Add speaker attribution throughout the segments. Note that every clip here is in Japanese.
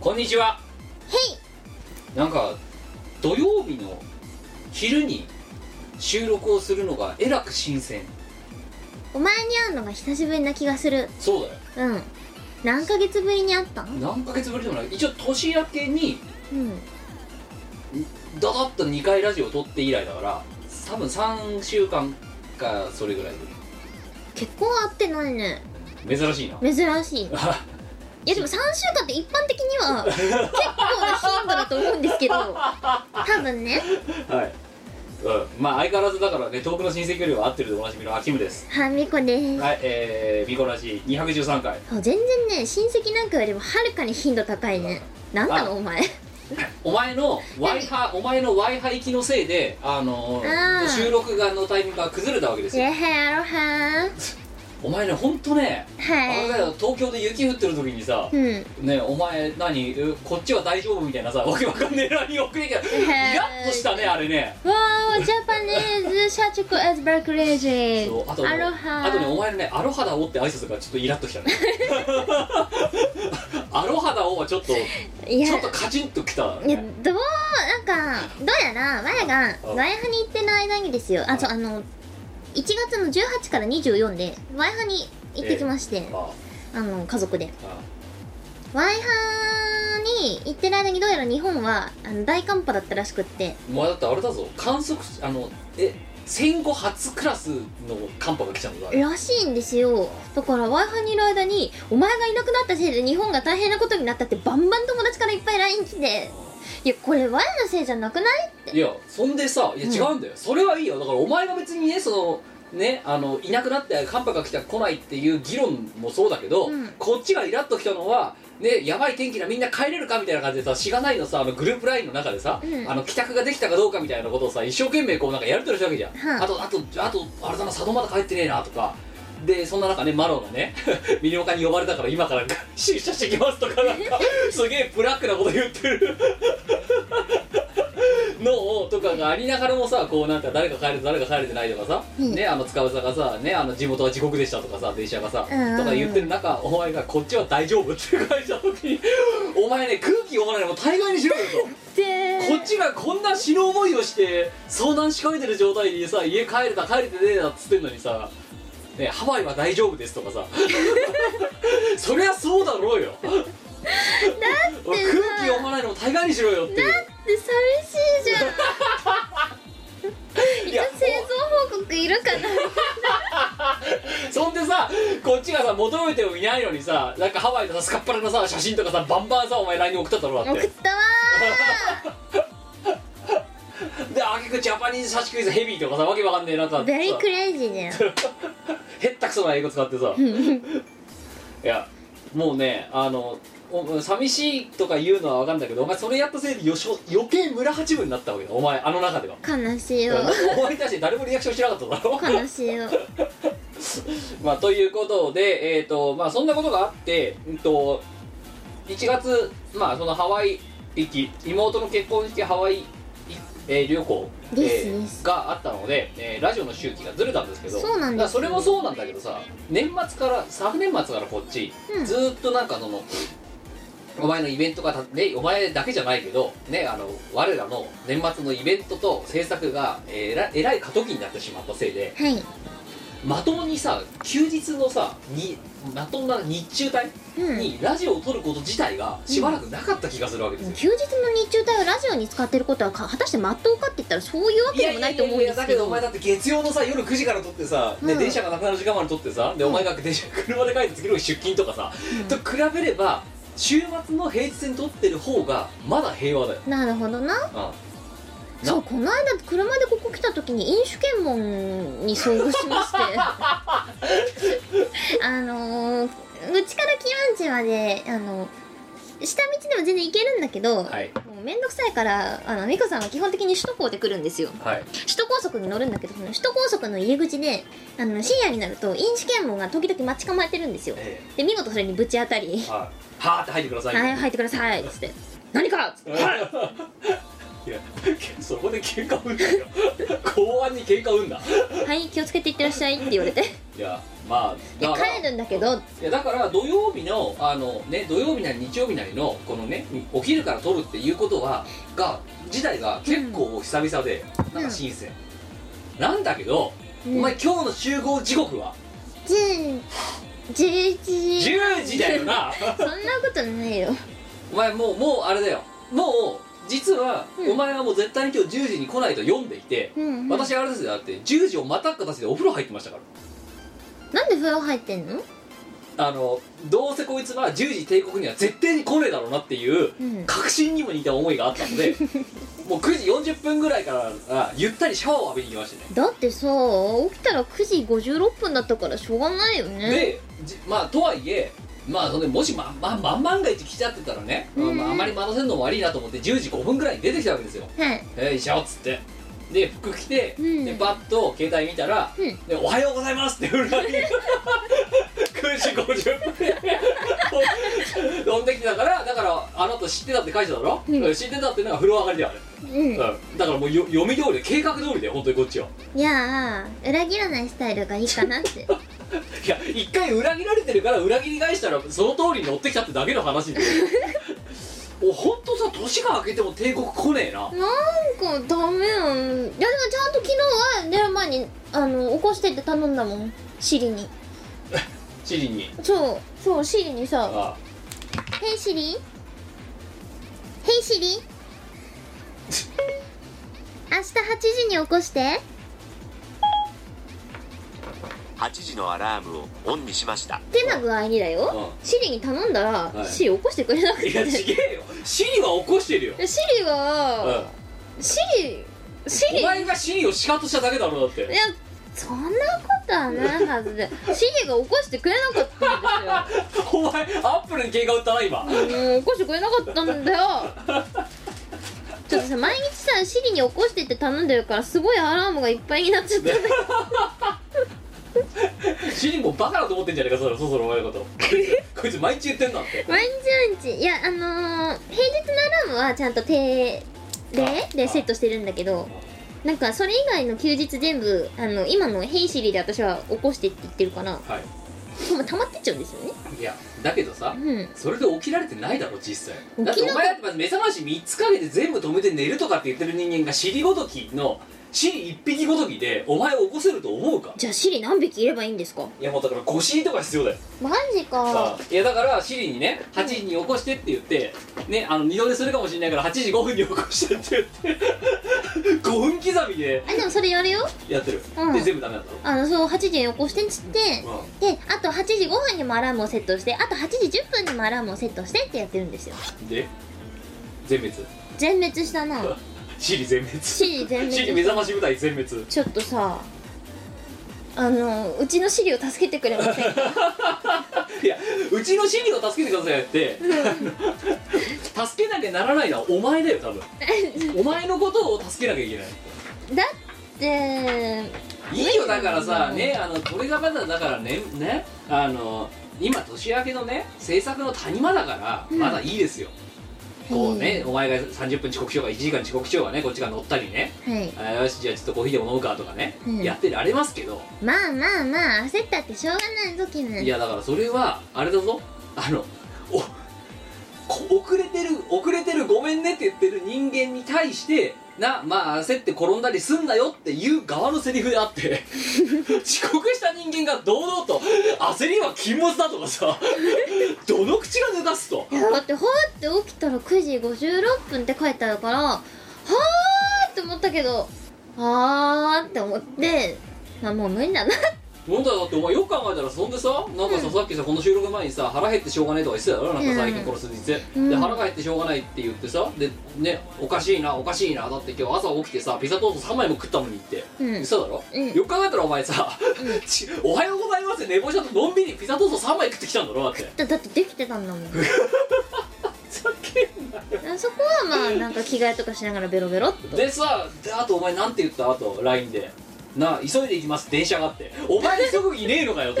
Speaker 1: こんにちは
Speaker 2: へい
Speaker 1: なんか土曜日の昼に収録をするのがえらく新鮮
Speaker 2: お前に会うのが久しぶりな気がする
Speaker 1: そうだよ
Speaker 2: うん何ヶ月ぶりに会ったん
Speaker 1: 何ヶ月ぶりでもない一応年明けに
Speaker 2: うん
Speaker 1: ダダッと2回ラジオを撮って以来だから多分3週間かそれぐらい
Speaker 2: 結構会ってないね
Speaker 1: ぶり珍しい な
Speaker 2: 珍しいいやでも3週間って一般的 には結構な頻度だと思うんですけど多分ね
Speaker 1: はい、うん、まあ相変わらずだからね遠くの親戚よりは合ってるでおなじみのアキムです
Speaker 2: はみこです、
Speaker 1: はいえー、ミコラジ213回
Speaker 2: そう全然ね親戚なんかよりもはるかに頻度高いねなんなのお前
Speaker 1: お前のワイハお前のワイハ行きのせいであのー
Speaker 2: あー
Speaker 1: 収録がのタイミングが崩れたわけです
Speaker 2: イェ
Speaker 1: よ
Speaker 2: ヘアロハ
Speaker 1: お前ねほんとね
Speaker 2: ー
Speaker 1: あれだ
Speaker 2: は
Speaker 1: よ東京で雪降ってる時にさ
Speaker 2: いうん
Speaker 1: ねお前何えこっちは大丈夫みたい なさわけわかんねえ LINE 送りがイラッとしたねあれね
Speaker 2: わージャパネーズ社畜エズバルクレージ
Speaker 1: そうあと
Speaker 2: ー
Speaker 1: ね
Speaker 2: アロハ
Speaker 1: あとねお前のね「アロハだお」って挨拶がちょっとイラッとき たね「アロハだお」はちょっと
Speaker 2: いや
Speaker 1: ちょっとカチンときた、
Speaker 2: いや
Speaker 1: ね、
Speaker 2: どうなんかどうやらわやが
Speaker 1: うん
Speaker 2: ワイハに行ってる間にですよあそうあの1月の18から24でワイハに行ってきまして、
Speaker 1: あ
Speaker 2: あの家族で
Speaker 1: あ
Speaker 2: ワイハに行ってる間にどうやら日本はあの大寒波だったらしくって
Speaker 1: お前だってあれだぞ観測しあのえ戦後初クラスの寒波が来ちゃうんだ
Speaker 2: らしいんですよだからワイハにいる間にお前がいなくなったせいで日本が大変なことになったってバンバン友達からいっぱい LINE 来ていやこれワイのせいじゃなくない
Speaker 1: いやそんでさいや
Speaker 2: う
Speaker 1: 違
Speaker 2: ん
Speaker 1: うんだよ、それはいいよだからお前が別にねそのねあのいなくなって寒波が来た来ないっていう議論もそうだけど、
Speaker 2: うん
Speaker 1: こっちがイラッときたのはねやばい天気だみんな帰れるかみたいな感じでさしがないのさあのグループラインの中でさ、
Speaker 2: うん
Speaker 1: あの帰宅ができたかどうかみたいなことをさ一生懸命こうなんかやり取りしたわけじゃん、
Speaker 2: はい
Speaker 1: あとあとあとあれだな佐渡まだ帰ってねえなとかでそんな中ねマロがね ミニオカに呼ばれたから今から 出社してきますとかなん かすげえブラックなこと言ってるのをとかがありながらもさこうなんか誰か帰れて誰か帰れてないとかさ、
Speaker 2: うん
Speaker 1: ねあの使うさがさねあの地元は地獄でしたとかさ電車がさ、
Speaker 2: うんうんうん
Speaker 1: とか言ってる中お前がこっちは大丈夫って返した時にお前ね空気読まないのも大概にしろよと。
Speaker 2: で
Speaker 1: こっちがこんな死ぬ思いをして遭難しかけてる状態にさ家帰れた帰れてねえなっつってんのにさ、ね、ハワイは大丈夫ですとか さそりゃそうだろうよだって空気読まないのも大概にしろよっていう
Speaker 2: で寂しいじゃん
Speaker 1: い
Speaker 2: 一応製造報告いるかな
Speaker 1: そんでさこっちがさ求めてもいないのにさなんかハワイのさスカッパラのさ写真とかさバンバンさお前 LINE に送っただろだっ
Speaker 2: 送ってたわ
Speaker 1: であげくジャパニーズ差しクイズヘビーとかさわけわかんねえなんか
Speaker 2: ー
Speaker 1: さ
Speaker 2: ベリークレイジーだよ
Speaker 1: へったくそな英語使ってさいやもうねあのお寂しいとか言うのは分かんだけどお前それやったせいでよしょ余計村八分になったわけだお前あの中では
Speaker 2: 悲しいよ
Speaker 1: お前に対して誰もリアクションしなかっただろ
Speaker 2: 悲しいよ
Speaker 1: まあということでえっ、とまあそんなことがあって、うんと1月まあそのハワイ行き妹の結婚式ハワイ行えー旅行、え
Speaker 2: です
Speaker 1: ー
Speaker 2: です
Speaker 1: があったので、えーラジオの周期がずれたんですけど
Speaker 2: そうな
Speaker 1: だ
Speaker 2: んですよ
Speaker 1: からそれもそうなんだけどさ年末から昨年末からこっち、
Speaker 2: うん
Speaker 1: ずーっとなんかそのお前のイベントがた、ね、お前だけじゃないけど、ね、あの我らの年末のイベントと制作が、えーえらえらい過渡期になってしまったせいで
Speaker 2: はい
Speaker 1: まともにさ休日のさにまともな日中帯
Speaker 2: うん
Speaker 1: にラジオを撮ること自体がしばらくなかった気がするわけですよ、
Speaker 2: 休日の日中帯をラジオに使ってることはか果たしてまっとうかって言ったらそういうわけでもないと思うんです
Speaker 1: だ
Speaker 2: け
Speaker 1: けどお
Speaker 2: ど
Speaker 1: 前だって月曜のさ夜9時から撮ってさ、ね
Speaker 2: うん
Speaker 1: 電車がなくなる時間まで撮ってさでお前が電車車で帰って次の日出勤とかさ、と比べれば週末の平日に撮ってる方がまだ平和だよ、
Speaker 2: なるほどな
Speaker 1: うん、
Speaker 2: そうこの間車でここ来た時に飲酒検問に遭遇しまして あのーうちから紀安寺まであの下道でも全然行けるんだけど、
Speaker 1: はい
Speaker 2: もうめんどくさいからあの美香さんは基本的に首都高で来るんですよ
Speaker 1: はい
Speaker 2: 首都高速に乗るんだけどその首都高速の入り口であの深夜になると飲酒検問が時々待ち構えてるんですよ
Speaker 1: え
Speaker 2: で見事それにぶち当たり
Speaker 1: えはいはーって入ってくだ
Speaker 2: 「
Speaker 1: さい
Speaker 2: はい入ってください」っつって「何か!」っつって
Speaker 1: いやそこで喧嘩売んだよ公安に喧嘩売んだ
Speaker 2: 「はい気をつけていってらっしゃい」って言われて
Speaker 1: いやまあ
Speaker 2: で
Speaker 1: だから
Speaker 2: 帰るんだけど
Speaker 1: いやだから土曜日のあのね土曜日なり日曜日なりのこのねお昼から撮るっていうことはが自体が結構久々で、なんか新鮮、なんだけど、
Speaker 2: うん
Speaker 1: お前今日の集合時刻は
Speaker 2: 10 11時
Speaker 1: 10時だよ な
Speaker 2: そんなことないよ
Speaker 1: お前もうもうあれだよもう実は、
Speaker 2: うん
Speaker 1: お前はもう絶対に今日10時に来ないと読んでいて、
Speaker 2: うんうん
Speaker 1: 私あれですよだって10時をまたっ形でお風呂入ってましたから
Speaker 2: なんで風呂入ってんの
Speaker 1: あのどうせこいつは10時帝国には絶対に来ねえだろうなっていう
Speaker 2: うん
Speaker 1: 確信にも似た思いがあったので もう9時40分ぐらいからあゆったりシャワーを浴びに行きましたね
Speaker 2: だってさ起きたら9時56分だったからしょうがないよね
Speaker 1: でじまあとはいえまあそれもしま、まま、万が一来ちゃってたらね、
Speaker 2: うん
Speaker 1: まあ、あまり待たせるのも悪いなと思って10時5分ぐらいに出てきたわけですよ
Speaker 2: はい
Speaker 1: 「えいしょ」っつってで服着て、
Speaker 2: うん
Speaker 1: でバッと携帯見たら「
Speaker 2: うん
Speaker 1: でおはようございます」って裏に9時50分で飛んできたからだからあなた知ってたって書いてただろ、
Speaker 2: うん
Speaker 1: 知ってたってのが風呂上がりだよあれ、
Speaker 2: うん
Speaker 1: うん、だからもうよ読み通りで計画通りで本当にこっちを
Speaker 2: いやー裏切らないスタイルがいいかなって
Speaker 1: いや一回裏切られてるから裏切り返したらその通りに乗ってきたってだけの話 でお本当さ年が明けても帝国来ねえな
Speaker 2: なんかダメよいやでもちゃんと昨日は寝る前にあの起こしてって頼んだもんシリに
Speaker 1: シリに
Speaker 2: そうそうシリにさ
Speaker 1: あ
Speaker 2: 「ヘイシリヘイシリ明日8時に起こして
Speaker 3: 8時のアラームをオンにしました」
Speaker 2: ってな具合にだよ
Speaker 1: あ
Speaker 2: シリに頼んだら、
Speaker 1: はい
Speaker 2: シリ起こしてくれなく
Speaker 1: いやち
Speaker 2: て
Speaker 1: げえよシリは起こしてるよ、
Speaker 2: シリは、
Speaker 1: うん
Speaker 2: シリシリ
Speaker 1: お前がシリをシカッとしただけだろだっ
Speaker 2: い
Speaker 1: て
Speaker 2: やそんなことはないはずでシリが起こしてくれなかったんで
Speaker 1: お前アップルに喧嘩売ったな今
Speaker 2: すよもう起こしてくれなかったんだよちょっとさ毎日さシリに起こしてって頼んでるからすごいアラームがいっぱいになっちゃったんだけど
Speaker 1: シリもバカだと思ってんじゃねえかそろそろお前の ことこいつこいつ毎日言ってんだって
Speaker 2: 毎日毎日いやあのー平日のアラームはちゃんと定例でセットしてるんだけどなんかそれ以外の休日全部あの今の「ヘイシリ」で私は起こしてって言ってるから
Speaker 1: は
Speaker 2: もう溜まってっちゃうんですよね
Speaker 1: いいやだけどさ
Speaker 2: うん
Speaker 1: それで起きられてないだろ実際だっ
Speaker 2: 起
Speaker 1: て
Speaker 2: きな
Speaker 1: お
Speaker 2: か
Speaker 1: 前だってまず目覚まし3つかけて全部止めて寝るとかって言ってる人間が尻ごときの尻1匹ごときでお前を起こせると思うか
Speaker 2: じゃあシリ何匹いればいいんですか
Speaker 1: いやもうだから5尻とか必要だよ
Speaker 2: マジか
Speaker 1: いやだからシリにね8時に起こしてって言ってねあの二度寝するかもしれないから8時5分に起こしてって言って5分刻みで
Speaker 2: あでもそれやるよ
Speaker 1: やってる、
Speaker 2: うん
Speaker 1: で全部ダメだったの
Speaker 2: あのそう8時に起こしてっつって、
Speaker 1: う
Speaker 2: であと8時5分にもアラームをセットしてあと8時10分にもアラームをセットしてってやってるんですよ
Speaker 1: で全滅
Speaker 2: 全滅したな
Speaker 1: シリ全滅シ
Speaker 2: シリ全
Speaker 1: リ
Speaker 2: 滅
Speaker 1: 目
Speaker 2: した
Speaker 1: 覚まし舞台全滅
Speaker 2: ちょっとさあのうちのシリを助けてくれませんか
Speaker 1: いやうちのシリを助けてくださいって、あ の助けなきゃならないのはお前だよ 多分お前のことを助けなきゃいけない
Speaker 2: だって
Speaker 1: いいよだからさねあのこれがまだだからねねあの今年明けのね制作の谷間だから
Speaker 2: うん
Speaker 1: まだいいですよ、こうね
Speaker 2: う
Speaker 1: お前が30分遅刻しようが1時間遅刻しようがねこっちが乗ったりね
Speaker 2: はい
Speaker 1: あよしじゃあちょっとコーヒーでも飲むかとかね、
Speaker 2: うん
Speaker 1: やってられますけど、
Speaker 2: まあまあまあ焦ったってしょうがないぞ気分
Speaker 1: いやだからそれはあれだぞあのおこ遅れてる遅れてるごめんねって言ってる人間に対してなまあ焦って転んだりすんなよっていう側のセリフであって 遅刻した人間が堂々と焦りは禁物だとか さどの口が抜かすと
Speaker 2: いやだってはーって起きたら9時56分って書いてあるからはーって思ったけどはーって思ってあもう無理だな
Speaker 1: 問題だってお前よく考えたらそんでさなんかさ、
Speaker 2: うん
Speaker 1: さっきさこの収録前にさ腹減ってしょうがないとか言ってたよなんか最
Speaker 2: う
Speaker 1: 近
Speaker 2: ん
Speaker 1: この数日で,、
Speaker 2: うん
Speaker 1: で腹が減ってしょうがないって言ってさでねおかしいなおかしいなだって今日朝起きてさピザトースト3枚も食ったのにって、
Speaker 2: うん
Speaker 1: 言ってただろ、
Speaker 2: うん
Speaker 1: よく考えたらお前さ、ち おはようございます」寝坊したとのんびりピザトースト3枚食ってきたんだろだって
Speaker 2: だだってできてたんだもん
Speaker 1: ふざけんなよ
Speaker 2: そこはまあなんか着替えとかしながらベロベロっと
Speaker 1: でさであとお前なんて言ったあと LINE で「なあ急いで行きます電車が」って「お前 急ぐ気ねえのかよ」と「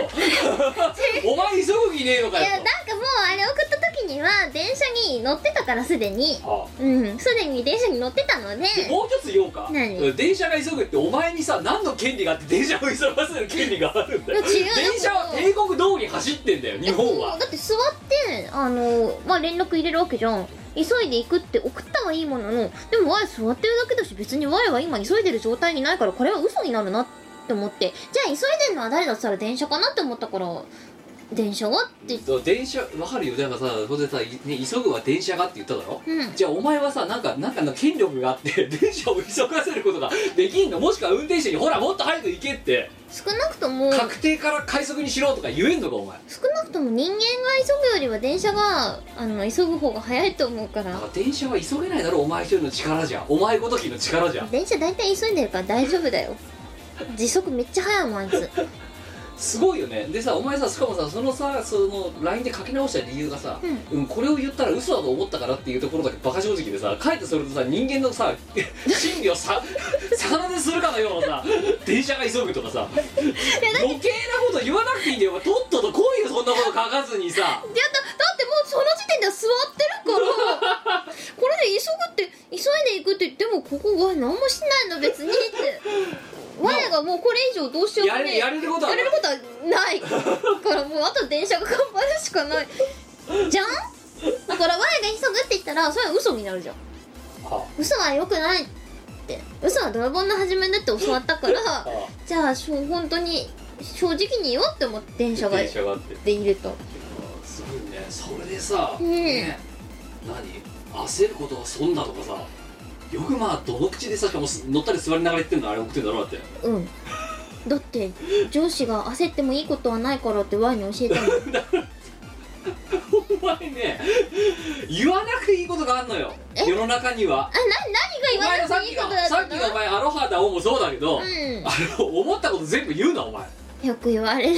Speaker 1: お前急ぐ気ねえのか
Speaker 2: いやなん
Speaker 1: よ
Speaker 2: かもうあれ送った時にはは電車に乗ってたからすでに
Speaker 1: あ
Speaker 2: うんすでに電車に乗ってたので
Speaker 1: でもう一つ言おうか
Speaker 2: 何
Speaker 1: 電車が急ぐってお前にさ何の権利があって電車を急がせる権利があるんだよ
Speaker 2: いや違うよ
Speaker 1: 電車は帝国通り走ってんだよ日本
Speaker 2: そ
Speaker 1: は
Speaker 2: う だって座ってあの、まあ、連絡入れるわけじゃん急いで行くって送ったはいいもののでも Y 座ってるだけだし別に Y は今急いでる状態にないからこれは嘘になるなって思ってじゃあ急いでんのは誰だって言ったら電車かなって思ったから電車はって
Speaker 1: そう電車わかるよだからさほんでさ、いね、急ぐは電車がって言っただろ
Speaker 2: うん
Speaker 1: じゃあお前はさなんかなんかの権力があって 電車を急がせることができんのもしくは運転手にほらもっと早く行けって
Speaker 2: 少なくとも
Speaker 1: 確定から快速にしろとか言えんのかお前
Speaker 2: 少なくとも人間が急ぐよりは電車があの急ぐ方が早いと思うか
Speaker 1: だからら電車は急げないだろお前一人の力じゃお前ごときの力じゃ
Speaker 2: 電車大体急いでるから大丈夫だよ時速めっちゃ速いもんあいつ
Speaker 1: すごいよねでさお前さしかもさそのさその LINE で書き直した理由がさ、うんこれを言ったら嘘だと思ったからっていうところだけバカ正直でさ書いてそれとさ人間のさ心理をさ逆なでするかのようなさ電車が急ぐとかさ余計なこと言わなくていいんだよお前とっとと来いよそんなこと書かずにさ
Speaker 2: いやだだってもうその時点では座ってるからこれで急ぐって急いで行くって言ってもここは何もしないの別に って我がもうこれ以上どうしようもねえ
Speaker 1: やれやれることは
Speaker 2: やれることはないからもうあと電車が頑張るしかないじゃんだから我が急ぐって言ったらそれは嘘になるじゃん
Speaker 1: あ
Speaker 2: 嘘は良くないって嘘は泥棒の始めだって教わったから
Speaker 1: あ
Speaker 2: じ ゃあしょ本当に正直に言おうって思って電車が
Speaker 1: 電
Speaker 2: で
Speaker 1: 車があって
Speaker 2: いると
Speaker 1: すごいねそれでさ、
Speaker 2: うん
Speaker 1: ね何焦ることは損だとかさよくまあどの口でさしかも乗ったり座りながら言ってんのあれ送ってんだろだって
Speaker 2: うんだって上司が焦ってもいいことはないからって Y に教え たの
Speaker 1: お前ね言わなくていいことがあんのよ
Speaker 2: え
Speaker 1: 世の中には
Speaker 2: あな何
Speaker 1: お前
Speaker 2: が言
Speaker 1: のさ
Speaker 2: わ
Speaker 1: っ
Speaker 2: なくてい
Speaker 1: き
Speaker 2: いこと
Speaker 1: の
Speaker 2: だっ
Speaker 1: さ
Speaker 2: た
Speaker 1: っ
Speaker 2: ん
Speaker 1: きのお前アロハだおもそうだけど、
Speaker 2: うん
Speaker 1: あの思ったこと全部言うなお前
Speaker 2: よく言われる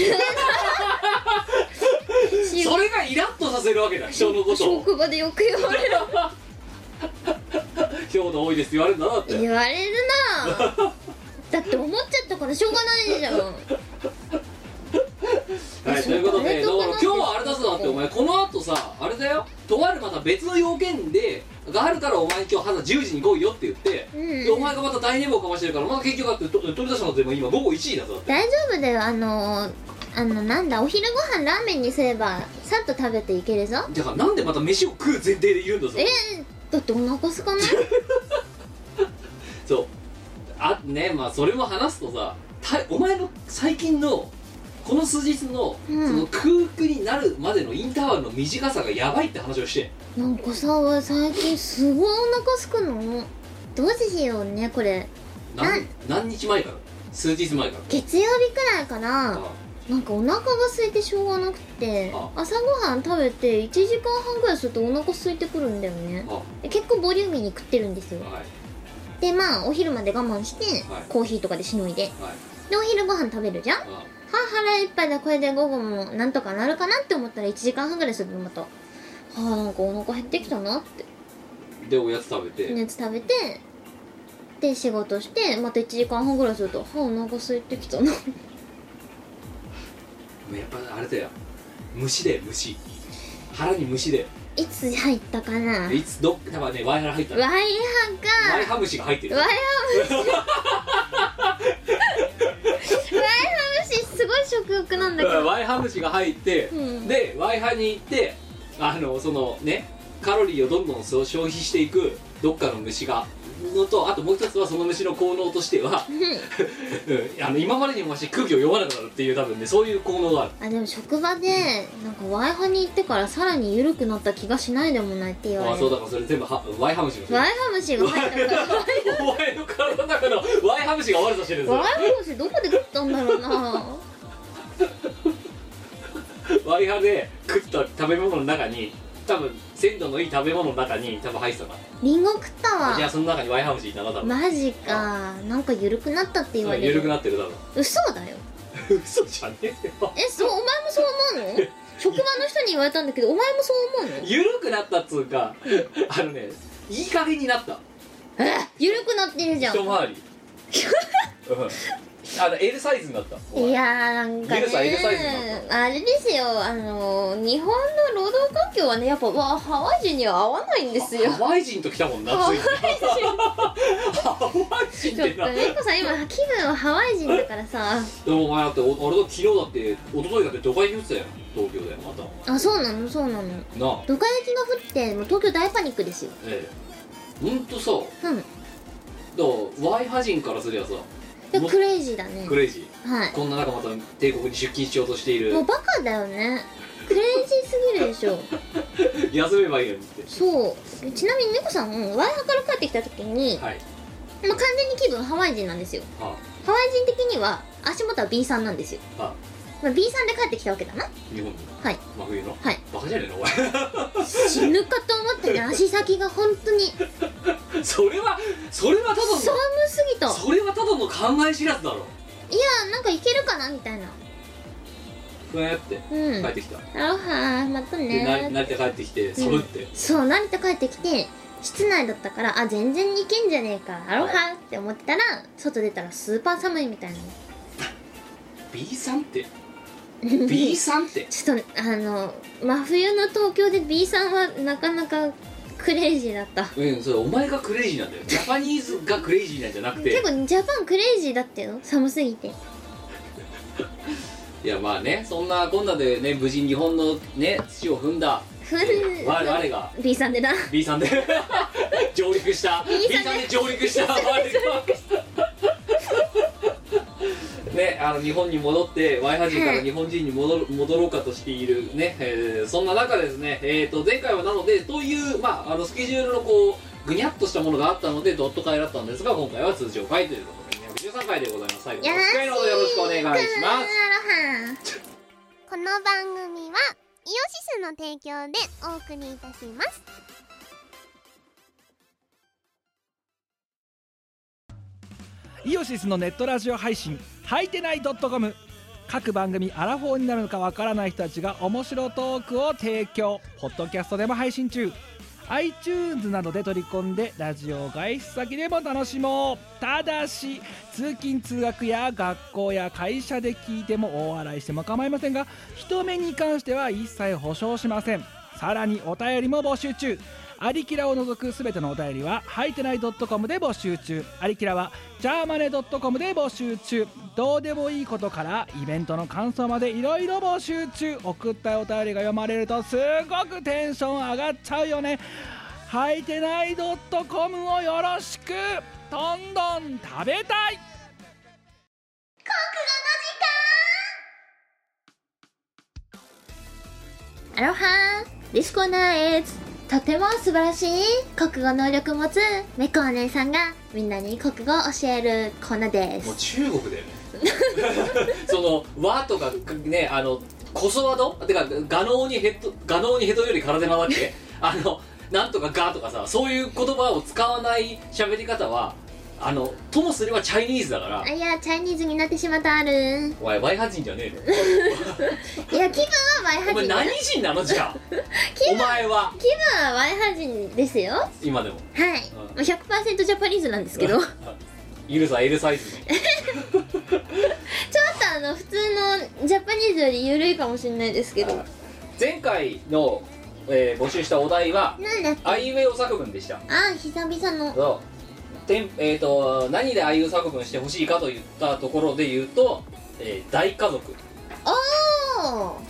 Speaker 2: 仕
Speaker 1: それがイラッとさせるわけだ人のことを
Speaker 2: 職場でよく言われる
Speaker 1: 人のこと多いですって言われるんだろだって
Speaker 2: 言われるなぁだって思っちゃったからしょうがないじゃん
Speaker 1: はい、ということで、だか
Speaker 2: そ
Speaker 1: ら
Speaker 2: う
Speaker 1: 今日はあれ出すなって、お前、この後さ、あれだよ、とあるまた別の要件で、があるから、お前、今日朝10時に来いよって言って、
Speaker 2: うん
Speaker 1: でお前がまた大寝坊かましてるから、また結局あって、と取り出したのって、今、午後1時だぞ。
Speaker 2: 大丈夫だよあのあのなんだお昼ご飯ラーメンにすればさっと食べていけるぞ
Speaker 1: だから、なんでまた飯を食う前提でいるんだぞ。
Speaker 2: えだってお腹空かない
Speaker 1: そう。あ、ね、まあ、それも話すとさ、たお前の最近の、この数日の、
Speaker 2: うん
Speaker 1: その空腹になるまでのインターバルの短さがやばいって話をして、
Speaker 2: なんかさ最近すごいお腹すくのどうしようねこれ
Speaker 1: 何
Speaker 2: うん
Speaker 1: 何日前から数日前から。
Speaker 2: 月曜日くらいか
Speaker 1: あ
Speaker 2: らなんかお腹が空いてしょうがなくて
Speaker 1: あ
Speaker 2: 朝ごはん食べて1時間半ぐらいするとお腹空いてくるんだよね
Speaker 1: あ
Speaker 2: で結構ボリューミーに食ってるんですよ
Speaker 1: はい
Speaker 2: でまあお昼まで我慢して
Speaker 1: はい
Speaker 2: コーヒーとかでしのいで
Speaker 1: はい
Speaker 2: でお昼ご飯食べるじゃ
Speaker 1: あ
Speaker 2: んは腹いっぱいでこれで午後もなんとかなるかなって思ったら1時間半ぐらいするとまたはあなんかお腹減ってきたなって
Speaker 1: でおやつ食べて、
Speaker 2: 熱食べてで仕事してまた1時間半ぐらいするとはあお腹空いてきたな
Speaker 1: やっぱあれだよ虫だよ虫腹に虫で
Speaker 2: いつ入ったかなワイ
Speaker 1: いつどっか多分ねワイハラ入ったの
Speaker 2: ハ
Speaker 1: ワイ
Speaker 2: か
Speaker 1: ハ虫が入ってる
Speaker 2: ワイハ虫ワイハ虫すごい食欲なんだけど
Speaker 1: ワイハ虫が入って、
Speaker 2: うん
Speaker 1: でワイハに行ってあのそのねカロリーをどんどんそう消費していくどっかの虫がのとあともう一つはその虫の効能としては、 うんあの今までにも増して空気を読まなくなるっていう多分ねそういう効能がある
Speaker 2: あでも職場でなんかワイハに行ってからさらに緩くなった気がしないでもないって言
Speaker 1: あ
Speaker 2: われ
Speaker 1: そうだ
Speaker 2: る
Speaker 1: からそれ全部はワイハ虫のせい
Speaker 2: ワイハ虫が入ったから
Speaker 1: お前の体の中のワイハムシが悪さしてるんです
Speaker 2: ワイハ虫どこで食ったんだろうな
Speaker 1: よワイハで食った食べ物の中に多分鮮度のいい食べ物の中に多分入ってたか
Speaker 2: リンゴ食った
Speaker 1: らいや
Speaker 2: わ
Speaker 1: その中にワイハムシいたな多分
Speaker 2: マジかなんか緩くなったって言われる
Speaker 1: 緩くなってるだろ
Speaker 2: 嘘だよ
Speaker 1: う嘘じゃねえよ
Speaker 2: えそうお前もそう思うの 職場の人に言われたんだけどお前もそう思うの
Speaker 1: 緩くなったっつうかあのねいい加減になった
Speaker 2: え緩くなってるじゃん
Speaker 1: 一回りうんあの L サイズになったお前
Speaker 2: いやーなんかね
Speaker 1: ギルさん L サイズなん
Speaker 2: あれですよあのー日本の労働環境はねやっぱわあハワイ人には合わないんですよ
Speaker 1: ハワイ人と来たもんな
Speaker 2: ハワ
Speaker 1: つ
Speaker 2: イ
Speaker 1: いにハワイ人っ
Speaker 2: ちょってと
Speaker 1: な
Speaker 2: 猫さん今気分はハワイ人だからさ
Speaker 1: でもお前だってお俺だって昨日だって一昨日だってどか雪降ってたよ東京でまた
Speaker 2: あそうなのそうなの
Speaker 1: なあ
Speaker 2: ドカ雪が降ってもう東京大パニックですよ
Speaker 1: ええほんとさだか
Speaker 2: うんい
Speaker 1: らワイハ人からすりゃさ
Speaker 2: や
Speaker 1: も
Speaker 2: クレイジーだね
Speaker 1: クレイジー
Speaker 2: はい
Speaker 1: こんな中また帝国に出勤しようとしてい
Speaker 2: もう
Speaker 1: る
Speaker 2: バカだよねクレイジーすぎるでしょ
Speaker 1: 休めばいいのにって
Speaker 2: そうちなみに猫さんワイハから帰ってきた時に、
Speaker 1: はい
Speaker 2: まあ、完全に気分ハワイ人なんですよ
Speaker 1: は
Speaker 2: ハワイ人的には足元は B さんなんですよ、
Speaker 1: あ、はあ、
Speaker 2: まあ、B さんで帰ってきたわけだな
Speaker 1: 日本の
Speaker 2: はい
Speaker 1: 真冬の
Speaker 2: はい
Speaker 1: バカじゃねえのお前
Speaker 2: 死ぬかと思ったね足先が本当に寒
Speaker 1: それはそれはただの
Speaker 2: すぎたい
Speaker 1: それはただの考え知らずだろ
Speaker 2: やなんかいけるかなみたいな
Speaker 1: ふえって
Speaker 2: うん
Speaker 1: 帰ってきた、
Speaker 2: アロハまた
Speaker 1: でな
Speaker 2: ね
Speaker 1: 成田帰ってきて寒って、
Speaker 2: そう成田帰ってきて室内だったからあ全然いけんじゃねえかアロハって思ってたら外出たらスーパー寒いみたいな
Speaker 1: B さんって B さんって
Speaker 2: ちょっとあの真冬の東京で B さんはなかなかクレイジーだった
Speaker 1: うんそれお前がクレイジーなんだよジャパニーズがクレイジーなんじゃなくて
Speaker 2: 結構ジャパンクレイジーだったよ寒すぎて
Speaker 1: いやまあねそんなこんなでね無事日本のね土を踏んだ
Speaker 2: ふ
Speaker 1: えー我我が
Speaker 2: B さん でな
Speaker 1: B さんで上陸した B さんで上陸したねあの日本に戻ってワイハ人から日本人に戻る戻ろうかとしているね、えーそんな中ですね、えー、と前回はなのでという、まあ、あのスケジュールのこうぐにゃっとしたものがあったのでドット会だったんですが今回は通常会ということで213回でございます最後の
Speaker 2: よ
Speaker 1: お付き合いのほどよろしくお願いします
Speaker 4: すこの番組はイオシスの提供でお送りいたします
Speaker 5: イオシスのネットラジオ配信「はいてない .com」各番組アラフォーになるのかわからない人たちが面白トークを提供ポッドキャストでも配信中 iTunes などで取り込んでラジオを外出先でも楽しもうただし通勤通学や学校や会社で聞いても大笑いしても構いませんが人目に関しては一切保証しませんさらにお便りも募集中アリキラを除くすべてのお便りは、はいてない .com で募集中。アリキラは、ジャーマネ .com で募集中。どうでもいいことから、イベントの感想までいろいろ募集中。送ったお便りが読まれると、すごくテンション上がっちゃうよね。はいてない .com をよろしくどんどん食べたい
Speaker 2: アロハーリスコナーエズとても素晴らしい国語能力を持つメコお姉さんがみんなに国語を教えるコーナーで
Speaker 1: もう
Speaker 2: す
Speaker 1: 中国だよね その和とかねあのこそわどてか画能にヘッド画能にヘッドより体なわけあのなんとかがとかさそういう言葉を使わない喋り方はあのともすればチャイニーズだから
Speaker 2: あいやチャイニーズになってしまったあるい
Speaker 1: お前ワイハ人じゃね
Speaker 2: や気分はワイ
Speaker 1: えのお前
Speaker 2: ハ人だ
Speaker 1: 何人なのじゃあお前は
Speaker 2: 気分はワイハ人ですよはい
Speaker 1: 今でもうん
Speaker 2: まあ100%ジャパニーズなんですけどちょっと
Speaker 1: いるさ L サイズの
Speaker 2: あの普通のジャパニーズより緩いかもしれないですけど
Speaker 1: 前回の、えー募集したお題は
Speaker 2: なんだっけ
Speaker 1: あいうえお作文でした
Speaker 2: あ久々の
Speaker 1: そうてんえー、と何でああいう作文してほしいかといったところで言うと、えー大家族、
Speaker 2: おー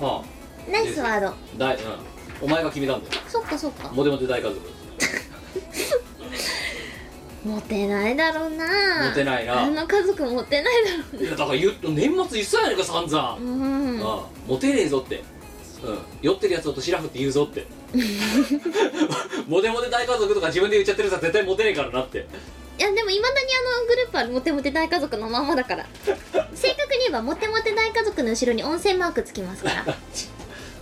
Speaker 1: は
Speaker 2: ナイスワード
Speaker 1: あ大うん、お前が決めたんだよ
Speaker 2: そっかそっか
Speaker 1: モテモテ大家族
Speaker 2: モテないだろうな
Speaker 1: モテないな
Speaker 2: あの家族モテないだろう
Speaker 1: いやだから言う年末言ってたやないか散々、
Speaker 2: う
Speaker 1: うん
Speaker 2: ん
Speaker 1: モテねえぞって、うん、酔ってるやつのとシラフって言うぞって モテモテ大家族とか自分で言っちゃってるさ絶対モテねえからなって
Speaker 2: いやでもいまだにあのグループはモテモテ大家族のまんま だから正確に言えばモテモテ大家族の後ろに温泉マークつきます から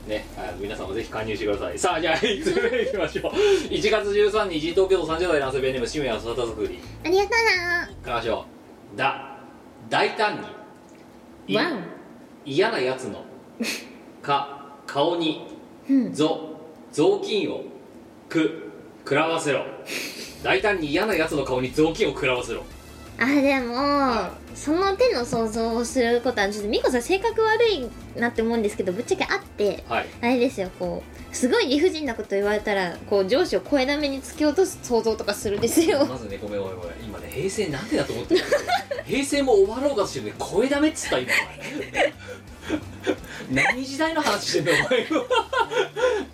Speaker 1: ね、あ皆さんもぜひ加入してくださいさあじゃあ1つ目いきましょう1月13日東京都30代男性ベネーム渋谷育た作り
Speaker 2: ありがとう
Speaker 1: 行きましょうだ大胆にい
Speaker 2: なワン
Speaker 1: 嫌なやつのか顔に
Speaker 2: うん
Speaker 1: ぞ雑巾をく食らわせろ大胆に嫌なやつの顔に雑巾を食らわせろ
Speaker 2: あでもその手の想像をすることはちょっと美子さん性格悪いなって思うんですけどぶっちゃけあって
Speaker 1: はい
Speaker 2: あれですよこうすごい理不尽なこと言われたらこう上司を声だめに突き落とす想像とかするんですよ
Speaker 1: まずねごめんごめんごめん今ね平成なんでだと思ってる平成も終わろうかとしてるね声ダメっつった今お前何時代の話してんだお前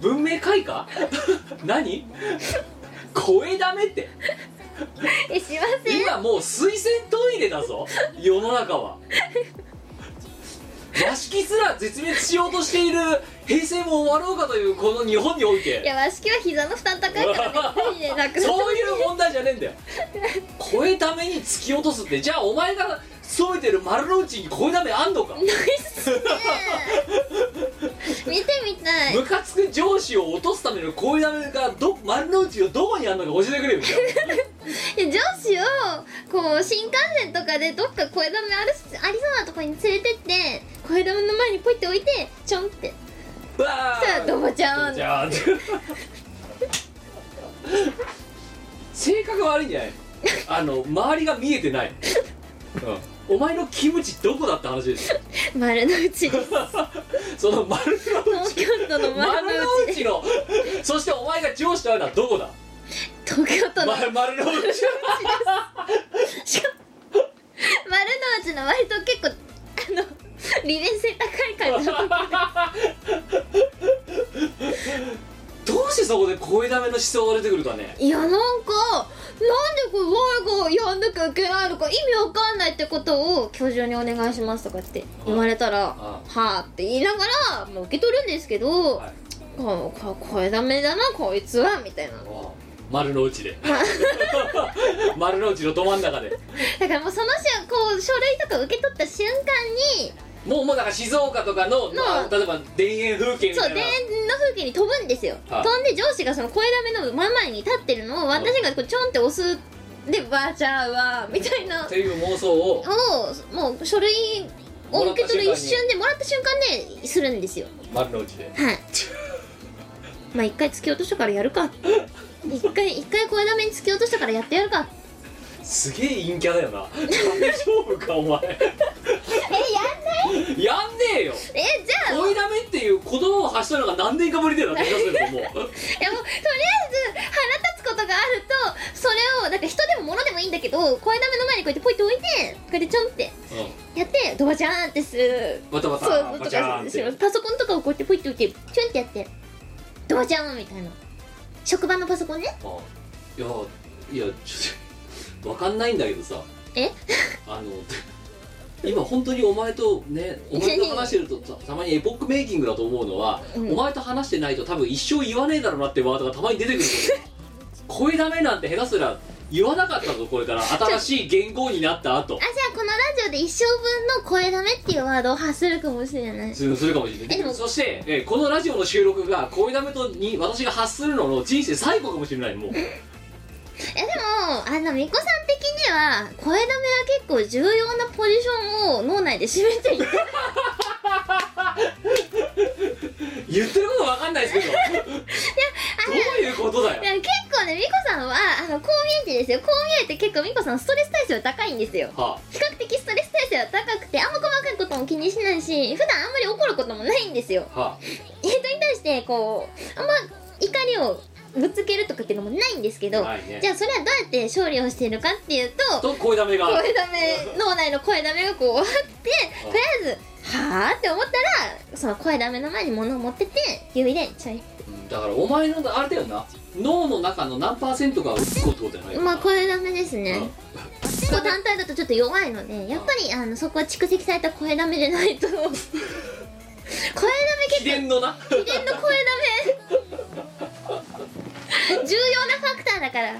Speaker 1: 文明開化何声ダメって
Speaker 2: えしません
Speaker 1: 今もう水洗トイレだぞ世の中は和式すら絶滅しようとしている平成も終わろうかというこの日本において
Speaker 2: いやわしきは膝の負担高いからねねなくなっ
Speaker 1: そういう問題じゃねえんだよ声ために突き落とすってじゃあお前が勤めてる丸の内に声ためあんのか
Speaker 2: 見てみたい
Speaker 1: ムカつく上司を落とすための声ためがど丸の内のどこにあんのか教えてくれよじゃ
Speaker 2: いや上司をこう新幹線とかでどっか声だめあるしありそうなとこに連れてって声だめの前にポイって置いてちょんって
Speaker 1: あうわ
Speaker 2: そしたら
Speaker 1: ー
Speaker 2: どぼちゃん
Speaker 1: じ ゃあ性格悪いんじゃないあの周りが見えてない、うん、お前のキムチどこだって話ですよ
Speaker 2: 丸の内です
Speaker 1: その丸の内
Speaker 2: 東京都の丸
Speaker 1: 丸
Speaker 2: の
Speaker 1: の
Speaker 2: 内
Speaker 1: 内のそしてお前が上司と会うのはどこだ
Speaker 2: 東京都の
Speaker 1: ま丸の内
Speaker 2: 丸の内の割と結構あの利便性高い感じの
Speaker 1: どうしてそこで声だめの思想が出てくるかね
Speaker 2: いやなんかなんでこれ我がやんなきゃいけないのか意味わかんないってことを今日中にお願いしますとかって言われたら「は
Speaker 1: あ
Speaker 2: あ」って言いながら、まあ、受け取るんですけど、
Speaker 1: はい
Speaker 2: ここ声ダメだなこいつはみたいな
Speaker 1: 丸の内で 丸の内のど真ん中で
Speaker 2: だからもうその瞬こう書類とか受け取った瞬間に
Speaker 1: もうもうだから静岡とかの、まあ例えば田園風景み
Speaker 2: そ
Speaker 1: た
Speaker 2: う
Speaker 1: い
Speaker 2: 田
Speaker 1: な
Speaker 2: 園の風景に飛ぶんですよ、
Speaker 1: はい
Speaker 2: 飛んで上司がその声ダメの真ん前に立ってるのを私がこうちょんって押すでバーチャーはみたいな
Speaker 1: という妄想を
Speaker 2: をもう書類を受け取る一瞬でもらった瞬間でするんですよ
Speaker 1: 丸の内で
Speaker 2: はいまあ一回突き落としたからやるか一回一回声だめに突き落としたからやってやるか
Speaker 1: すげえ陰キャだよな大丈夫かお前えやんないやんねえよ
Speaker 2: えじゃあ
Speaker 1: 声だめっていう言葉を発したのが何年かぶりだよな 気がするけどもう
Speaker 2: いやもうとりあえず腹立つことがあるとそれをなんか人でも物でもいいんだけど声だめの前にこうやってポイって置いてこうやってちょんって
Speaker 1: う
Speaker 2: やってドバジャーンってする
Speaker 1: んバタバ
Speaker 2: そういう
Speaker 1: タ
Speaker 2: こ
Speaker 1: バ
Speaker 2: と
Speaker 1: チャー
Speaker 2: か
Speaker 1: ンっ
Speaker 2: する
Speaker 1: て
Speaker 2: パソコンとかをこうやってポイって置いてチュンってやってドバジャーンみたいな職場のパソコンね
Speaker 1: あいやいやちょっとわかんないんだけどさ
Speaker 2: え
Speaker 1: あの今本当にお前とねお前と話してるとたたまにエポックメイキングだと思うのは、
Speaker 2: うん
Speaker 1: お前と話してないと多分一生言わねえだろうなってワードがたまに出てくるんだよ声ダメなんて下手すら言わなかったぞこれから新しい言語になった後
Speaker 2: あじゃあこのラジオで一生分の声ダメっていうワードを発するかもしれない
Speaker 1: するするかもしれな
Speaker 2: えでも
Speaker 1: いそして、えーこのラジオの収録が声ダメとに私が発するのの人生最後かもしれないもう
Speaker 2: えでもあのみこさん的には声ダメは結構重要なポジションを脳内で占めていて
Speaker 1: 言ってることわかんないで すけどどういうことだよ
Speaker 2: いや結構ねみこさんはあのこう見えてですよこう見えて結構みこさんストレス耐性は高いんですよ
Speaker 1: は
Speaker 2: 比較的ストレス耐性は高くてあんま細かいことも気にしないし普段あんまり怒ることもないんですよ
Speaker 1: あ、はあ、
Speaker 2: 人に対してこうあんま怒りをぶつけるとかっていうのもないんですけど、
Speaker 1: ないね
Speaker 2: じゃあそれはどうやって勝利をしているかっていうと
Speaker 1: と声だめが
Speaker 2: 声だめ脳内の声だめがこうあってとりあえずはあって思ったらその声だめの前に物を持ってって指でちょい
Speaker 1: うんだからお前のあれだよな脳の中の何パーセントがうっこってことじゃないかな
Speaker 2: まあ声だめですね
Speaker 1: うん
Speaker 2: 結構単体だとちょっと弱いのでやっぱりあのそこは蓄積された声だめでな いと声だめ
Speaker 1: 秘
Speaker 2: 結
Speaker 1: 伝のな
Speaker 2: 構秘伝の声だめ重要なファクターだから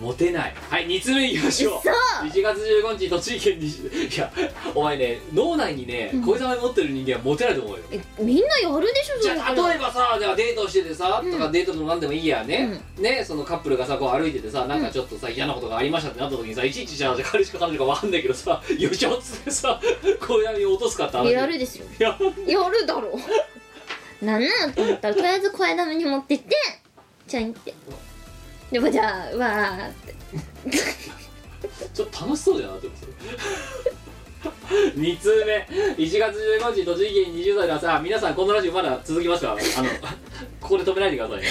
Speaker 1: モテないはい2つ目いきましょう
Speaker 2: そう
Speaker 1: 1月15日栃木県にいやお前ね脳内にね
Speaker 2: うん
Speaker 1: 声だめ持ってる人間はモテないと思うよ、
Speaker 2: えみんなやるでしょ
Speaker 1: じゃ
Speaker 2: んな
Speaker 1: あ
Speaker 2: こと
Speaker 1: 例えばさではデートしててさ、
Speaker 2: うん
Speaker 1: とかデートでも何でもいいやね、ねそのカップルがさこう歩いててさなんかちょっとさ、嫌なことがありましたってなった時にさいちいちじゃあ彼氏か彼女かわかんないけどさ 「よいしょ」っつってさ声だめを落とすかって話
Speaker 2: やるですよ
Speaker 1: いや
Speaker 2: やるだろなんなのと思ったらとりあえず声だめに持ってってチャインってでもじゃあわーって
Speaker 1: ちょっと楽しそうだなって思って2通目1月15日栃木県20歳の朝あ皆さんこのラジオまだ続きますからあのここで止めないでくださいね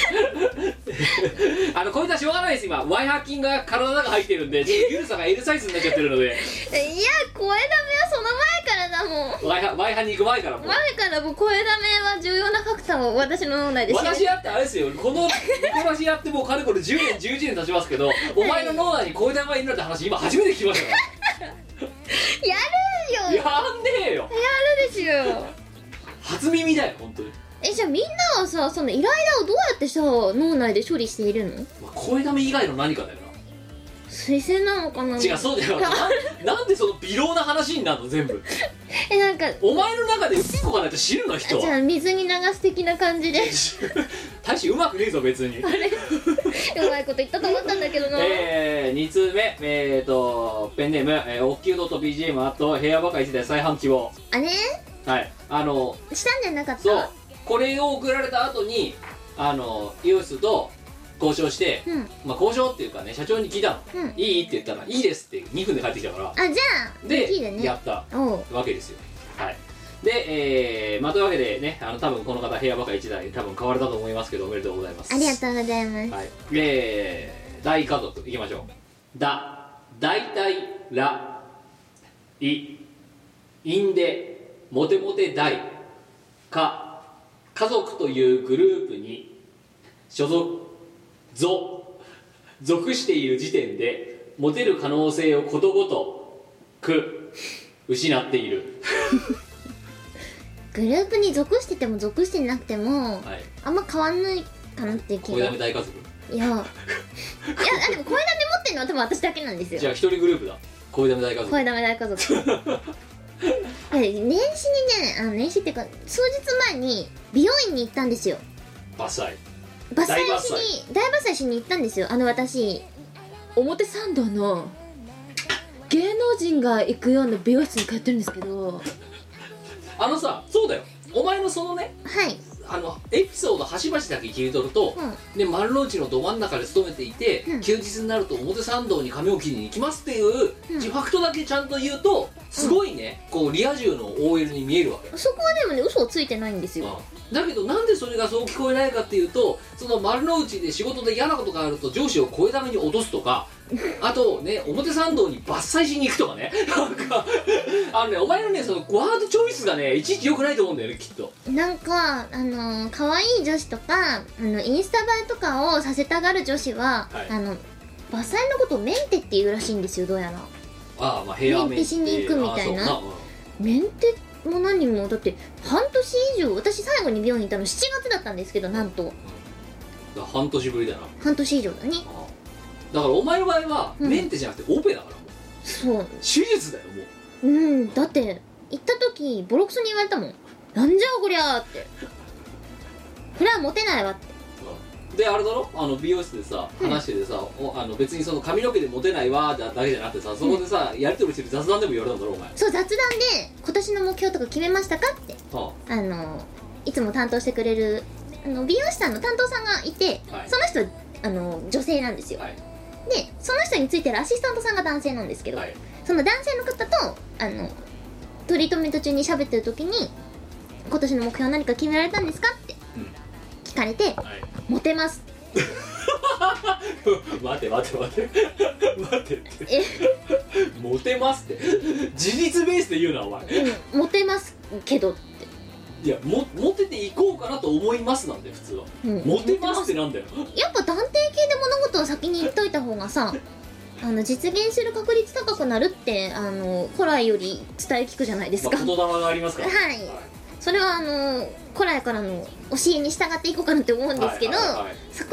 Speaker 1: あのこいつはしょうがないです今ワイハッキンが体の中入ってるんでちょっとゆるさが L サイズになっちゃってるので
Speaker 2: いや声だめはその前からだもん
Speaker 1: ワイハワイハに行く前からもう
Speaker 2: 前からもう声だめは重要なファクターを私の脳内で示
Speaker 1: 私だってあれですよこのニコラジやってもうかれこれ10年11年経ちますけどお前の脳内にこういう名前いるなんて話今初めて聞きましたか
Speaker 2: や
Speaker 1: らやん
Speaker 2: るよ
Speaker 1: ねえよ
Speaker 2: やるですよ
Speaker 1: 初耳だよ本当に、
Speaker 2: えじゃあみんなはさそのイライラをどうやってさ脳内で処理しているの
Speaker 1: まあ、声ため以外の何かだよな
Speaker 2: 推薦なのかな
Speaker 1: 違うそうだよななんでその微量な話になるの全部
Speaker 2: えなんか
Speaker 1: お前の中でうんこがないと死ぬの人
Speaker 2: じゃ
Speaker 1: は
Speaker 2: あ水に流す的な感じで
Speaker 1: 大してうまくねえぞ別 に
Speaker 2: うまいこと言ったと思ったんだけどな、
Speaker 1: えー、2通目えー、とペンネーム、えー、おっきゅうのと BGM あと部屋ばかりして再販希望
Speaker 2: あれ
Speaker 1: はいあの
Speaker 2: したんじゃなかった
Speaker 1: そうこれを送られた後にあのイオシスと交渉して、
Speaker 2: うん
Speaker 1: まあ交渉っていうかね社長に聞いたの、
Speaker 2: うん
Speaker 1: いいって言ったら「いいです」って2分で帰ってきたから
Speaker 2: あじゃあ
Speaker 1: で
Speaker 2: いいだね
Speaker 1: やった
Speaker 2: おう
Speaker 1: わけですよはいでえー、まあというわけでねあの多分この方部屋ばかり1台多分買われたと思いますけどおめでとうございます
Speaker 2: ありがとうございます、
Speaker 1: はいで大家族いきましょうだ大体らいいんでモテモテ大か家族というグループに所属ぞ属している時点でモテる可能性をことごとく失っている、
Speaker 2: グループに属してても属してなくても
Speaker 1: はい、
Speaker 2: あんま変わんないかなっていう気
Speaker 1: こ
Speaker 2: が
Speaker 1: れ
Speaker 2: い
Speaker 1: だめ大
Speaker 2: や
Speaker 1: 家族
Speaker 2: いやあでも声だめ持ってるのは多 分私だけなんですよ
Speaker 1: じゃあ一人グループだこれだめ大家族
Speaker 2: 声ダメ大家族 いや年始にねあの年始っていうか数日前に美容院に行ったんですよ
Speaker 1: 伐採
Speaker 2: 伐採しに大伐採しに行ったんですよあの私表参道の芸能人が行くような美容室に通ってるんですけどは
Speaker 1: あのさそうだよお前のそのね
Speaker 2: い
Speaker 1: あのエピソード端々だけ切り取ると、
Speaker 2: う
Speaker 1: で丸の内のど真ん中で勤めていて、
Speaker 2: うん
Speaker 1: 休日になると表参道に髪を切りに行きますっていう、
Speaker 2: うん
Speaker 1: 自ファクトだけちゃんと言うとすごいね、こうリア充の OL に見えるわけ、
Speaker 2: そこはでもね嘘をついてないんですよ
Speaker 1: うんだけどなんでそれがそう聞こえないかっていうとその丸の内で仕事で嫌なことがあると上司を声だめに落とすと かあとね表参道に伐採しに行くとかねなんかあのねお前のねそのワードチョイスがねいちいち良くないと思うんだよねきっと
Speaker 2: なんかあのー可愛い女子とかあのインスタ映えとかをさせたがる女子は、
Speaker 1: はい
Speaker 2: あの伐採のことをメンテっていうらしいんですよどうやら
Speaker 1: ああまあヘアメイク
Speaker 2: メンテしに行くみたいな
Speaker 1: ああそううん
Speaker 2: メンテも何もだって半年以上私最後に美容院行ったの7月だったんですけどなんと
Speaker 1: だから半年ぶりだな
Speaker 2: 半年以上だね
Speaker 1: だからお前の場合は
Speaker 2: うん
Speaker 1: メンテじゃなくてオペだからもう
Speaker 2: そう
Speaker 1: 手術だよもう
Speaker 2: うんだって行った時ボロクソに言われたもんなんじゃこりゃーってこれはモテないわって
Speaker 1: であれだろあの美容室でさ話しててさ、おあの別にその髪の毛でモテないわーだだけじゃなくてさそこでさ、やり取りしてる雑談でも言われたんだろお前、
Speaker 2: そう雑談で今年の目標とか決めましたかって
Speaker 1: は
Speaker 2: あのいつも担当してくれるあの美容師さんの担当さんがいて、
Speaker 1: はい
Speaker 2: その人あの女性なんです
Speaker 1: あ
Speaker 2: よ、
Speaker 1: はい
Speaker 2: でその人についてるアシスタントさんが男性なんですけど、
Speaker 1: はい
Speaker 2: その男性の方とあのトリートメント中に喋ってる時に「今年の目標は何か決められたんですか?」って
Speaker 1: うん
Speaker 2: 聞かれて
Speaker 1: はい
Speaker 2: 「モテます
Speaker 1: 待て待て待て待てって」
Speaker 2: え
Speaker 1: モテますって自立ベースで言うなお前
Speaker 2: 「うんモテますけど」って
Speaker 1: いやもモテていこうかなと思いますなんで普通は、
Speaker 2: うん
Speaker 1: モテますってなんだよ
Speaker 2: やっぱ断定系で物事を先に言っといた方がさあの実現する確率高くなるってあの古来より伝え聞くじゃないです
Speaker 1: ま
Speaker 2: か
Speaker 1: あ、言霊がありますから
Speaker 2: はいそれはあの古来からの教えに従っていこうかなって思うんですけど、
Speaker 1: はいはいはい
Speaker 2: そこ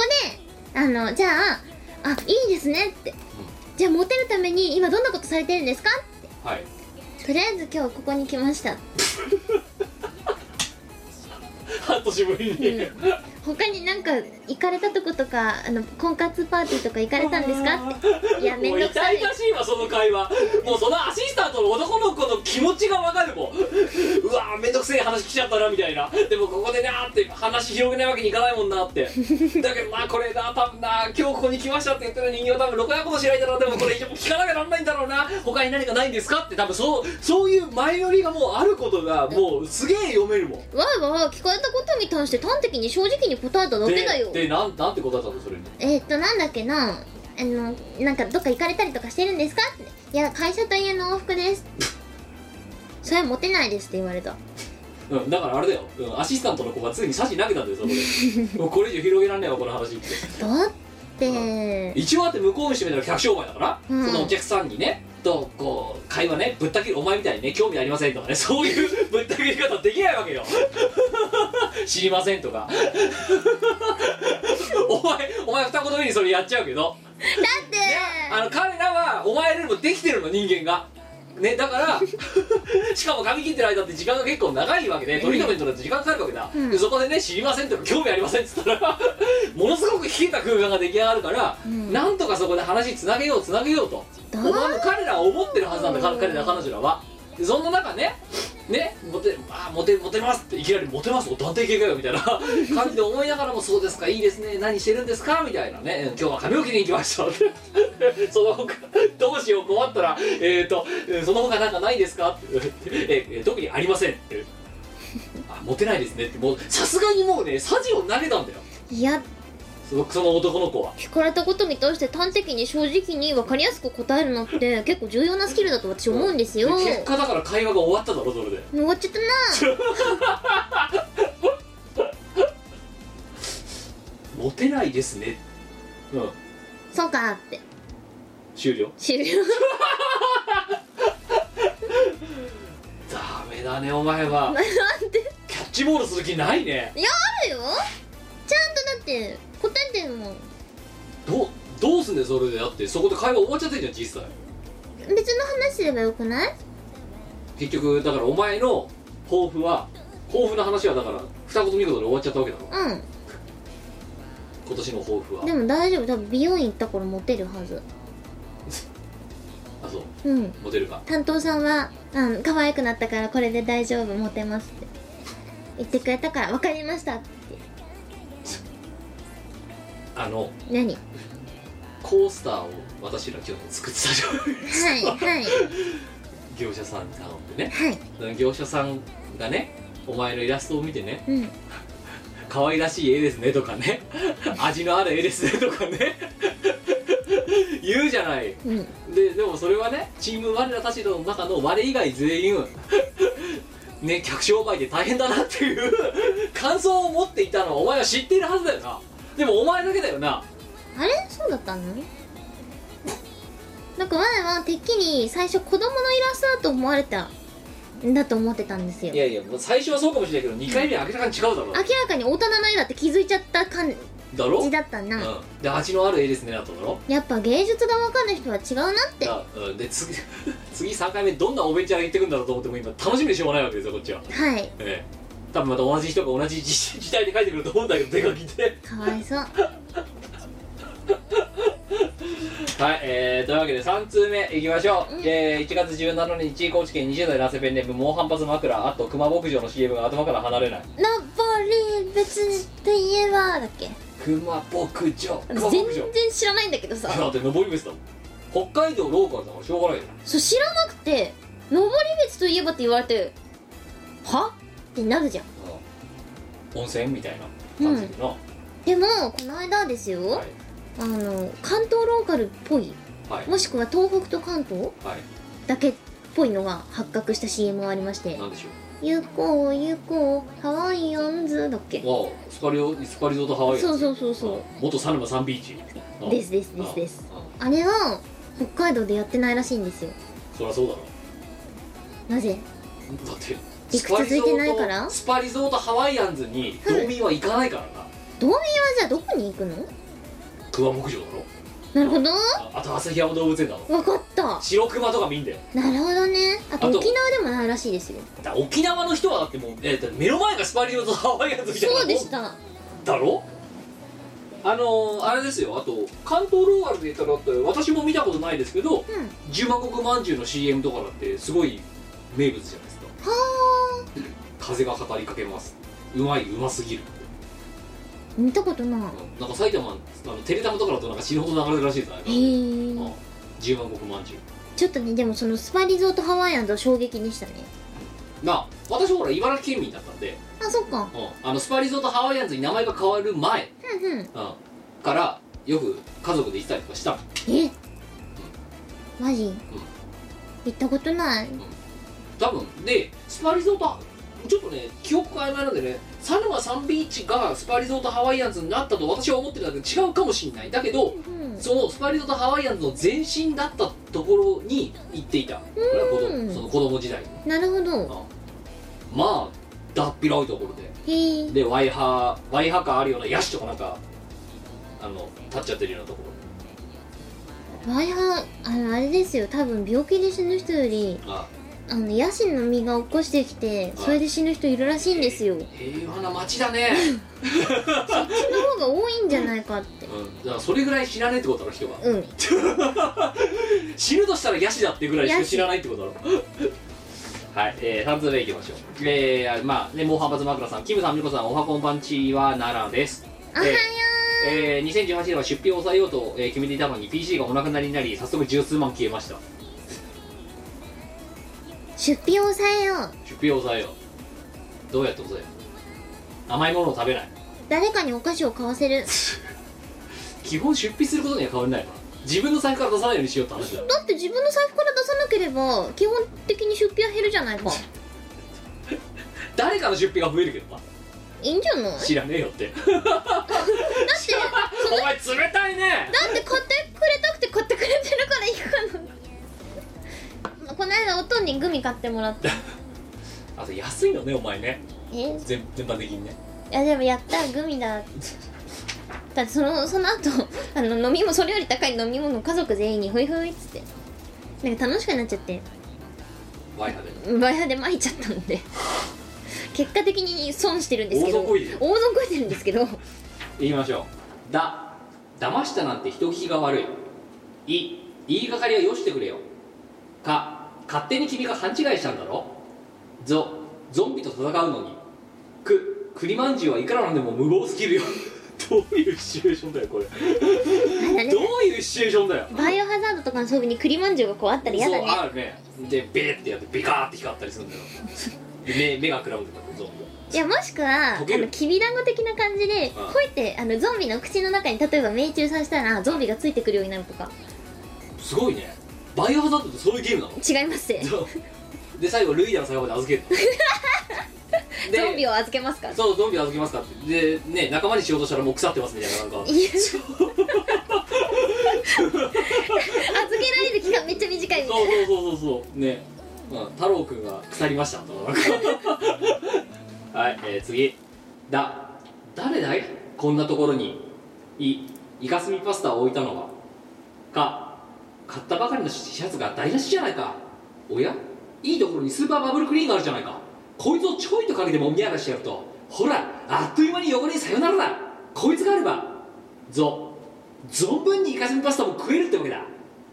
Speaker 2: であのじゃああいいですねって、じゃあモテるために今どんなことされてるんですか
Speaker 1: はい
Speaker 2: とりあえず今日ここに来ました
Speaker 1: 半年ぶりに、
Speaker 2: うん他になんか行かれたとことかあの婚活パーティーとか行かれたんですかっていやめ
Speaker 1: も
Speaker 2: ん
Speaker 1: う
Speaker 2: どくさ
Speaker 1: 痛
Speaker 2: い
Speaker 1: 々しいわその会話もうそのアシスタントの男の子の気持ちがわかるもんうわーめんどくせえ話来ちゃったなみたいなでもここでなーって話広げないわけにいかないもんなってだけどまあこれな多分な今日ここに来ましたって言ったら人形多分ろくなことしないだろうでもこれ以上聞かなきゃなんないんだろうな他に何かないんですかって多分そうそういう前乗りがもうあることがもうすげえ読めるもん
Speaker 2: わーわー聞かれたことに対して端的に正直に答えただけだよ
Speaker 1: ででなんなんて答えたのそれに
Speaker 2: えー、っとなんだっけなあのなんかどっか行かれたりとかしてるんですかっていや会社と家の往復ですそれはモテないですって言われた
Speaker 1: うん、だからあれだよ、うん、アシスタントの子がついに差し投げたんだよそこでもうこれ以上広げらんねえわこの話って
Speaker 2: だって
Speaker 1: 一応だって向こうにしてみたら客商売だから、
Speaker 2: うん
Speaker 1: そのお客さんにねとこう会話ねぶった切るお前みたいにね興味ありませんとかね そういうぶった切り方できないわけよ 知りませんとか お前お前二言目にそれやっちゃうけど
Speaker 2: だって
Speaker 1: あの彼らはお前よりもできてるの人間がねだから しかも髪切ってる間って時間が結構長いわけでトリートメントだって時間かかるわけだ、
Speaker 2: うん
Speaker 1: でそこでね知りませんとか興味ありませんっつったら ものすごく冷えた空間が出来上がるから、
Speaker 2: ん
Speaker 1: なんとかそこで話つなげようつなげようと
Speaker 2: だ
Speaker 1: お前も彼らは思ってるはずなんだか彼ら彼女らはでそんな中ねねモテあーモテモテますっていきなりモテますお断定系かよみたいな 感じで思いながらもそうですかいいですね何してるんですかみたいなね今日は髪を切りに行きました その他どうしよう困ったらえっ、ー、とえーその他なんかないですか って、えーえー特にありませんってあモテないですねってもうさすがにもうねサジを投げたんだよ
Speaker 2: いや
Speaker 1: そのその男の子は
Speaker 2: 聞かれたことに対して端的に正直に分かりやすく答えるのって結構重要なスキルだと私思うんですよ
Speaker 1: で結果だから会話が終わっただろそれで
Speaker 2: 終わっちゃったな
Speaker 1: モテないですねうん
Speaker 2: そうかって
Speaker 1: 終了
Speaker 2: 終了
Speaker 1: ダメだねお前は
Speaker 2: なんで
Speaker 1: キャッチボールする気ないね
Speaker 2: あるよちゃんとだって答えてるもん
Speaker 1: どうどうすんねんそれでだってそこで会話終わっちゃってんじゃん実際
Speaker 2: 別の話すればよくない
Speaker 1: 結局だからお前の抱負は抱負の話はだから二言三言で終わっちゃったわけだろ
Speaker 2: う
Speaker 1: 今年の抱負は
Speaker 2: んでも大丈夫多分美容院行った頃モテるはず
Speaker 1: あそう
Speaker 2: うん
Speaker 1: モテるか
Speaker 2: 担当さんは「うん可愛くなったからこれで大丈夫モテます」って言ってくれたから「分かりました」って
Speaker 1: あの
Speaker 2: 何は
Speaker 1: コースターを私ら去年作ってたじゃないですか
Speaker 2: いはい
Speaker 1: 業者さんに頼んでね
Speaker 2: はい
Speaker 1: 業者さんがねお前のイラストを見てね
Speaker 2: うん
Speaker 1: 可愛らしい絵ですねとかね味のある絵ですねとかね言うじゃない
Speaker 2: うん
Speaker 1: ででもそれはねチーム我らたちの中の我以外全員 ね客商売で大変だなっていう 感想を持っていたのはお前は知っているはずだよなでもお前だけだよな
Speaker 2: あれそうだったのなんか前はてっきり最初子供のイラストだと思われたんだと思ってたんですよ
Speaker 1: いやいやもう最初はそうかもしれないけど2回目は明らかに違うだろ
Speaker 2: 明らかに大人の絵だって気づいちゃった感
Speaker 1: だろ
Speaker 2: じだったな
Speaker 1: うん、で味のある絵ですねだっただろ
Speaker 2: やっぱ芸術が分かる人は違うなっては
Speaker 1: だうんで次 次3回目どんなおべんちゃら行ってくんだろうと思っても今楽しみでしょうがないわけですよこっちは。
Speaker 2: い
Speaker 1: ええ多分また同じ人が同じ時時代で書いてくると思うんだけど手書きで
Speaker 2: かわいそう
Speaker 1: はい、えー、というわけで3通目いきましょう、
Speaker 2: うん
Speaker 1: えー1月17日高知県20代男性ペンネーム猛反発枕あと熊牧場の CM が頭から離れない
Speaker 2: 「登り別って言えば」だっけ
Speaker 1: 熊牧場熊牧場
Speaker 2: 全然知らないんだけどさ
Speaker 1: いやだって登り別だもん北海道ローカルだからしょうがないよ
Speaker 2: そう知らなくて「登別といえば」って言われて「は?」ってなるじゃん
Speaker 1: うん温泉みたいな感じでな、
Speaker 2: でもこの間ですよ、
Speaker 1: はい
Speaker 2: あの関東ローカルっぽい
Speaker 1: はい
Speaker 2: もしくは東北と関東
Speaker 1: はい
Speaker 2: だけっぽいのが発覚した CM がありまして
Speaker 1: なんでしょ
Speaker 2: 「有効有効ハワイアンズ」だっけ
Speaker 1: うわあスカリオスカリゾートハワイアンズ
Speaker 2: そうそうそうそう
Speaker 1: 元サルマサンビーチうん
Speaker 2: ですですですです
Speaker 1: うんうん
Speaker 2: あれは北海道でやってないらしいんですよ
Speaker 1: そりゃそうだろ
Speaker 2: なぜ
Speaker 1: だって
Speaker 2: 理屈続いてないから
Speaker 1: スパリゾートスパリゾートハワイアンズに
Speaker 2: はい
Speaker 1: 道民は行かないからな
Speaker 2: 道民はじゃあどこに行くの
Speaker 1: 熊牧場だろ
Speaker 2: なるほど
Speaker 1: ああと旭山動物園だろ
Speaker 2: わかった
Speaker 1: 白熊とか見んだよ
Speaker 2: なるほどねあと
Speaker 1: あと
Speaker 2: 沖縄でもないらしいですよ
Speaker 1: だから沖縄の人はだってもう、えーと目の前がスパリゾートハワイアンズみたいな
Speaker 2: そうでした
Speaker 1: だろあのーあれですよあと関東ローカルで言ったらだって私も見たことないですけど
Speaker 2: うん
Speaker 1: 十万石まんじゅうの CM とかだってすごい名物じゃないですか
Speaker 2: はあ
Speaker 1: 風が語りかけますうまいうますぎる
Speaker 2: 見たことない
Speaker 1: うんなんか埼玉あのテレタマとかだとなんか死ぬほど流れるらしいですね
Speaker 2: へえ
Speaker 1: うん十万石まんじゅ
Speaker 2: ちょっとねでもそのスパリゾートハワイアンズは衝撃でしたね
Speaker 1: うな私ほら茨城県民だったんで、
Speaker 2: あそっか
Speaker 1: うんあのスパリゾートハワイアンズに名前が変わる前、
Speaker 2: うんうん
Speaker 1: うんからよく家族で行ったりとかしたの
Speaker 2: えマジ行ったことない
Speaker 1: 多分でスパリゾートちょっとね記憶が曖昧なんでねサルマサンビーチがスパリゾートハワイアンズになったと私は思ってるんだけど違うかもしれないだけど
Speaker 2: うん
Speaker 1: そのスパリゾートハワイアンズの前身だったところに行っていたこれは子供その子供時代
Speaker 2: なるほど
Speaker 1: まあだっ広いところで
Speaker 2: へえ
Speaker 1: でワイハーワイハー感あるようなヤシとかなんかあの立っちゃってるようなとこ
Speaker 2: ワイハーあのあれですよ多分病気で死ぬ人より
Speaker 1: ろが
Speaker 2: あのヤシの実が起こしてきてそれで死ぬ人いるらしいんですよ
Speaker 1: 平和な街だね、
Speaker 2: その方が多いんじゃないかって
Speaker 1: うん、だからそれぐらい知らねえってことだろ人が
Speaker 2: うん
Speaker 1: 死ぬとしたらヤシだってぐらいしか知らないってことだろ はい、えー、3つ目いきましょうえー、まあねもう派閥枕さんキムさんミコさんおはこんばんちは奈良です
Speaker 2: おはよ
Speaker 1: えーえー2018年は出費を抑えようと、えー決めていたのに PC がお亡くなりになり早速十数万消えました
Speaker 2: 出費を抑えよう
Speaker 1: 出費を抑えようどうやって抑えよう甘いものを食べない
Speaker 2: 誰かにお菓子を買わせる
Speaker 1: 基本出費することには変わらないな自分の財布から出さないようにしようって話だよ
Speaker 2: だって自分の財布から出さなければ基本的に出費は減るじゃないか
Speaker 1: 誰かの出費が増えるけどない
Speaker 2: いんじゃないだって
Speaker 1: 知らねえよって
Speaker 2: だ
Speaker 1: お前冷たいね
Speaker 2: って買ってくれたくて買ってくれてるからいいかなこの間おとんにグミ買ってもらった
Speaker 1: あと安いのねお前ね
Speaker 2: えい
Speaker 1: 全全般的にね
Speaker 2: やでもやったグミだだってそのその後あの飲みもそれより高い飲み物を家族全員にホイホイっつってなんか楽しくなっちゃって
Speaker 1: ワイハで
Speaker 2: バイヤーで撒いちゃったんで結果的に損してるんですけど
Speaker 1: 大損こいてる
Speaker 2: 大損こいてるんですけど
Speaker 1: 言いましょうだ騙したなんて人聞きが悪いい言いがかりはよしてくれよか勝手に君が勘違いしたんだろぞゾンビと戦うのにく栗まんじゅうはいくらなんでも無謀すぎるよどういうシチュエーションだよこれ
Speaker 2: あれ
Speaker 1: どういうシチュエーションだよ
Speaker 2: バイオハザードとかの装備に栗まんじゅうがこうあったら嫌だ
Speaker 1: そう
Speaker 2: ね
Speaker 1: あるねでベーってやってビカーって光ったりするんだよで目目がくらむんだよゾンビが
Speaker 2: いやもしくはあ
Speaker 1: 溶ける
Speaker 2: のきびだんご的な感じで
Speaker 1: ああ
Speaker 2: こうやってあのゾンビの口の中に例えば命中させたらゾンビがついてくるようになるとか
Speaker 1: すごいねバイオハザードってそういうゲームなの
Speaker 2: 違いますって
Speaker 1: そうで最後ルイダの最後まで預ける ので
Speaker 2: ゾンビを預けますか
Speaker 1: そうゾンビ預けますかってでね仲間にしようとしたらもう腐ってますみたいななんか
Speaker 2: いや預けられる期間めっちゃ短いみたい
Speaker 1: そうそうそうそうそうね、うん、太郎くんが腐りましたとかなんかはい、えー次だ誰だいこんなところにいイカスミパスタを置いたのはか買ったばかりのシャツが台無しじゃないかおやいいところにスーパーバブルクリーンがあるじゃないかこいつをちょいとかけてもみ上がしてやるとほらあっという間に汚れにさよならだこいつがあればぞ存分にイカスミパスタも食えるってわけだ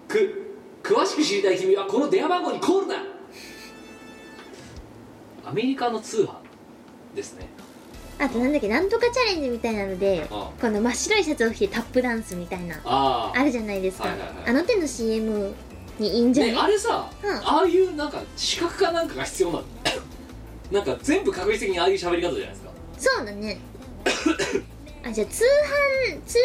Speaker 1: く詳しく知りたい君はこの電話番号にコールだアメリカの通販ですね
Speaker 2: なあとなんだっけなんとかチャレンジみたいなので
Speaker 1: あ
Speaker 2: この真っ白いシャツを着てタップダンスみたいな
Speaker 1: ああ
Speaker 2: あるじゃないですか、
Speaker 1: はいはいはい
Speaker 2: あの手の CM にいいんじゃ
Speaker 1: ね、
Speaker 2: な
Speaker 1: あ
Speaker 2: い
Speaker 1: れさ、
Speaker 2: うん
Speaker 1: ああいうなんか資格かなんかが必要なの なんか全部確率的にああいう喋り方じゃないですか
Speaker 2: そうだ ねあじゃあ通販通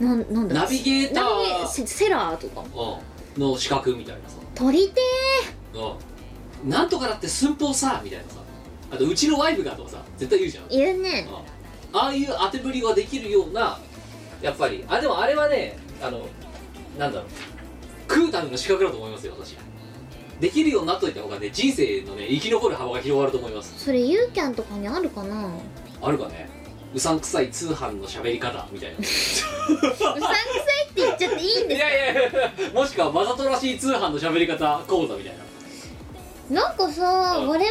Speaker 2: 販なんなんだ
Speaker 1: ナビゲーター
Speaker 2: ナビゲーセセラーとか
Speaker 1: うんの資格みたいなさ、
Speaker 2: 取りて
Speaker 1: うん、なんとかだって寸法さみたいなさあとうちのワイフがとかさ絶対言うじゃん
Speaker 2: ー言うね
Speaker 1: ああいう当てぶりができるようなやっぱりあでもあれはねあのなんだろう食うための資格だと思いますよ私できるようになっといた方がね人生のね生き残る幅が広がると思います
Speaker 2: それユーキャンとかにあるかなう
Speaker 1: あるかねうさんくさい通販の喋り方みたいない
Speaker 2: さんくさいって言っちゃっていいんです
Speaker 1: やいやいやもしくはわざとらしい通販の喋り方講座みたいな
Speaker 2: なんかさ我々ね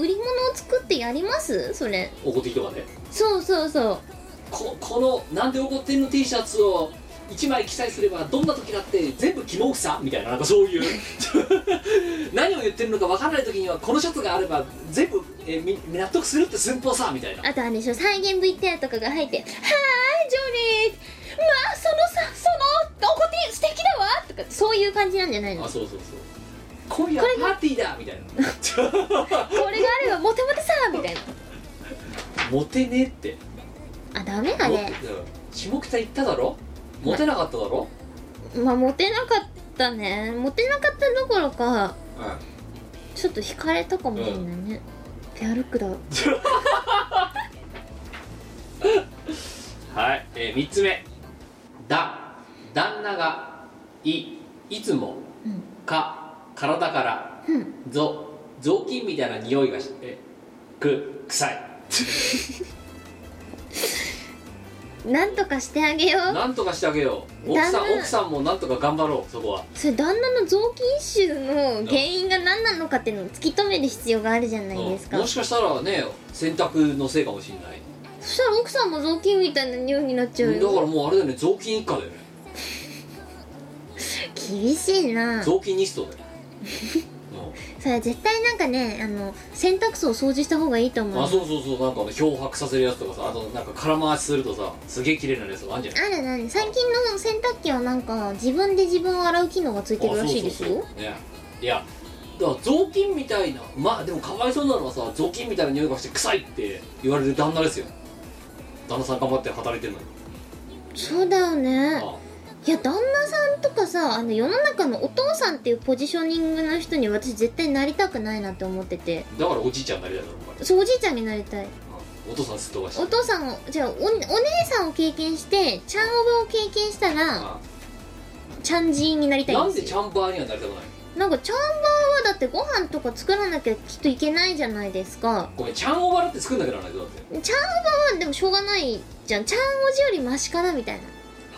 Speaker 2: 売り物を作ってやりますそれ
Speaker 1: 怒ってきとかね
Speaker 2: そうそうそう
Speaker 1: ここの「なんで怒ってんの ?T シャツ」を1枚記載すればどんな時だって全部キモくさみたいななんかそういう 何を言ってるのか分からない時にはこのシャツがあれば全部、えーみ納得するって寸法さみたいな
Speaker 2: あとあれでしょ再現 VTR とかが入って「はーいジョニーまあそのさそのおこて素敵だわ」とかそういう感じなんじゃないの
Speaker 1: あ
Speaker 2: こ
Speaker 1: そうそうそう今夜
Speaker 2: これ
Speaker 1: パーティーだみたいな
Speaker 2: れがあればモテモテさみたいな
Speaker 1: モテねえって
Speaker 2: あダメだ
Speaker 1: モテ
Speaker 2: ね
Speaker 1: うん下北行っただろモテなかっただろ、
Speaker 2: まあモテなかったねモテなかったどころか
Speaker 1: うん
Speaker 2: ちょっと惹かれたかもしれないね、ペアルックだ
Speaker 1: はい、えー、3つ目だ旦那がいいつも
Speaker 2: うん
Speaker 1: か体から
Speaker 2: うん
Speaker 1: ぞ雑巾みたいな匂いがしてく臭い
Speaker 2: なんとかしてあげよう
Speaker 1: なんとかしてあげよう奥さ
Speaker 2: 旦
Speaker 1: ん
Speaker 2: 那
Speaker 1: 奥さんもなんとか頑張ろうそこは
Speaker 2: それ旦那の臓器一臭の原因が何なのかっていうのを突き止める必要があるじゃないですか
Speaker 1: うんもしかしたらね洗濯のせいかもしれない
Speaker 2: そしたら奥さんも雑巾みたいな匂いになっちゃう
Speaker 1: だから
Speaker 2: よ
Speaker 1: もうあれだよね雑巾一家だよね
Speaker 2: 厳しいな
Speaker 1: 雑巾ニスト だよ、
Speaker 2: それ絶対なんかねあの洗濯槽を掃除した方がいいと
Speaker 1: う
Speaker 2: 思
Speaker 1: ん、
Speaker 2: う
Speaker 1: あそうそうそうなんかね漂白させるやつとかさあとなんか空回しするとさすげえ綺麗なやつとかあるんじゃない
Speaker 2: あるなに最近の洗濯機はなんか自分で自分を洗う機能がついてるらしいです
Speaker 1: あそう
Speaker 2: よ
Speaker 1: そうそうねいやだから雑巾みたいなまあでもかわいそうなのはさ雑巾みたいな匂いがして臭いって言われる旦那ですよ旦那さん頑張って働いてるのに
Speaker 2: そうだよね
Speaker 1: あ
Speaker 2: いや旦那さんとかさあの世の中のお父さんっていうポジショニングの人に私絶対なりたくないなって思ってて
Speaker 1: だからおじいちゃんになりたいだろお前
Speaker 2: そうおじいちゃんになりたい
Speaker 1: お父さんすっ飛ばして
Speaker 2: お父さんをじゃあおお姉さんを経験してちゃんおばを経験したら
Speaker 1: あ
Speaker 2: ちゃんじーになりたい
Speaker 1: なんん
Speaker 2: で
Speaker 1: ですチ
Speaker 2: よ
Speaker 1: ャンバーにはなりたくない
Speaker 2: なんかちゃんばーはだってご飯とか作らなきゃきっといけないじゃないですか
Speaker 1: ごめんチャンオバラって作んなきゃならないぞだって
Speaker 2: ちゃんおばはでもしょうがないじゃんちゃんおじよりマシかなみたい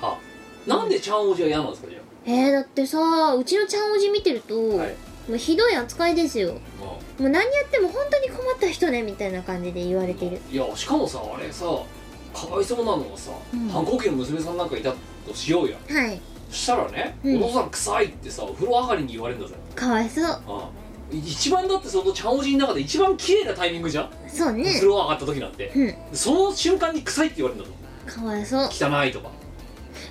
Speaker 2: な
Speaker 1: はあなんでチャンおじは嫌なんですかじゃ
Speaker 2: えー、だってさうちのちゃんおじ見てると、
Speaker 1: あはい
Speaker 2: もうひどい扱いですよ
Speaker 1: まあ
Speaker 2: もう何やっても本当に困った人ねみたいな感じで言われてる
Speaker 1: いやしかもさあれさかわいそうなのはさ、
Speaker 2: うん
Speaker 1: 反抗期の娘さんなんかいたとしようや
Speaker 2: はい
Speaker 1: そしたらね、
Speaker 2: うん
Speaker 1: お父さん臭いってさお風呂上がりに言われるんだぜ
Speaker 2: かわいそう
Speaker 1: うん一番だってそのちゃんおじの中で一番綺麗なタイミングじゃん、
Speaker 2: そう
Speaker 1: お
Speaker 2: ね
Speaker 1: 風呂上がった時なんて
Speaker 2: うん
Speaker 1: その瞬間に臭いって言われるんだぞ
Speaker 2: かわいそう
Speaker 1: 汚いとか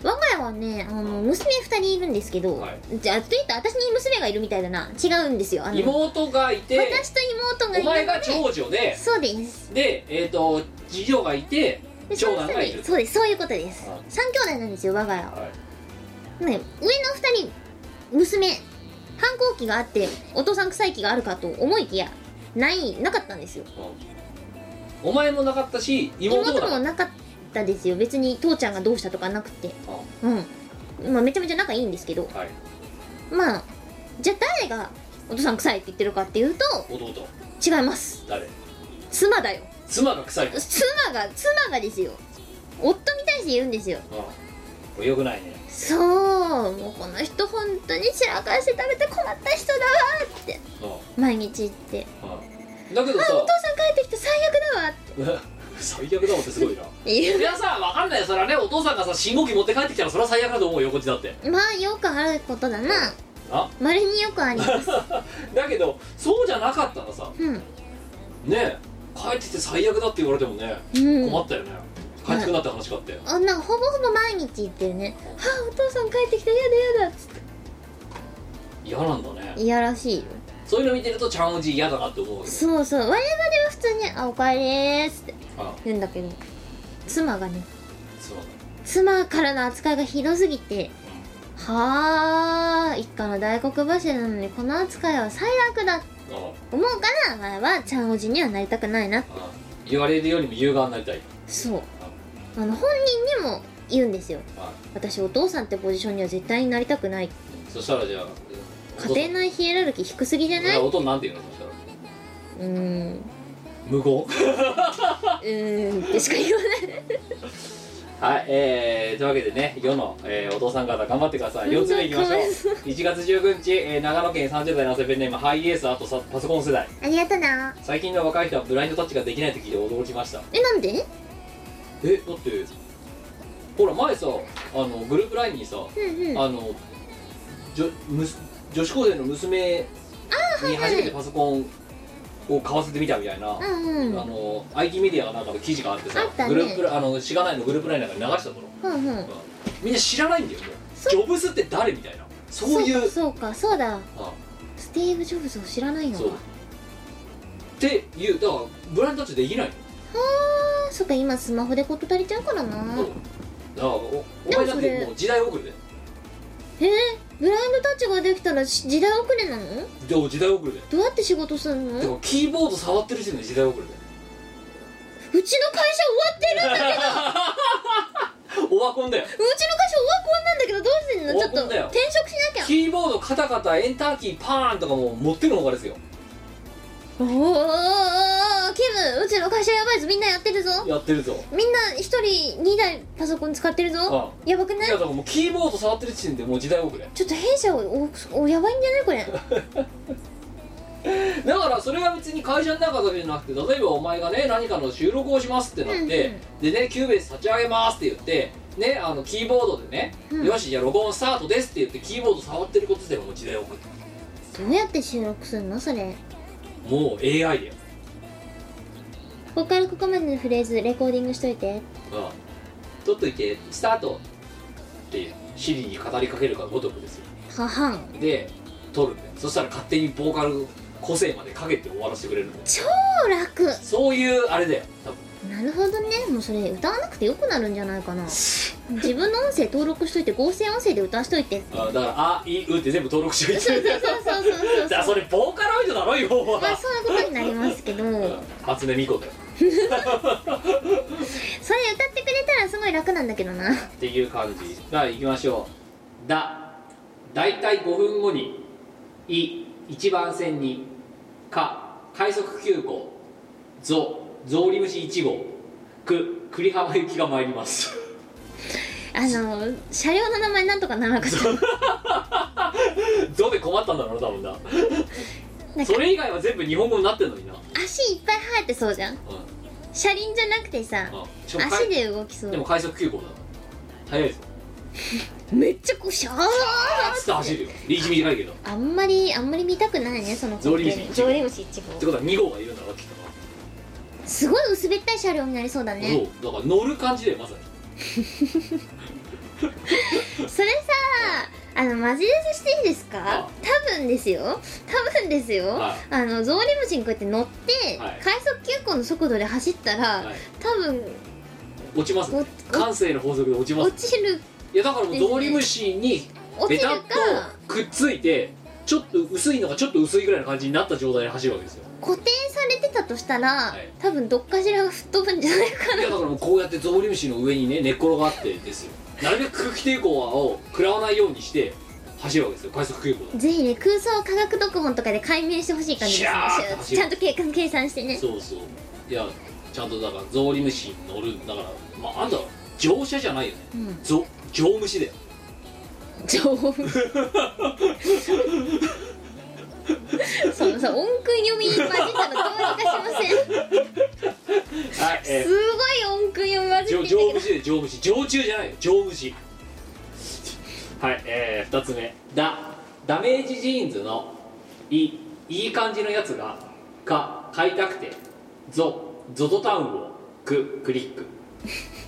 Speaker 2: 我が家はねあの娘2人いるんですけど、
Speaker 1: はい
Speaker 2: じゃあというと私に娘がいるみたいだな違うんですよあの
Speaker 1: 妹がいて
Speaker 2: 私と妹がい
Speaker 1: お
Speaker 2: るの
Speaker 1: 前
Speaker 2: で
Speaker 1: が長女で
Speaker 2: そうです
Speaker 1: でえっ、と次女がいて
Speaker 2: で
Speaker 1: 長男がいる
Speaker 2: その下にそうですそういうことです
Speaker 1: はい
Speaker 2: 3兄弟なんですよ我が家は、
Speaker 1: はい
Speaker 2: ね、上の2人娘反抗期があってお父さん臭い気があるかと思いきやないなかったんですよ
Speaker 1: お前もなかったし妹も
Speaker 2: 妹
Speaker 1: なか
Speaker 2: も
Speaker 1: っ
Speaker 2: なかったですよ別に父ちゃんがどうしたとかなくて
Speaker 1: た
Speaker 2: うんまあめちゃめちゃ仲いいんですけど
Speaker 1: うんはい
Speaker 2: まあじゃあ誰がお父さん臭いって言ってるかっていうと
Speaker 1: 弟
Speaker 2: 違います
Speaker 1: 誰
Speaker 2: 妻だよ
Speaker 1: 妻が臭いと
Speaker 2: 妻が妻がですよ夫に対して言うんですよ
Speaker 1: うんこれよくないね
Speaker 2: そうもうこの人本当に散らかして食べて困った人だわーって
Speaker 1: うん
Speaker 2: 毎日言って
Speaker 1: うんだけど
Speaker 2: あ
Speaker 1: さ
Speaker 2: お父さん帰ってきた最悪だわって
Speaker 1: うわ 最悪だもんってすごいな
Speaker 2: 言
Speaker 1: いやさ分かんないよそれはねお父さんがさ信号機持って帰ってきたらそれは最悪だと思うよこっちだって
Speaker 2: うまあよくあることだな
Speaker 1: あ
Speaker 2: まれによくあります
Speaker 1: だけどそうじゃなかったらさ
Speaker 2: うん
Speaker 1: ねえ帰ってきて最悪だって言われてもね
Speaker 2: うん
Speaker 1: 困ったよね、帰ってくなって話があって、
Speaker 2: あなんかほぼほぼ毎日言ってるね「はあお父さん帰ってきたやだやだ」っつっ
Speaker 1: 嫌なんだね
Speaker 2: ていやらしいよ
Speaker 1: そういうの見てるとちゃんおじ嫌だなって思うわけど
Speaker 2: そうそう我々は普通に「あおかえりーす」って
Speaker 1: あ
Speaker 2: 言うんだけど妻がね
Speaker 1: そうなんだ
Speaker 2: 妻からの扱いがひどすぎてはあ一家の大黒柱なのにこの扱いは最悪だ
Speaker 1: あ
Speaker 2: 思うから前はちゃんおじにはなりたくないな
Speaker 1: あ言われるよりも優雅になりたい
Speaker 2: そうあの本人にも言うんですよ
Speaker 1: あ
Speaker 2: 私お父さんってポジションには絶対になりたくない
Speaker 1: そしたらじゃあ
Speaker 2: 家庭内ヒエラルキー低すぎじゃない
Speaker 1: お父さんお父
Speaker 2: う
Speaker 1: さんなんて言うのそしたら
Speaker 2: ーん
Speaker 1: 無言
Speaker 2: うーんってしか言わない
Speaker 1: はい、えー、というわけでね、世の、えーお父さん方頑張ってください。4つ目いきましょう。1月19日、えー長野県30代のセペンネーム、ハイエース、あとさパソコン世代。
Speaker 4: ありがとな
Speaker 1: 最近の若い人はブラインドタッチができないと聞いて驚きました。
Speaker 2: えなんで
Speaker 1: え、だって、ほら、前さ、あの、グループラインにさ、
Speaker 2: うんうん
Speaker 1: あのじょむす女子高生の娘に初めてパソコンを買わせてみたみたいな、
Speaker 2: うんうん
Speaker 1: あの IT メディアかなんかの記事があってさ
Speaker 2: あったね
Speaker 1: グループラあのしがないのグループラインなんかに流したとの、
Speaker 2: うんうん
Speaker 1: みんな知らないんだよもう
Speaker 2: そ
Speaker 1: ジョブズって誰みたいなそういううん
Speaker 2: そうかそうかそうだスティーブ・ジョブズを知らないのか
Speaker 1: そうっていうだからブランドタッチできないの
Speaker 2: あーそっか今スマホでこと足りちゃうからな
Speaker 1: そうだからおお
Speaker 2: でも
Speaker 1: 前だっ
Speaker 2: そ
Speaker 1: て
Speaker 2: れ
Speaker 1: もう時代遅れで
Speaker 2: えー、ブラインドタッチができたらし時代遅れなの
Speaker 1: でも時代遅れで
Speaker 2: どうやって仕事すんのうち
Speaker 1: で
Speaker 2: の
Speaker 1: もキーボード触ってる時点で時代遅れで
Speaker 2: 会社終わってる
Speaker 1: オワコンだよ
Speaker 2: うちの会社オワコンなんだけどどうすん
Speaker 1: オ
Speaker 2: のちょ
Speaker 1: ワ
Speaker 2: っ
Speaker 1: コ
Speaker 2: と
Speaker 1: ンだよ
Speaker 2: 転職しなきゃ
Speaker 1: キーボードカタカタエンターキーパーンとかもう持ってるのがですよ
Speaker 2: おーおーキムうちの会社やばいぞみんなやってるぞ
Speaker 1: やってるぞ
Speaker 2: みんな一人2台パソコン使ってるぞやばく
Speaker 1: い
Speaker 2: ない
Speaker 1: やだからもうキーボード触ってる時点でもう時代遅れ
Speaker 2: ちょっと弊社をおおやばいんじゃな いこれ
Speaker 1: だからそれは別に会社の中だけじゃなくて例えばお前がね何かの収録をしますってなって、
Speaker 2: うん
Speaker 1: でねキューベース立ち上げますって言ってねあのキーボードでね、
Speaker 2: うん
Speaker 1: よしじゃあ録音スタートですって言ってキーボード触ってることでもう時代遅れ
Speaker 2: どうやって収録すんのそれ
Speaker 1: もう AI だよ、
Speaker 2: ここからここまでのフレーズレコーディングしといて
Speaker 1: うん、取っといてスタートってシリに語りかけるかごとくですよ
Speaker 2: ははん
Speaker 1: で撮るんだよそしたら勝手にボーカル個性までかけて終わらせてくれるんだよ
Speaker 2: 超楽
Speaker 1: そういうあれだよ多分
Speaker 2: なるほどねもうそれ歌わなくてよくなるんじゃないかな自分の音声登録しといて合成音声で歌わしといて
Speaker 1: あだから「あいう」って全部登録しとい
Speaker 2: そうそう
Speaker 1: て
Speaker 2: そうそう そう
Speaker 1: だからそれボーカロイドだろよお前
Speaker 2: まあ そういうことになりますけどそれ歌
Speaker 1: 初音ミクだよ
Speaker 2: ってくれたらすごい楽なんだけどな
Speaker 1: っていう感じじゃあ行きましょう「だ」大体5分後に「い」一番線に「か」快速急行「ぞ」ゾウリムシ1号「く」栗浜行きが参ります
Speaker 2: あの車両の名前なんとかならなかった
Speaker 1: 「ぞ」で困ったんだろうな多分な
Speaker 2: なんか
Speaker 1: それ以外は全部日本語になってんのにな、うん
Speaker 2: 足いっぱい生えてそうじゃん車輪じゃなくてさ
Speaker 1: うんしかもかい
Speaker 2: 足で動きそ
Speaker 1: でも
Speaker 2: う
Speaker 1: 快速急行だな速いぞ
Speaker 2: めっちゃこうシャー
Speaker 1: あっつって走るよリーチ短いけどっ
Speaker 2: あんまりあんまり見たくないねその光景
Speaker 1: ゾ
Speaker 2: ゾ
Speaker 1: ウ
Speaker 2: ウ
Speaker 1: リ
Speaker 2: リ
Speaker 1: ム
Speaker 2: ムシ一号
Speaker 1: てことは2号がいるんだろきっ
Speaker 2: すごい薄べったい車両になりそうだ
Speaker 1: と、
Speaker 2: ね
Speaker 1: そうだから乗る感じだよまさに
Speaker 2: それさあのマジレスしていいです
Speaker 1: あ
Speaker 2: か多分ですよ多分ですよ、
Speaker 1: はい
Speaker 2: あのゾウリムシにこうやって乗って、
Speaker 1: はい
Speaker 2: 快速急行の速度で走ったら、
Speaker 1: はい
Speaker 2: 多分
Speaker 1: 落ちます
Speaker 2: おお
Speaker 1: 感性の法則で落ちます
Speaker 2: 落ちる
Speaker 1: いやだからもうゾウリムシに
Speaker 2: 落
Speaker 1: ベ
Speaker 2: ち
Speaker 1: タ
Speaker 2: る
Speaker 1: ッと
Speaker 2: か
Speaker 1: くっついてちょっと薄いのがちょっと薄いぐらいの感じになった状態で走るわけですよ
Speaker 2: 固定されてたとしたら、
Speaker 1: はい
Speaker 2: 多分どっかしらが吹っ飛ぶんじゃない か
Speaker 1: いやだからもうこうやってゾウリムシの上にね寝っ転がってですよなるべく空気抵抗を食らわないようにして走るわけですよ快速急行だ
Speaker 2: なぜひね空想科学読本とかで解明してほしい感じです
Speaker 1: シ
Speaker 2: ね
Speaker 1: ャーッと走る
Speaker 2: ちゃんと計算計算してね
Speaker 1: そうそういやちゃんとだからゾウリムシに乗るんだからまああんた乗車じゃないよね
Speaker 2: うん
Speaker 1: ゾ乗虫だよ
Speaker 2: 情報 そのさ音訓読み混じったらどうにかしません
Speaker 1: はい、え
Speaker 2: すごい音訓読み混じ
Speaker 1: ー、
Speaker 2: って
Speaker 1: 乗
Speaker 2: きたけど
Speaker 1: 虫で乗虫乗虫じゃないよ乗虫はいえー、2つ目だダメージジーンズのいいい感じのやつがか買いたくてゾゾゾタウンをククリック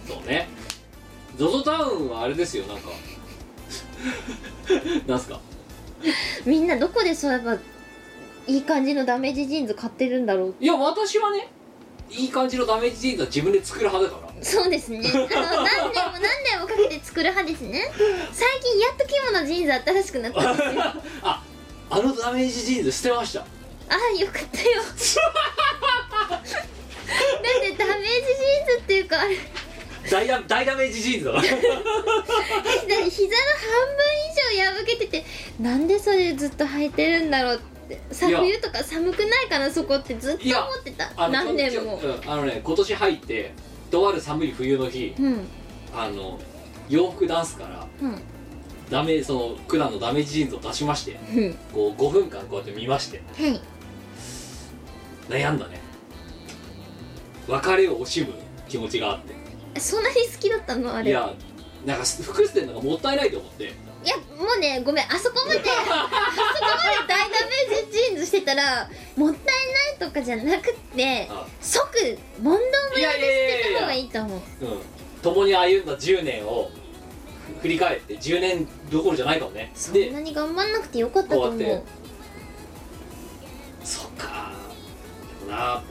Speaker 1: そうねゾゾタウンはあれですよなんか なんすか
Speaker 2: みんなどこでそういえばいい感じのダメージジーンズ買ってるんだろう
Speaker 1: いや私はねいい感じのダメージジーンズは自分で作る派だから
Speaker 2: そうですねあの何年も何年もかけて作る派ですね最近やっと肝のジーンズ新しくな ったんですよあ
Speaker 1: ああのダメージジーンズ捨てました
Speaker 2: あよかったよだってダメージジーンズっていうかあれ
Speaker 1: 大ダ大ダメージジーンズだから
Speaker 2: 膝の半分以上破けててなんでそれずっと履いてるんだろうってさ
Speaker 1: いや
Speaker 2: 冬とか寒くないかなそこってずっと思ってた
Speaker 1: あの
Speaker 2: 何年も
Speaker 1: うんあのね今年入ってとある寒い冬の日
Speaker 2: うん
Speaker 1: あの洋服ダンスから
Speaker 2: うん
Speaker 1: ダメその普段のダメージジーンズを出しまして
Speaker 2: うん
Speaker 1: こう5分間こうやって見まして
Speaker 2: はい
Speaker 1: 悩んだね別れを惜しむ気持ちがあって
Speaker 2: そんなに好きだったのあ
Speaker 1: い
Speaker 2: れ
Speaker 1: やなんか服捨てるのがもったいないと思って
Speaker 2: いやもうねごめんあそこ まであそこまで大ダメージジーンズしてたらもったいないとかじゃなくって
Speaker 1: あ
Speaker 2: 即問答無
Speaker 1: いや
Speaker 2: 用
Speaker 1: い
Speaker 2: で
Speaker 1: やい
Speaker 2: 捨
Speaker 1: や
Speaker 2: てた
Speaker 1: い
Speaker 2: 方
Speaker 1: や
Speaker 2: がいいと思う
Speaker 1: うん、共に歩んだ10年を振り返って10年どころじゃないかもね
Speaker 2: そん
Speaker 1: で
Speaker 2: なに頑張んなくてよかったと思
Speaker 1: こ
Speaker 2: う
Speaker 1: うやってそっかでもな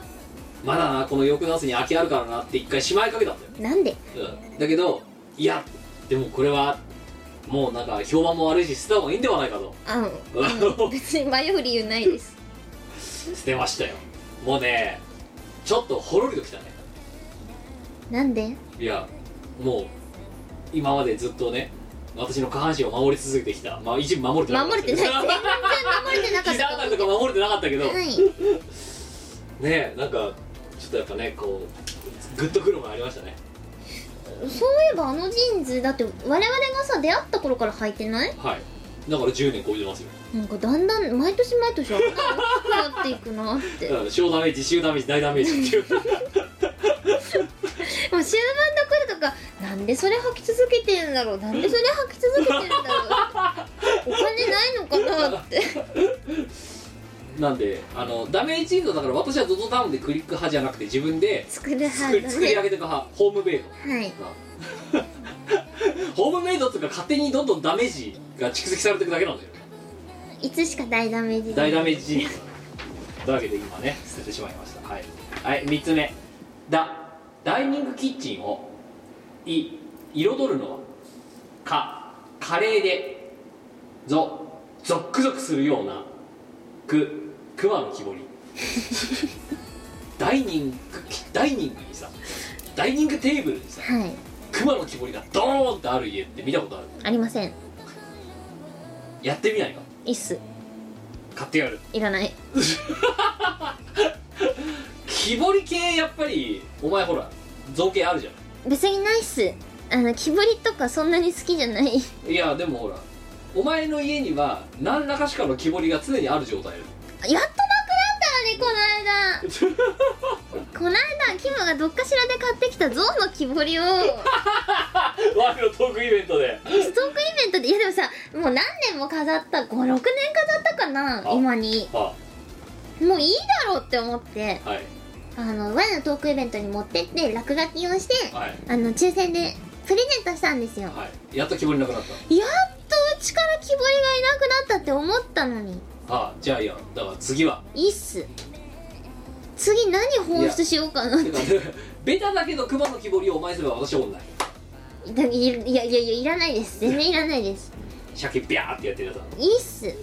Speaker 1: まだなこの翌夏に空きあるからなって一回しまいかけたんだよ
Speaker 2: なんで
Speaker 1: うんだけどいやでもこれはもうなんか評判も悪いし捨てた方がいいんではないかと
Speaker 2: あの うん別に迷う理由ないです
Speaker 1: 捨てましたよもうねちょっとほろりときたね
Speaker 2: なんで
Speaker 1: いやもう今までずっとね私の下半身を守り続けてきたまあ一部守れてなかっ
Speaker 2: 守
Speaker 1: た
Speaker 2: れ てない全然守れてなかっ
Speaker 1: 膝あ
Speaker 2: た
Speaker 1: た りとか守れてなかったけど、
Speaker 2: は
Speaker 1: ね
Speaker 2: い
Speaker 1: えなんかちょっとやっぱねこうグッとくるものありましたね
Speaker 2: そういえばあのジーンズだって我々がさ出会った頃から履いてない
Speaker 1: はいだから10年超えてますよ
Speaker 2: なんかだんだん毎年毎年あんなに大きくなっていくな って
Speaker 1: だから小ダメージ中ダメージ大ダメージっていう
Speaker 2: もう終盤の頃とかなんでそれ履き続けてるんだろうなんでそれ履き続けてるんだろうお金ないのかなって
Speaker 1: なんであのダメージインドだから私は ZOZO タウンでクリック派じゃなくて自分で
Speaker 2: 作る派
Speaker 1: 作り,、
Speaker 2: だ
Speaker 1: 作り上
Speaker 2: ね
Speaker 1: げていく派ホームベイド
Speaker 2: はい
Speaker 1: ホームメイドっていうか勝手にどんどんダメージが蓄積されていくだけなんだよ
Speaker 2: いつしか大ダメージ
Speaker 1: 大ダメージジーンズというわけで今ね捨ててしまいましたはい、はい、3つ目だダイニングキッチンをい彩るのはか華麗でぞゾックゾクするようなく熊の木彫りダイニングキダイニングにさダイニングテーブルにさ
Speaker 2: はい
Speaker 1: 熊の木彫りがドーンってある家って見たことある
Speaker 2: ありません
Speaker 1: やってみないか
Speaker 2: いっす
Speaker 1: 買ってやる
Speaker 2: いらない
Speaker 1: 木彫り系やっぱりお前ほら造形あるじゃ
Speaker 2: 別にないっすあの木彫りとかそんなに好きじゃない
Speaker 1: んいやでもほらお前の家には何らかしかの木彫りが常にある状態だよ
Speaker 2: やっとなくなったのねこの間この間キムがどっかしらで買ってきた象の木彫りを
Speaker 1: ワイのトークイベントで
Speaker 2: ストークイベントでいやでもさもう何年も飾った56年飾ったかな
Speaker 1: あ
Speaker 2: 今に
Speaker 1: あ
Speaker 2: もういいだろうって思って
Speaker 1: はい
Speaker 2: あのワイのトークイベントに持ってって落書きをして
Speaker 1: はい
Speaker 2: あの抽選でプレゼントしたんですよ
Speaker 1: はいやっと木彫りなくなっ
Speaker 2: やっとうちから木彫りがいなくなったって思ったのに
Speaker 1: たああじゃあいいやだから次はい
Speaker 2: いっす次何放出しようかなって
Speaker 1: てかベタだけど熊の木彫りをお前すれば私はおんない
Speaker 2: だいいやいやいやいらないです全然いらないです
Speaker 1: シャキビャーってやってるやつ
Speaker 2: いいっす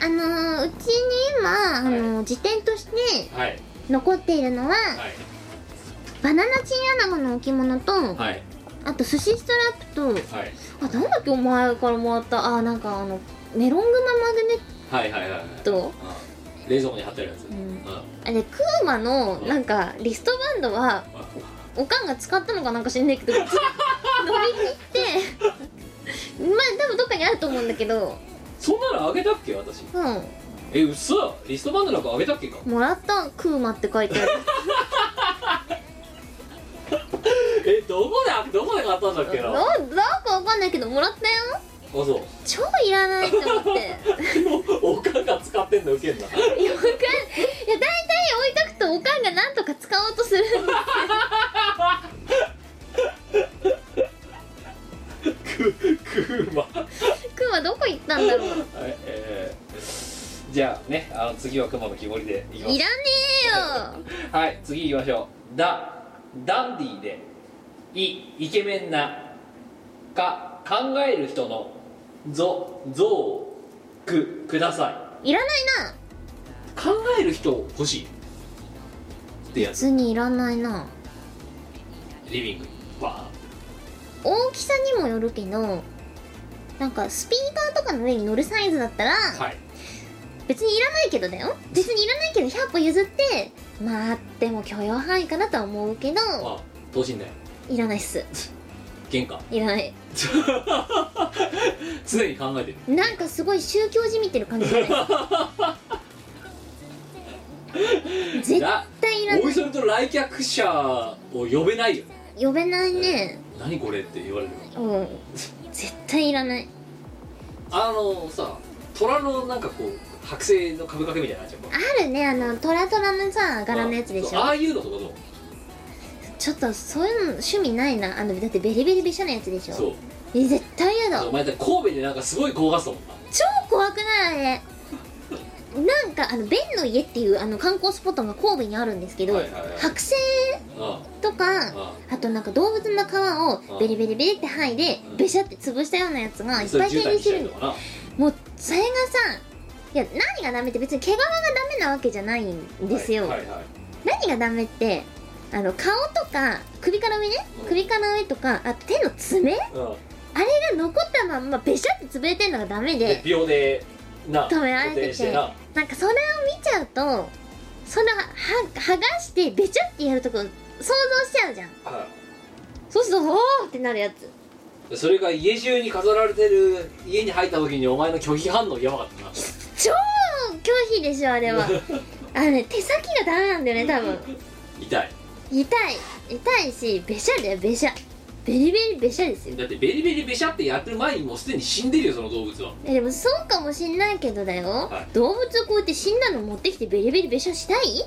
Speaker 2: あのー、うちに今、あのー
Speaker 1: は
Speaker 2: 辞典として
Speaker 1: はい
Speaker 2: 残っているのは、
Speaker 1: はい
Speaker 2: バナナチンアナゴの置物と、
Speaker 1: はい
Speaker 2: あと寿司ストラップと
Speaker 1: はい
Speaker 2: あなんだっけお前からもらったあなんかあのメロングママグネ
Speaker 1: はいはいはいはい
Speaker 2: ット
Speaker 1: うん冷蔵庫に貼ってあるやつ
Speaker 2: ん
Speaker 1: うん
Speaker 2: あれクーマのなんかリストバンドはおかんが使ったのかなんか知んないけど飲み切って まあ多分どっかにあると思うんだけど
Speaker 1: そんなのあげたっけ私
Speaker 2: うん
Speaker 1: え嘘リストバンドなんかあげたっけか
Speaker 2: もらったクーマって書いてある
Speaker 1: えどこでどこで買ったんだっけなあ
Speaker 2: ななんかわかんないけどもらったよ
Speaker 1: そう
Speaker 2: 超いらない と思っていやわかんい
Speaker 1: おかんが使ってんのウケんな
Speaker 2: や大体置いとくとおかんがなんとか使おうとするんで
Speaker 1: ククーマ
Speaker 2: クーマどこ行ったんだろう
Speaker 1: はいえーじゃあねあの次はクマの木彫りでいきま
Speaker 2: い
Speaker 1: す
Speaker 2: らねえよ
Speaker 1: はい次行きましょうダダンディーでイイケメンなか考える人のゾゾをくください
Speaker 2: いらないな
Speaker 1: 考える人欲しいってや
Speaker 2: 普
Speaker 1: つ
Speaker 2: 通にいらないな
Speaker 1: リビングにバ
Speaker 2: 大きさにもよるけどなんかスピーカーとかの上に乗るサイズだったら、
Speaker 1: ーンはい
Speaker 2: 別にいらないけどだよ別にいらないけど100歩譲ってまあでも許容範囲かなとは思うけど
Speaker 1: あ等身大
Speaker 2: いらないっす
Speaker 1: 言か
Speaker 2: いらない
Speaker 1: 常に考えてる
Speaker 2: なんかすごい宗教じみてる感じ じゃない絶
Speaker 1: だ
Speaker 2: 対いらな
Speaker 1: おい
Speaker 2: い
Speaker 1: それと来客者を呼べないよね
Speaker 2: 呼べないね
Speaker 1: 何これって言われる
Speaker 2: うん絶対いらない
Speaker 1: あのさ虎のなんかこう剥製の壁掛けみたいなやつやっ
Speaker 2: あるねあのトラトラのさ
Speaker 1: ぱ
Speaker 2: 柄のやつでし
Speaker 1: そうあ
Speaker 2: ょ
Speaker 1: あいうのとかどう
Speaker 2: ちょっとそういうの趣味ないなあのだってベリベリべしゃのやつでし
Speaker 1: そう
Speaker 2: ょえ絶対嫌
Speaker 1: あ
Speaker 2: だ
Speaker 1: のお前だって神戸でなんかすごい高ガスだもんな
Speaker 2: 超怖くないあれなんかあのベンの家っていうあの観光スポットが神戸にあるんですけど、
Speaker 1: はいはいはい
Speaker 2: 剥製
Speaker 1: あ
Speaker 2: とか
Speaker 1: あ
Speaker 2: あとなんか動物の皮
Speaker 1: あ
Speaker 2: をベリベリベリって剥いで
Speaker 1: うん
Speaker 2: ベシャって潰したようなやつがいっ
Speaker 1: そ
Speaker 2: ぱ
Speaker 1: れ
Speaker 2: い
Speaker 1: 絨
Speaker 2: 展
Speaker 1: 毯に
Speaker 2: 示
Speaker 1: し
Speaker 2: して
Speaker 1: て
Speaker 2: る
Speaker 1: る
Speaker 2: の
Speaker 1: のかな
Speaker 2: もうそれがさいや何がダメって別に毛皮がダメなわけじゃないんですよ、
Speaker 1: はいはいはい
Speaker 2: 何がダメってあの顔とか首から上ね
Speaker 1: うん
Speaker 2: 首から上とかあと手の爪あ
Speaker 1: うん
Speaker 2: れが残ったまんまベシャって潰れてんのがダメ
Speaker 1: で
Speaker 2: で
Speaker 1: 秒でな
Speaker 2: 止められてて
Speaker 1: 固定してな
Speaker 2: なんかそれを見ちゃうとそのは剥がしてベチャってやるとこ想像しちゃうじゃん
Speaker 1: は
Speaker 2: そうするとおーってなるやつ
Speaker 1: いそれが家中に飾られてる家に入った時にお前の拒否反応やばかったな
Speaker 2: 超拒否でしょあれ はあのね手先がダメなんだよね多分
Speaker 1: 痛い
Speaker 2: 痛い痛いしベシャだよベシャベリベリベシャですよ
Speaker 1: だってベリベリベシャってやってる前にもうすでに死んでるよその動物は
Speaker 2: えでもそうかもしんないけどだよ、
Speaker 1: はい
Speaker 2: 動物をこうやって死んだの持ってきてベリベリベシャしたい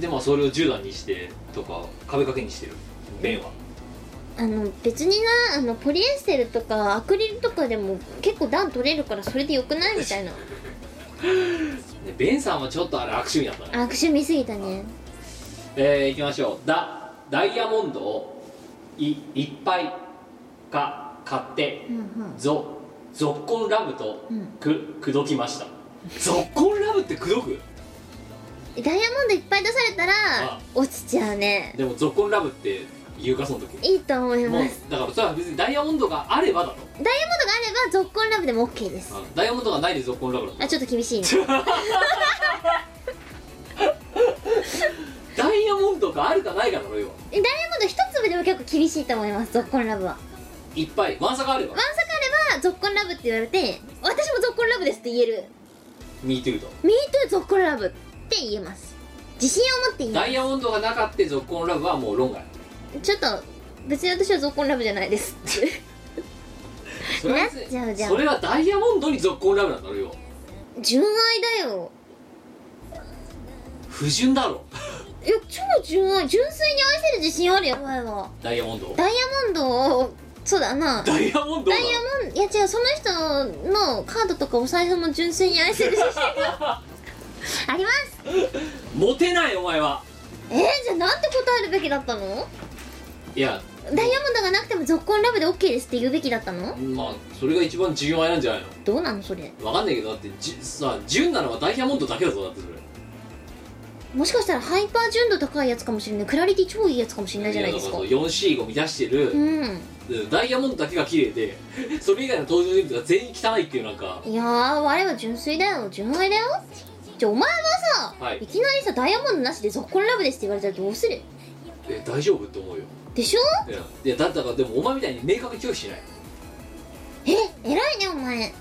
Speaker 1: でまあそれを銃弾にしてとか壁掛けにしてる弁は
Speaker 2: あの別になあのポリエステルとかアクリルとかでも結構段取れるからそれでよくないみたいな
Speaker 1: で弁さんはちょっとあれ悪趣味だったね
Speaker 2: 悪趣味すぎたね
Speaker 1: えー、いきましょうダダイヤモンドをいいっぱいか買って、
Speaker 2: うんうん
Speaker 1: ぞぞっこんラブと
Speaker 2: うん
Speaker 1: く口説きましたぞっこんラブって口説く
Speaker 2: ダイヤモンドいっぱい出されたら
Speaker 1: あ
Speaker 2: 落ちちゃうね
Speaker 1: でもぞっこんラブって言うかその時
Speaker 2: いいと思い
Speaker 1: も
Speaker 2: ま
Speaker 1: う
Speaker 2: す
Speaker 1: だからそれは別にダイヤモンドがあればだろ
Speaker 2: ダイヤモンドがあればゾッコンラブでも OK です
Speaker 1: あのダイヤモンドがないでぞっこんラブだろ
Speaker 2: あちょっと厳しいね
Speaker 1: ダイヤモンドがあるかないかだろ要は
Speaker 2: ダイヤモンド一粒でも結構厳しいと思いますゾッコンラブは
Speaker 1: いっぱい満さがあれば
Speaker 2: ワンサカあればゾッコンラブって言われて私もゾッコンラブですって言える
Speaker 1: ミートゥーと
Speaker 2: Me too ゾッコンラブって言えます自信を持って言
Speaker 1: ダ
Speaker 2: え
Speaker 1: イヤモンドがなかってぞっこんラブはもう論外
Speaker 2: ますちょっと別に私はゾッコンラブじゃな いですって
Speaker 1: それは
Speaker 2: なっちゃうじゃん
Speaker 1: それはダイヤモンドにぞっこんラブなんだろ要は
Speaker 2: 純愛だよ
Speaker 1: 不純だろ
Speaker 2: いや超純愛純粋に愛せる自信あるよお前は
Speaker 1: ダイヤモンドを
Speaker 2: ダイヤモンドをそうだなダ
Speaker 1: ダイヤモンドをだ
Speaker 2: イヤモンドいや違うその人のカードとかお財布も純粋に愛せる自信があります
Speaker 1: モテないお前は
Speaker 2: えー、じゃあなんて答えるべきだったの
Speaker 1: いや
Speaker 2: ダイヤモンドがなくてもゾッコンラブで OK ですって言うべきだったの
Speaker 1: まあそれが一番純愛なんじゃないの
Speaker 2: どうなのそれ
Speaker 1: わかんないけどだってじさ純なのはダイヤモンドだけだぞだってそれ
Speaker 2: もしかしたらハイパー純度高いやつかもしれないクラリティ超いいやつかもしれないじゃない
Speaker 1: や
Speaker 2: で
Speaker 1: だ
Speaker 2: す
Speaker 1: か
Speaker 2: から
Speaker 1: 4C を満たしてる
Speaker 2: う、ん
Speaker 1: ダイヤモンドだけが綺麗でそれ以外の登場人物が全員汚いっていうなんか
Speaker 2: いやー我は純粋だよ純愛だよじゃあお前はさ、
Speaker 1: はい
Speaker 2: い、きなりさダイヤモンドなしでゾッコンラブですって言われたらどうする
Speaker 1: え大丈夫って思うよ
Speaker 2: でしょ
Speaker 1: いやいやだったからでもお前みたいに明確に拒否しない、
Speaker 2: え偉いねお前
Speaker 1: うん、え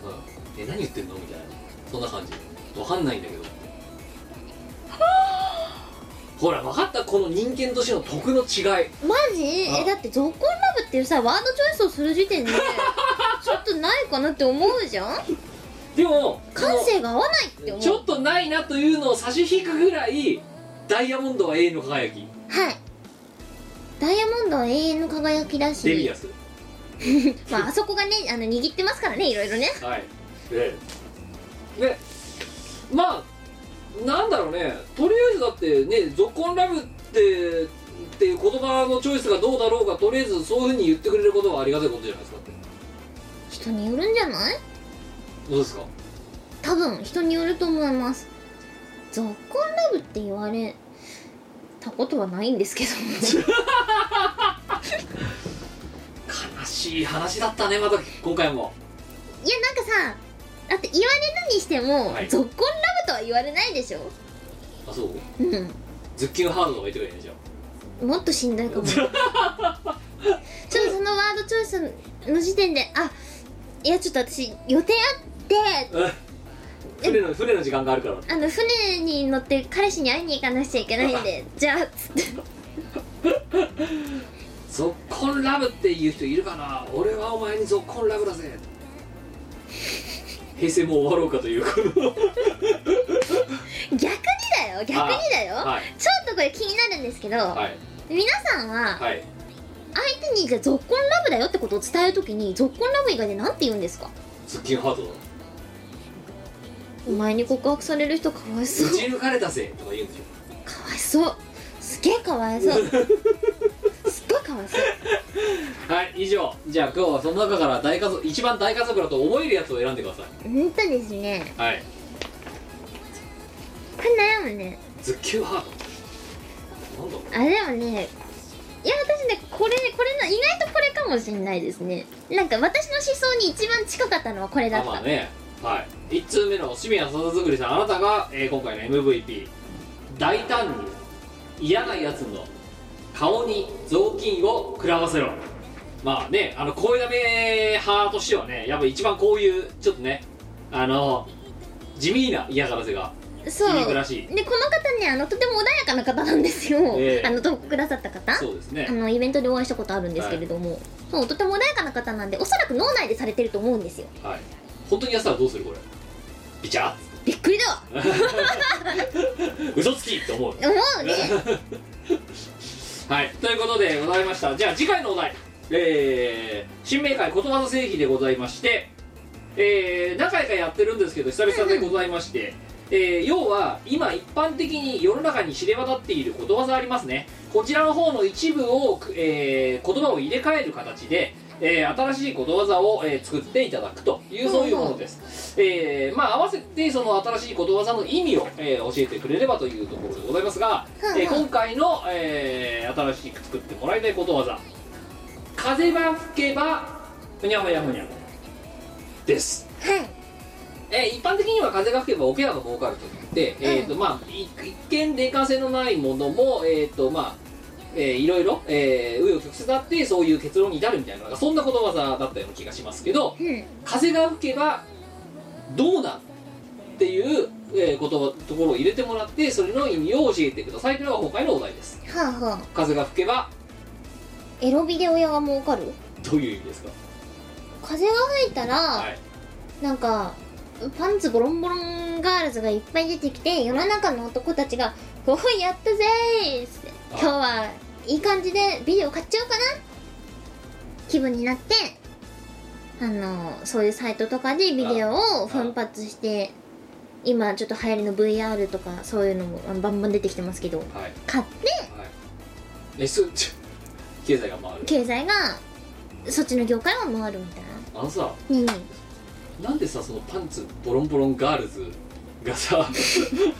Speaker 1: 何言ってんのみたいなそんな感じわかんないんだけどほら分かったこの人間としての徳の違い
Speaker 2: マジえだってゾッコンラブっていうさワードチョイスをする 時点でちょっとないかなって思うじゃん
Speaker 1: でも
Speaker 2: 感性が合わないって思う
Speaker 1: ちょっとないなというのを差し引くぐらいダイヤモンドは永遠の輝き
Speaker 2: はいダイヤモンドは永遠の輝きだし
Speaker 1: デビアス
Speaker 2: まああそこがねあの握ってますからねいろいろね
Speaker 1: はいででまあなんだろうねとりあえずだってね「ゾコンラブ」ってっていう言葉のチョイスがどうだろうがとりあえずそういうふうに言ってくれることはありがたいことじゃないですかって
Speaker 2: 人によるんじゃない
Speaker 1: どうですか
Speaker 2: 多分人によると思いますゾッコンラブって言われたことはないんで すけど
Speaker 1: 悲しい話だったねまた今回も
Speaker 2: いやなんかさだって言われるにしても、
Speaker 1: はい
Speaker 2: ゾッコンラブとは言われないでしょ
Speaker 1: あそう
Speaker 2: う
Speaker 1: ズッキュンハードとか言ってくれねじゃ
Speaker 2: んもっとしんどいかもちょっとそのワードチ朝の時点であいやちょっと私予定あって
Speaker 1: うん船の船の時間があるから
Speaker 2: あの船に乗って彼氏に会いに行かなくちゃいけない んでじゃあつって
Speaker 1: ゾッコンラブっていう人いるかな俺はお前にゾッコンラブだぜ平成も終わろうかというこの
Speaker 2: 逆にだよ逆にだよ、
Speaker 1: はい
Speaker 2: ちょっとこれ気になるんですけど、
Speaker 1: はい
Speaker 2: 皆さんは
Speaker 1: はい
Speaker 2: 相手にじゃあ「ぞっこんラブだよ」ってことを伝えるときに「ぞっこんラブ」以外でなんて言うんですか
Speaker 1: ズッキンハートだ
Speaker 2: お前に告白される人かわいそう
Speaker 1: 打ち抜かれたぜとか言うんでしょ
Speaker 2: かわいそうすげえかわいそうすっごいかわいそう
Speaker 1: はい以上じゃあ今日はその中から大家族一番大家族だと思えるやつを選んでくださ
Speaker 2: うんとですね
Speaker 1: いはい
Speaker 2: これ悩むね
Speaker 1: ズッキンハートなんだろ
Speaker 2: あでもねいや私ねこれこれの意外とこれかもしんないですねなんか私の思想に一番近かったのはこれだっ
Speaker 1: うまあ
Speaker 2: た、
Speaker 1: ねはい1通目の趣味や笹作りさんあなたが、えー今回の MVP 大胆に嫌なやつの顔に雑巾をくらませろまあねあの声だめ派としてはねやっぱ一番こういうちょっとねあの地味な嫌がらせが
Speaker 2: そう
Speaker 1: 響く
Speaker 2: でこ
Speaker 1: ら
Speaker 2: の
Speaker 1: しい
Speaker 2: 方ねあのとても穏やかな方なんですよ、
Speaker 1: ええ
Speaker 2: あの投稿くださった方
Speaker 1: そうですね
Speaker 2: あのイベントでお会いしたことあるんですけれども、そうとても穏やかな方なんでおそらく脳内でされてると思うんですよ
Speaker 1: はい本当にやったらどうするこれビチャッ
Speaker 2: びっくりだわ
Speaker 1: 嘘つきって思う
Speaker 2: 思うね
Speaker 1: はいということでございましたじゃあ次回のお題えー、新明会ことわざ正義でございましてえー、何回かやってるんですけど久々でございまして、えー、要は今一般的に世の中に知れ渡っていることわざありますねこちらの方の一部を、えー、言葉を入れ替える形で、えー新しいことわざを、えー作っていただくというそういうものです、えーまあ合わせてその新しいことわざの意味を、えー教えてくれればというところでございますが、えー今回の、えー新しく作ってもらいたいことわざ「風が吹けばふにゃふにゃふにゃ」です
Speaker 2: はい
Speaker 1: えー一般的には風が吹けば桶屋が儲かると言って、えーとまあ、い一見霊感性のないものも、えーとまあえーいろいろ、えー紆余曲折あってそういう結論に至るみたいななんかそんなことわざだったような気がしますけど
Speaker 2: うん
Speaker 1: 風が吹けばどうなんっていう、えー言葉ところを入れてもらってそれの意味を教えてくださいというのが今回のお題です
Speaker 2: はあはあ
Speaker 1: 風が吹けば
Speaker 2: エロビデオ屋が儲かる
Speaker 1: どういう意味ですか
Speaker 2: 風が吹いたら、
Speaker 1: はい
Speaker 2: なんかパンツボロンボロンガールズがいっぱい出てきて世の中の男たちが「おいやったぜー!」って今日はいい感じでビデオ買っちゃおうかな気分になってあのそういうサイトとかでビデオを奮発して今ちょっと流行りの VR とかそういうのもあのバンバン出てきてますけど
Speaker 1: はいはい
Speaker 2: 買って
Speaker 1: えす経済が回る
Speaker 2: 経済がそっちの業界を回るみたいな
Speaker 1: あのさ
Speaker 2: ねえねえ
Speaker 1: なんでさそのパンツボロンボロンガールズがさ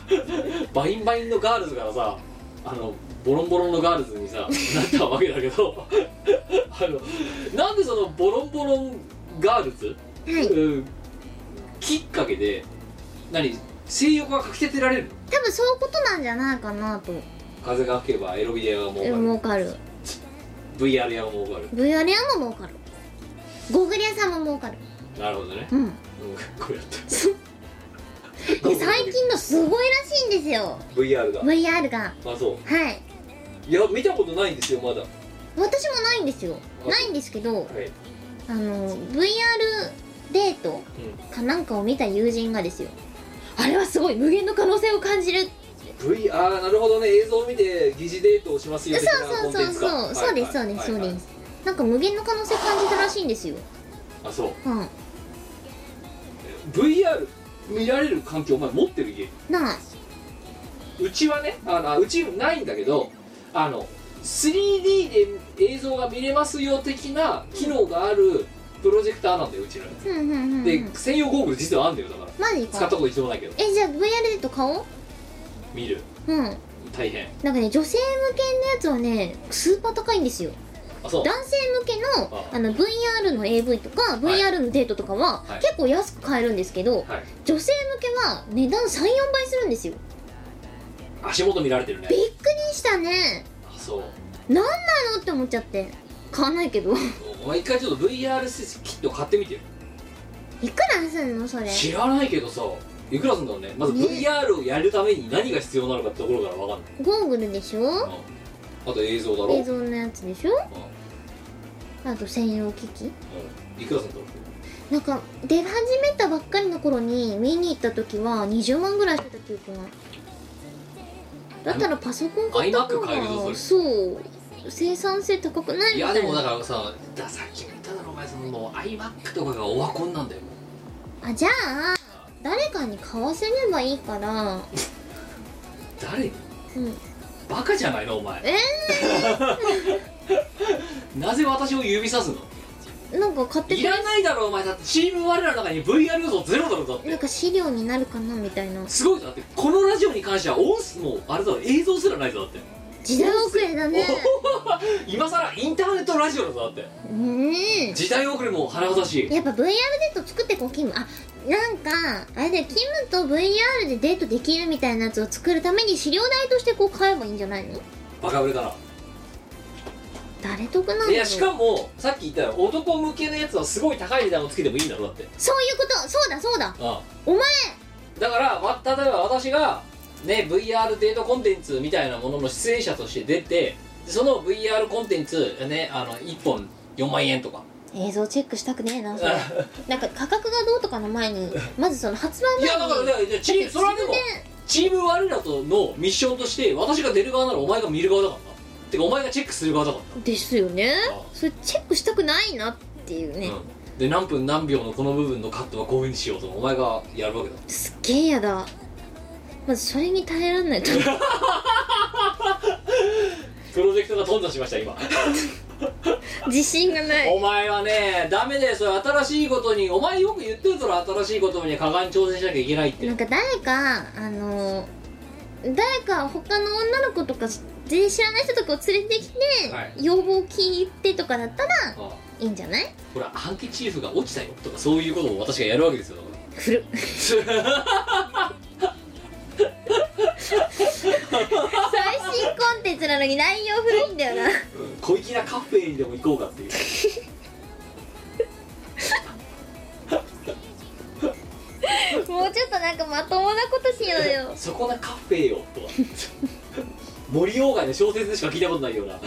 Speaker 1: バインバインのガールズからさあのボロンボロンのガールズにさなったわけだけどあのなんでそのボロンボロンガールズ、
Speaker 2: はい
Speaker 1: うんきっかけで何性欲がかき立てられるの
Speaker 2: 多分そういうことなんじゃないかなと
Speaker 1: 風が吹けばエロビデオが儲か
Speaker 2: 儲かる
Speaker 1: る VR 屋が儲かる
Speaker 2: VR 屋も儲かるゴーグル屋さんも儲かる
Speaker 1: なるほどね、
Speaker 2: うん
Speaker 1: うん、こうやって
Speaker 2: で 最近のすごいらしいんですよ
Speaker 1: VR が
Speaker 2: VR が
Speaker 1: あそ
Speaker 2: はいう
Speaker 1: いや見たことないんですよまだは
Speaker 2: 私もないんですよ
Speaker 1: あ
Speaker 2: ないんですけど
Speaker 1: い
Speaker 2: あの VR デートかなんかを見た友人がですよあれはすごい無限の可能性を感じる
Speaker 1: V あーなるほどね映像を見て疑似デートをしますよ的な
Speaker 2: そ
Speaker 1: コ
Speaker 2: う
Speaker 1: ン
Speaker 2: そ
Speaker 1: テ
Speaker 2: う
Speaker 1: ン
Speaker 2: そう
Speaker 1: ツ
Speaker 2: そう、
Speaker 1: かはい
Speaker 2: そうですそ
Speaker 1: は
Speaker 2: う
Speaker 1: い
Speaker 2: ですそう
Speaker 1: はい
Speaker 2: です、なんか無限の可能性感じたらしいんですよ
Speaker 1: あそう
Speaker 2: うん
Speaker 1: VR 見られる環境お前持ってる家
Speaker 2: なあ
Speaker 1: うちはねあのあうちないんだけどあの 3D で映像が見れますよ的な機能があるプロジェクターなんだようちのや
Speaker 2: ふんふんふんふん
Speaker 1: つで専用ゴーグル実はあんだよだから
Speaker 2: マジ
Speaker 1: 使った
Speaker 2: か
Speaker 1: こと一度もないけど
Speaker 2: えじゃあ VR デート買おう
Speaker 1: 見る
Speaker 2: うん
Speaker 1: 大変
Speaker 2: なんかね女性向けのやつはねスーパー高いんですよ
Speaker 1: あそう
Speaker 2: 男性向けの
Speaker 1: あ
Speaker 2: あの VR の AV とか VR のデートとかは
Speaker 1: はい
Speaker 2: 結構安く買えるんですけど、
Speaker 1: はい
Speaker 2: 女性向けは値段34倍するんですよ
Speaker 1: 足元見られてるね
Speaker 2: びっくりしたね
Speaker 1: あそう
Speaker 2: なんなのって思っちゃって買わないけど
Speaker 1: お前一回ちょっと VRS キット買ってみてよ
Speaker 2: いくらすんのそれ
Speaker 1: 知らないけどさいくらすんだろうねまず
Speaker 2: ね
Speaker 1: VR をやるために何が必要なのかってところから分かんない
Speaker 2: ゴーグルでしょ
Speaker 1: あと映像だろ
Speaker 2: 映像のやつでしょ
Speaker 1: うんう
Speaker 2: あと専用機器
Speaker 1: んいくらすんだろう
Speaker 2: なんか出始めたばっかりの頃に見に行った時は20万ぐらいしてた記憶がだったらパソコン買った方
Speaker 1: iMac 買えるぞそれ
Speaker 2: がそう生産性高くない
Speaker 1: い
Speaker 2: みた
Speaker 1: や
Speaker 2: いな
Speaker 1: でもだからさださっきも言っただろお前そのもう iMac とかがオワコンなんだよも
Speaker 2: あじゃあ誰かに買わせればいいから
Speaker 1: う誰に
Speaker 2: うん
Speaker 1: バカじゃないのお前
Speaker 2: え
Speaker 1: なぜ私を指さすの
Speaker 2: ー、なんか買って
Speaker 1: いらないだろお前だってチーム我らの中に VR 要素ゼロだろだっ
Speaker 2: なん
Speaker 1: て
Speaker 2: か資料になるかなみたいな
Speaker 1: すごいぞだってこのラジオに関しては音声もうあれだろ映像すらないぞだって
Speaker 2: 時代遅れ だね
Speaker 1: 今さらインターネットラジオだぞだって
Speaker 2: うん
Speaker 1: 時代遅れも甚だしい
Speaker 2: やっぱ VR デート作ってこうキムあなんかあれでキムと VR でデートできるみたいなやつを作るために資料代としてこう買えばいいんじゃないの
Speaker 1: バカ売れだな
Speaker 2: 誰得なんだろう
Speaker 1: いやしかもさっき言ったよ男向けのやつはすごい高い値段をつけてもいいんだろだって
Speaker 2: そういうことそうだそうだ
Speaker 1: ああ
Speaker 2: お前
Speaker 1: だからわ例えば私がね VR デートコンテンツみたいなものの出演者として出てでその VR コンテンツねあの1本4万円とか
Speaker 2: 映像チェックしたくねえなそれなんか価格がどうとかの前にまずその発売
Speaker 1: い
Speaker 2: 前に
Speaker 1: やだから
Speaker 2: だっ
Speaker 1: ねじゃあチ
Speaker 2: て
Speaker 1: ーそれはでもチーム我らとのミッションとして私が出る側ならお前が見る側だからなてかお前がチェックする側だか
Speaker 2: 自分でですよね
Speaker 1: ああ
Speaker 2: それチェックしたくないなっていう
Speaker 1: ら
Speaker 2: ね、
Speaker 1: な、うん、で何分何秒のこの部分のカットはこういうふうにしようとお前がやるわけだ
Speaker 2: すっげえやだまずそれに耐えらんな いと
Speaker 1: プロジェクトが頓挫しました今
Speaker 2: 自信がない
Speaker 1: お前はねダメだよそれ新しいことにお前よく言ってるから新しいことに果敢に挑戦しなきゃいけないって
Speaker 2: なんか誰かあの誰か他の女の子とか全然知らない人とかを連れてきて、
Speaker 1: はい
Speaker 2: 要望を聞いてとかだったら
Speaker 1: ああ
Speaker 2: いいんじゃない
Speaker 1: ほらハンキチーフが落ちたよとかそういうことを私がやるわけですよ
Speaker 2: 古っ最新コンテンツなのに内容古いんだ よな
Speaker 1: 小粋なカフェにでも行こうかっていう
Speaker 2: もうちょっとなんかまともなことしようよ
Speaker 1: そこなカフェよとか森鴎外の小説でしか聞いたことないような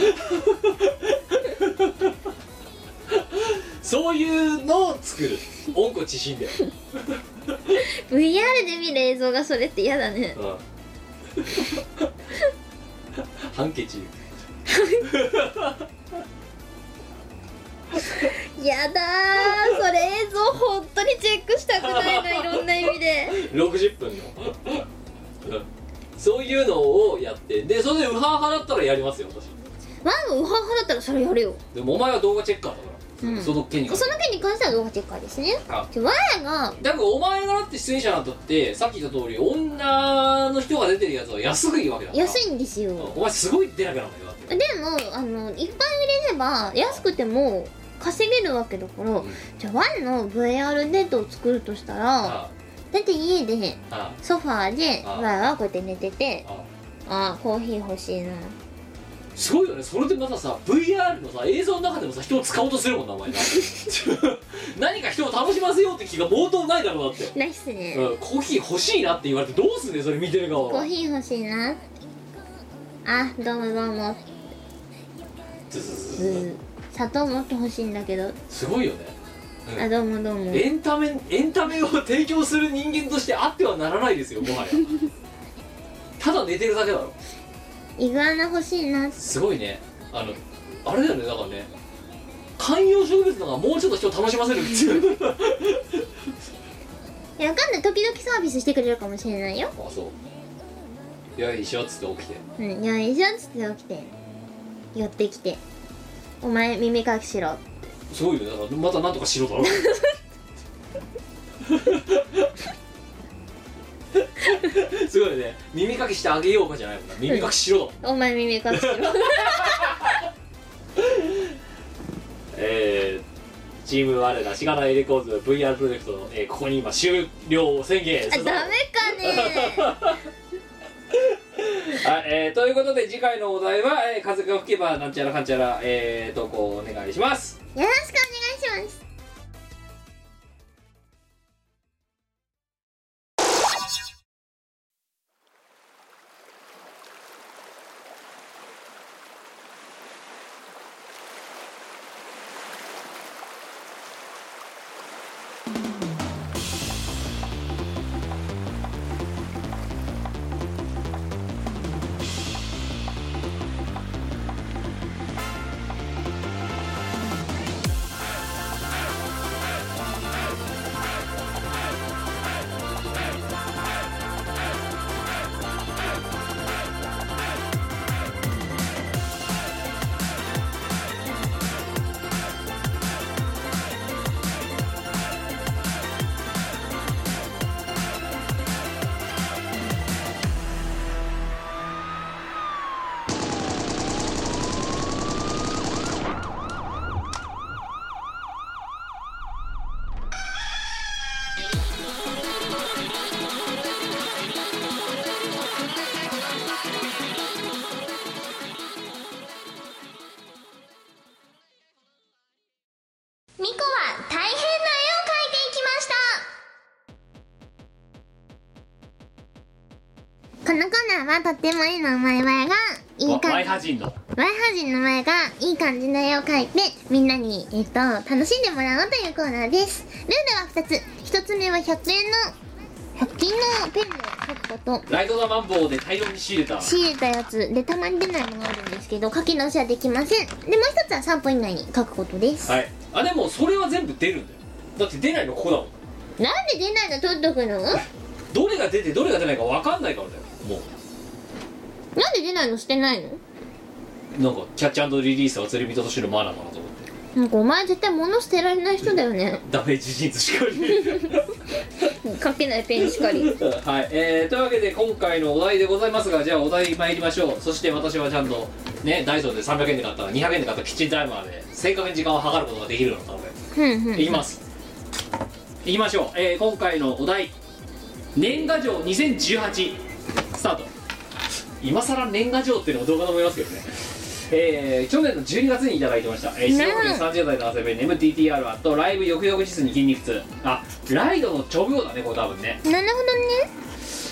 Speaker 1: そういうのを作る温故知新だよ、
Speaker 2: VR で見る映像がそれって嫌だね
Speaker 1: うん、ハンケチーフ
Speaker 2: やだーそれ映像本当にチェックしたくないないろんな意味で
Speaker 1: 60分のそういうのをやってでそれでウハウハだったらやりますよ私
Speaker 2: ワンもウハウハだったらそれやるよ
Speaker 1: でもお前は動画チェッカーだから、
Speaker 2: うん
Speaker 1: その件に関し
Speaker 2: そ
Speaker 1: て
Speaker 2: の件に関しては動画チェッカーですね
Speaker 1: あ
Speaker 2: でワンが
Speaker 1: だからお前がだって出演者なんだってさっき言った通り女の人が出てるやつは安くいいわけだから
Speaker 2: 安いんです
Speaker 1: うん
Speaker 2: よ
Speaker 1: お前すごい出なくなるんだよだって
Speaker 2: でもあのいっぱい売れれば安くても稼げるわけだから、
Speaker 1: ん
Speaker 2: じゃあワンの VR デートを作るとしたら、
Speaker 1: あ
Speaker 2: だって家で
Speaker 1: ああ
Speaker 2: ソファーで
Speaker 1: あ
Speaker 2: ワンはこうやって寝てて
Speaker 1: あああ
Speaker 2: あーコーヒー欲しいな
Speaker 1: すごいよねそれでまたさ VR のさ映像の中でもさ人を使おうとするもんなお 前な何か人を楽しませようって気が冒頭ないだろうだって、
Speaker 2: ないっすね、
Speaker 1: うん、コーヒー欲しいなって言われてどうすんねんそれ見てる側は
Speaker 2: コーヒー欲しいなあどうもどうも
Speaker 1: ズズズズ
Speaker 2: う
Speaker 1: ズ
Speaker 2: ー砂糖もっと欲しいんだけど
Speaker 1: すごいよね
Speaker 2: あどうもどうも
Speaker 1: エンタメエンタメを提供する人間としてあってはならないですよもは やただ寝てるだけだろ
Speaker 2: イグアナ欲しいな
Speaker 1: すごいねあのあれだよねだからね観葉植物の方がもうちょっと人を楽しませるっていう
Speaker 2: いやわかんない時々サービスしてくれるかもしれないよ
Speaker 1: あそうよいしょっつって起きて
Speaker 2: うんよいしょっつって起きて寄ってきてお前耳かきしろ
Speaker 1: すごいよねだからまたなんとかし ろだろすごいね耳かきしてあげようかじゃないもんな耳かきしろだもん
Speaker 2: お前耳かきし ろ
Speaker 1: えーチーム我らしがないレコーズ VR プロジェクトの、えーここに今終了を宣言
Speaker 2: あダメかね
Speaker 1: はい、えーということで次回のお題は「えー風が吹けばなんちゃらかんちゃら」えー、投稿お願いします
Speaker 2: よろしくお願いしますミコは大変な絵を描いていきましたこのコーナーはとっても絵の前々がいい感
Speaker 1: ワイ
Speaker 2: じ
Speaker 1: ハジンの
Speaker 2: ワイハジンの前がいい感じの絵を描いてみんなに、えっと、楽しんでもらおうというコーナーですルールは2つ1つ目は100円の100均のペンで描くこと
Speaker 1: ライトザマンボウで大量に仕入れた
Speaker 2: 仕入れたやつでたまに出ないものがあるんですけど書き直しはできませんでもう一つは3分以内に書くことです、
Speaker 1: はいあでもそれは全部出るんだよだって出ないのここだもん
Speaker 2: なんで出ないの取っとくのなん
Speaker 1: どれが出てどれが出ないか分かんないからだよも
Speaker 2: で出ないのしてないの
Speaker 1: うなんかキャッチリリースは釣り人としてのマナーだなと思って
Speaker 2: なんかお前絶対物捨てられない人だよね
Speaker 1: ダメージジーンズしかり
Speaker 2: 書けないペンしかり
Speaker 1: はい、えー、というわけで今回のお題でございますがじゃあお題参りましょうそして私はちゃんとねダイソーで300円で買ったら200円で買ったキッチンタイマーで正確に時間を計ることができるようになったので
Speaker 2: ふんふん
Speaker 1: いきますいきましょう、えー今回のお題年賀状2018スタート今更年賀状っていうのもどうかと思いますけどねえー去年の12月にいただいてました、えー、静岡県30代の朝弁 MTTR はとライブ翌々日に筋肉痛あライドの直後だねこれ多分ね
Speaker 2: なるほどね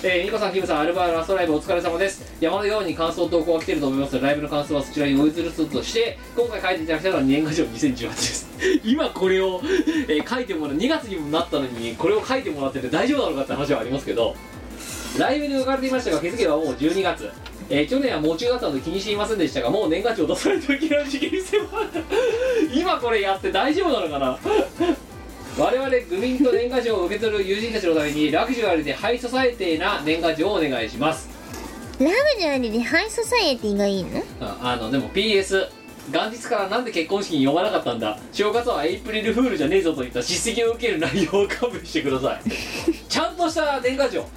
Speaker 1: えー、ニコさん、キムさん、アルバーラストライブお疲れ様です。山のように感想投稿が来てると思いますので、ライブの感想はそちらにお譲りするとして、今回書いていただきたいのは年賀状2018です。 今これを、えー書いてもらう、2月にもなったのに、これを書いてもらってて大丈夫なのかって話はありますけど、ライブで浮かれていましたが、気づけばもう12月。えー去年は夢中だったので気にしていませんでしたがもう年賀状出されてる気が時期に迫った今これやって大丈夫なのかな我々愚民と年賀状を受け取る友人たちのためにラグジュアルでハイソサエティな年賀状をお願いします
Speaker 2: ラグジュアリでハイソサエティがいいの
Speaker 1: ああのでも PS 元日からなんで結婚式に呼ばなかったんだ正月はエイプリルフールじゃねえぞといった叱責を受ける内容を勘弁してください ちゃんとした年賀状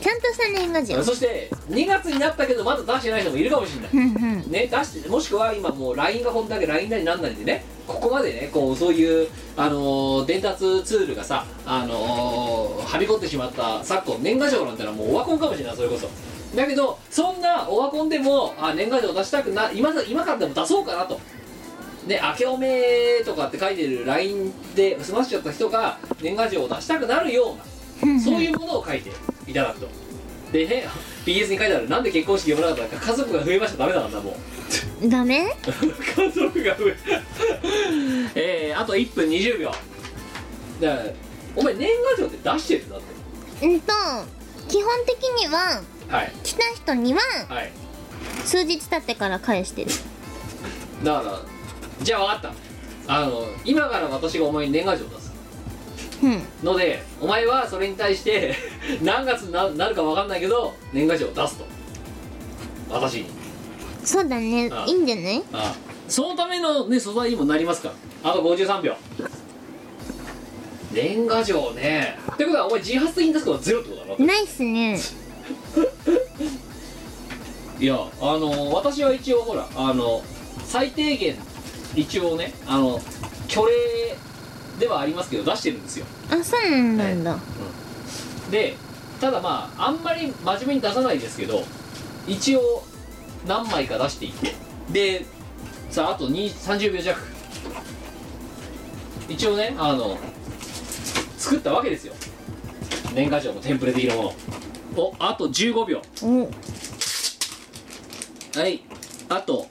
Speaker 2: ちゃんとした年賀状
Speaker 1: そして2月になったけどまだ出してない人もいるかもしれない
Speaker 2: ふんふん
Speaker 1: ね、出してもしくは今もう LINE が本だけ LINE なりなんなりでねここまでねこうそういう、あのー伝達ツールがさ、あのーはびこってしまった昨今年賀状なんてのはもうオワコンかもしれないそれこそだけどそんなオワコンでもあ年賀状出したくな今さ今からでも出そうかなとね明けおめとかって書いてる LINE で済ましちゃった人が年賀状を出したくなるようなそういうものを書いていただくとでね BS に書いてあるなんで結婚式呼ばなかったか家族が増えましたダメだからなもう
Speaker 2: ダメ
Speaker 1: 家族が増え えー、あと1分20秒だからお前年賀状って出してるんだって
Speaker 2: うんと基本的には
Speaker 1: はい
Speaker 2: 来た人には
Speaker 1: はい
Speaker 2: 数日経ってから返してる
Speaker 1: だからじゃあ分かったあの今から私がお前に年賀状を出す
Speaker 2: うん
Speaker 1: のでお前はそれに対して 何月にななるか分かんないけど年賀状を出すと私に
Speaker 2: そうだね
Speaker 1: あ
Speaker 2: いいんじゃない
Speaker 1: ああそのためのね素材にもなりますからあと53秒年賀状ねってことはお前自発的に出すことはゼロってことだろ
Speaker 2: ないっすね
Speaker 1: いやあの私は一応ほらあの最低限一応ねあの虚礼ではありますけど出してるんですよ
Speaker 2: あそうなんだ
Speaker 1: でただまああんまり真面目に出さないですけど一応何枚か出していってでさああとに30秒弱一応ねあの作ったわけですよ年賀状のテンプレ的なものおあと15秒
Speaker 2: お
Speaker 1: はいあと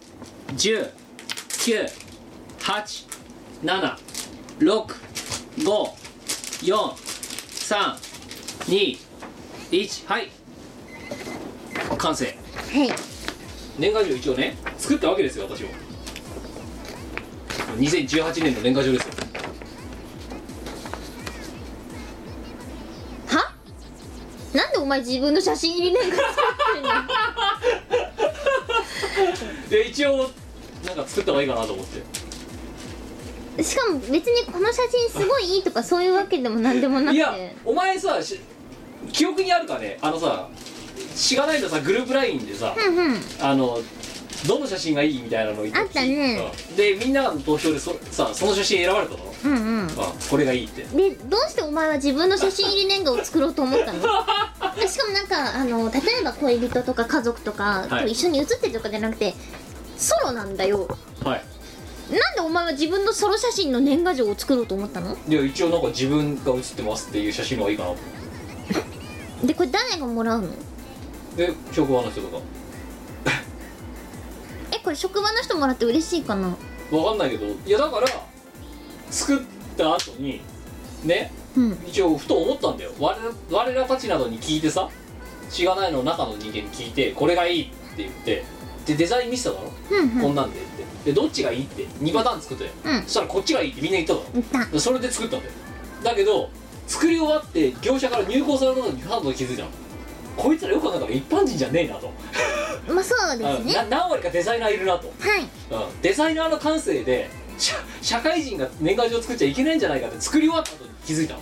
Speaker 1: 10987654321はい完成
Speaker 2: はい
Speaker 1: 年賀状一応ね作ったわけですよ私も2018年の年賀状ですよ
Speaker 6: はなんでお前自分の写真入りなんか 作ってんの
Speaker 1: で一応なんか作った方がいいかなと思って
Speaker 6: しかも別にこの写真すごいいいとかそういうわけでもなんでもなく
Speaker 1: い
Speaker 6: て
Speaker 1: やお前さし記憶にあるかねあのさしがないとさグループラインでさ
Speaker 2: うんうん
Speaker 1: あのどの写真がいいみたいなの言
Speaker 2: あったね
Speaker 1: うんでみんなの投票でそさその写真選ばれたの、
Speaker 2: うんうん
Speaker 1: あこれがいいって
Speaker 6: でどうしてお前は自分の写真入り年賀を作ろうと思ったの
Speaker 2: しかもなんかあの例えば恋人とか家族とか、
Speaker 1: はい
Speaker 2: と一緒に写ってるとかじゃなくてソロなんだよ
Speaker 1: はい
Speaker 2: なんでお前は自分のソロ写真の年賀状を作ろうと思ったの
Speaker 1: いや一応なんか自分が写ってますっていう写真の方がいいかなと
Speaker 2: でこれ誰がもらうの
Speaker 1: で職場の人とか
Speaker 2: えこれ職場の人もらって嬉しいかな
Speaker 1: わかんないけどいやだから作った後にね、
Speaker 2: うん
Speaker 1: 一応ふと思ったんだよ我ら我らたちなどに聞いてさしがないの中の人間に聞いてこれがいいって言ってでデザイン見せただろ、
Speaker 2: うん
Speaker 1: こ
Speaker 2: うん
Speaker 1: んなんでってでどっちがいいって2パターン作ったよ、
Speaker 2: うん
Speaker 1: そしたらこっちがいいってみんな言っただろ
Speaker 2: 言った
Speaker 1: でそれで作ったんだよだけど作り終わって業者から入稿されることにハードで気づいたのこいつらよく考えたら一般人じゃねえなと、
Speaker 2: まあそうです
Speaker 1: うん
Speaker 2: ね
Speaker 1: な何割かデザイナーいるなと
Speaker 2: はい
Speaker 1: うんデザイナーの感性で社社会人が年賀状作っちゃいけないんじゃないかって作り終わった後に気づいたの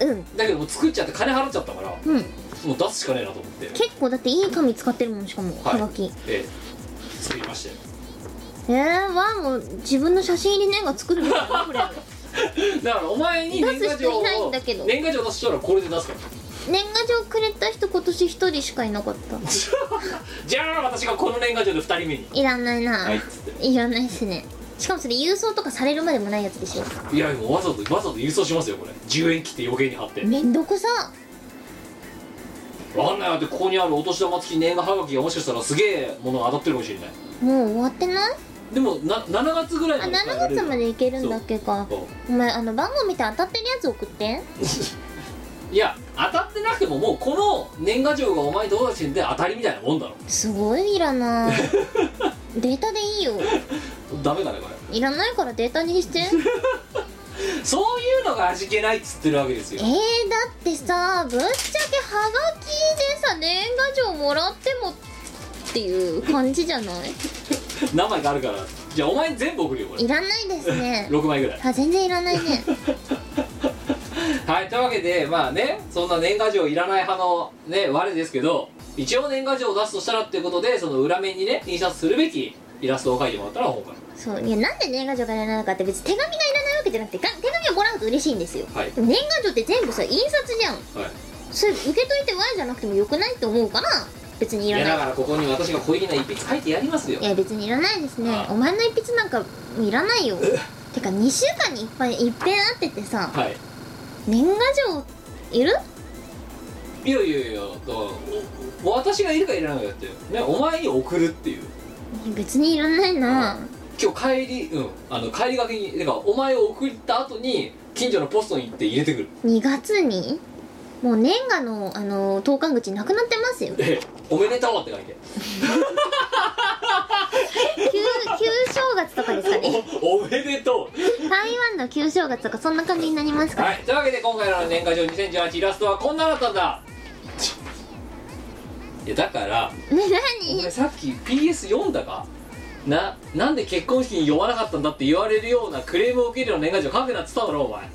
Speaker 2: うん
Speaker 1: だけどもう作っちゃって金払っちゃったからも
Speaker 2: うん
Speaker 1: う出すしかねえなと思って、
Speaker 2: 結構だっていい紙使ってるもんしかも
Speaker 1: は
Speaker 2: はいがき
Speaker 1: ええ作りましたよ
Speaker 2: えー、わあもう自分の写真入り年賀作るみたいなこれ
Speaker 1: だからお前に年賀
Speaker 2: 出す人
Speaker 1: 状
Speaker 2: いない
Speaker 1: を
Speaker 2: んだけど
Speaker 1: 年賀状出したらこれで出すから
Speaker 2: 年賀状くれた人今年一人しかいなかった
Speaker 1: じゃあ私がこの年賀状で2人目に
Speaker 2: いらないな、
Speaker 1: はいっつって
Speaker 2: いらないですねしかもそれ郵送とかされるまでもないやつでしょ
Speaker 1: いやもうわざとわざと郵送しますよこれ10円切って余計に貼って
Speaker 2: めんどくさ
Speaker 1: わかんないだってここにあるお年玉付き年賀はがきがもしかしたらすげえものが当たってるかもしれない
Speaker 2: もう終わってない
Speaker 1: でもな7月ぐらい
Speaker 2: あ
Speaker 1: まで
Speaker 2: 7月までいけるんだっけか
Speaker 1: そう
Speaker 2: お前あの番号見て当たってるやつ送って
Speaker 1: いや当たってなくてももうこの年賀状がお前と同じで当たりみたいなもんだろ
Speaker 2: すごいいらない データでいいよ
Speaker 1: ダメだねこれ
Speaker 2: いらないからデータにしてえー、だ
Speaker 1: そういうのが味気ないっつってるわけですよ
Speaker 2: ってさぶっちゃけハガキでさ年賀状もらってもっていう感じじゃない
Speaker 1: 何枚かあるからじゃあお前全部送るよこれ
Speaker 2: いらないです ね
Speaker 1: 6枚ぐらい
Speaker 2: あ全然いらないね
Speaker 1: はいというわけでまあねそんな年賀状いらない派のね我ですけど一応年賀状を出すとしたらっていうことでその裏面にね T シャツするべきイラストを描いてもらったら本か
Speaker 2: そういやなんで年賀状がいらないのかって別に手紙がいらないわけじゃなくてが手紙をもらうと嬉しいんですよ
Speaker 1: らはい
Speaker 2: でも年賀状って全部さ印刷じゃん
Speaker 1: はい
Speaker 2: それ受けといて Y じゃなくてもよくないと思うから別にい
Speaker 1: い
Speaker 2: ら
Speaker 1: やだ
Speaker 2: な
Speaker 1: からここに私が小粋な一筆書いてやりますよ
Speaker 2: いいや別にいらないですね
Speaker 1: ああ
Speaker 2: お前の一筆なんかいらないよてか2週間にいっぱいいっぺん会っててさ
Speaker 1: はい
Speaker 2: 年賀状いる
Speaker 1: いやいやいやだからお私がいるかいらないかだってねお前に送るっていう
Speaker 2: 別にいらない
Speaker 1: あ
Speaker 2: な
Speaker 1: 今日帰りうんあの帰りがけにだからお前を送った後に近所のポストに行って入れてくる
Speaker 2: 2月にもう年賀のあの投函口なくなってますよ急
Speaker 1: で「おめでとう」って書いて
Speaker 2: 旧正月とかですかね
Speaker 1: 「おおめでとう」
Speaker 2: 台湾の旧正月とかそんな感じになりますから、
Speaker 1: はいというわけで今回の年賀状2018イラストはこんなだったんだちょいやだから
Speaker 2: ね
Speaker 1: お
Speaker 2: 何
Speaker 1: 前さっき PS 読んだかななんで結婚式に呼ばなかったんだって言われるようなクレームを受けるような年賀状書くなっつっただろお前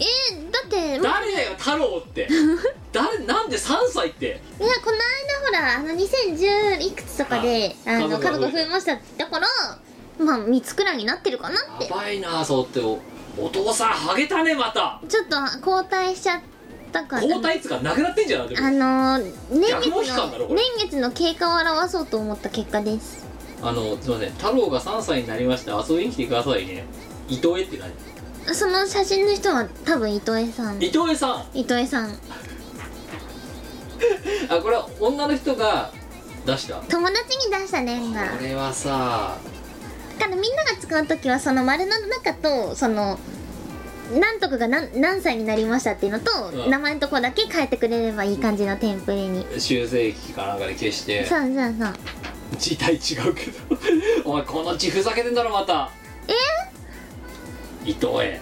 Speaker 2: えー、だってま
Speaker 1: 誰だよ太郎 って誰なんで3歳って
Speaker 2: いやこの間ほらあの2010いくつとかで
Speaker 1: あ
Speaker 2: あの
Speaker 1: 家
Speaker 2: 家
Speaker 1: 族
Speaker 2: 族
Speaker 1: が
Speaker 2: 増えましたってだからまあ3つくらいになってるかなって
Speaker 1: やばいなそうっておお父さんハゲたねまた
Speaker 2: ちょっと交代しちゃっだから
Speaker 1: 交代っつうかなくなってんじゃんでも
Speaker 2: あのー年
Speaker 1: 逆の期
Speaker 2: 月
Speaker 1: 間だろ
Speaker 2: の
Speaker 1: これ
Speaker 2: 年月の経過を表そうと思った結果です
Speaker 1: あのすいません太郎が3歳になりました遊びに来てくださいね伊藤へって何
Speaker 2: その写真の人は多分糸江さん
Speaker 1: 伊藤へさん
Speaker 2: 糸江さん
Speaker 1: あこれは女の人が出したこ
Speaker 2: 友達に出したレンガだ
Speaker 1: れはさ
Speaker 2: からみんなが使う時はその丸の中とその何とかが何何歳になりましたっていうのと、
Speaker 1: うん
Speaker 2: 名前のとこだけ変えてくれればいい感じのテンプレに、
Speaker 1: 修正機かなんかで消して
Speaker 2: そうそうそう
Speaker 1: 字体違うけどお前この字ふざけてんだろまたえ伊藤へ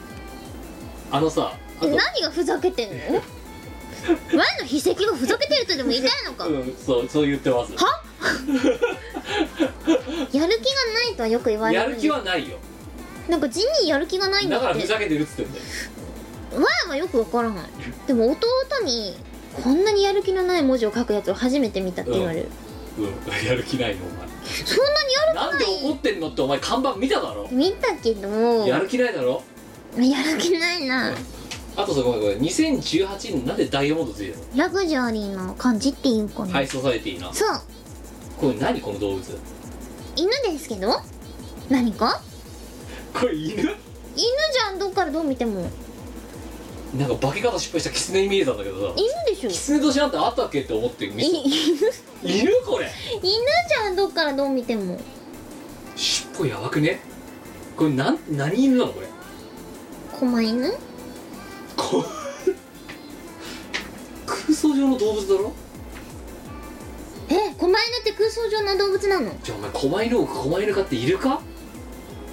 Speaker 1: あのさあと
Speaker 2: 何がふざけてんの前の筆跡がふざけてるとでも言いたいのか
Speaker 1: うんそうそう言ってます
Speaker 2: はやる気がないとはよく言われる
Speaker 1: やる気はないよ
Speaker 2: なんか地にやる気がないん
Speaker 1: だか
Speaker 2: だ
Speaker 1: ら
Speaker 2: って
Speaker 1: ふざけてるっつってんだよ
Speaker 2: 前はよくわからないでも弟にこんなにやる気のない文字を書くやつを初めて見たって言われ
Speaker 1: う
Speaker 2: る、
Speaker 1: んやる気ないのお前
Speaker 2: そんなにや
Speaker 1: なんで怒ってんのってお前看板見ただろ
Speaker 2: る見たけど
Speaker 1: やる気ないだろ
Speaker 2: やる気ないな
Speaker 1: あとさごめんごめん2018年なんでダイヤモンドついてるの、
Speaker 2: ラグジュアリーな感じっていうかな、
Speaker 1: ハイソサエティな
Speaker 2: そう
Speaker 1: これ何この動物
Speaker 2: 犬ですけど何か
Speaker 1: これ犬
Speaker 2: 犬じゃんどっからどう見ても
Speaker 1: なんか化け方失敗したキツネに見えたんだけどさ
Speaker 2: 犬でしょ
Speaker 1: キツネ年なんてあったっけって思って見
Speaker 2: い
Speaker 1: て
Speaker 2: 犬じ
Speaker 1: いるこれ
Speaker 2: ゃんどっからどう見ても
Speaker 1: 尻尾やばくねこれなん何犬なのこれ
Speaker 2: 狛犬
Speaker 1: こ空想上の動物だろ
Speaker 2: え狛犬って空想上の動物なの
Speaker 1: じゃあお前狛犬を狛犬飼っているか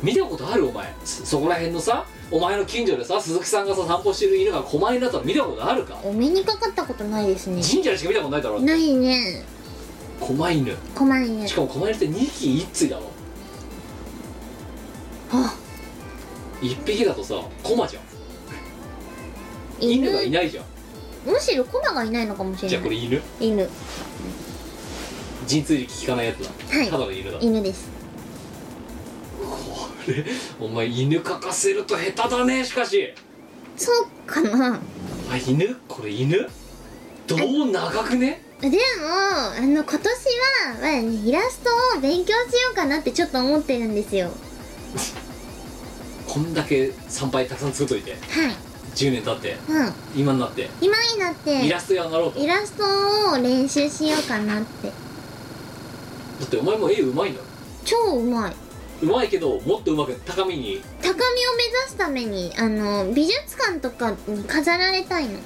Speaker 1: 見たことあるお前そそこら辺のさお前の近所でさ鈴木さんがさ散歩してる犬が狛犬だったら見たことあるか
Speaker 2: お目にかかったことないですね
Speaker 1: 神社でしか見たことないだろ
Speaker 2: ないね
Speaker 1: 狛犬
Speaker 2: 狛犬
Speaker 1: しかも狛犬って2匹1対だろ
Speaker 2: あ
Speaker 1: 1匹だとさ狛じゃん
Speaker 2: 犬
Speaker 1: 犬がいないじゃん
Speaker 2: むしろコマがいないのかもしれない
Speaker 1: じゃあこれ犬
Speaker 2: 犬
Speaker 1: 神通力効かないやつだ
Speaker 2: はい
Speaker 1: ただの犬だこ
Speaker 2: 犬です
Speaker 1: れお前犬描かせると下手だねしかし
Speaker 2: そうかな
Speaker 1: あ犬これ犬どう長くね
Speaker 2: でもあの今年は、まあね、イラストを勉強しようかなってちょっと思ってるんですよ
Speaker 1: こんだけ参拝たくさん作っといて
Speaker 2: はい
Speaker 1: 10年経って
Speaker 2: うん
Speaker 1: 今になって
Speaker 2: 今になって
Speaker 1: イラスト屋になろうと
Speaker 2: イラストを練習しようかなって
Speaker 1: だってお前も絵うまいんだろ
Speaker 2: 超うまいう
Speaker 1: まいけどもっとうまく高みに
Speaker 2: 高みを目指すためにあの美術館とかに飾られたいの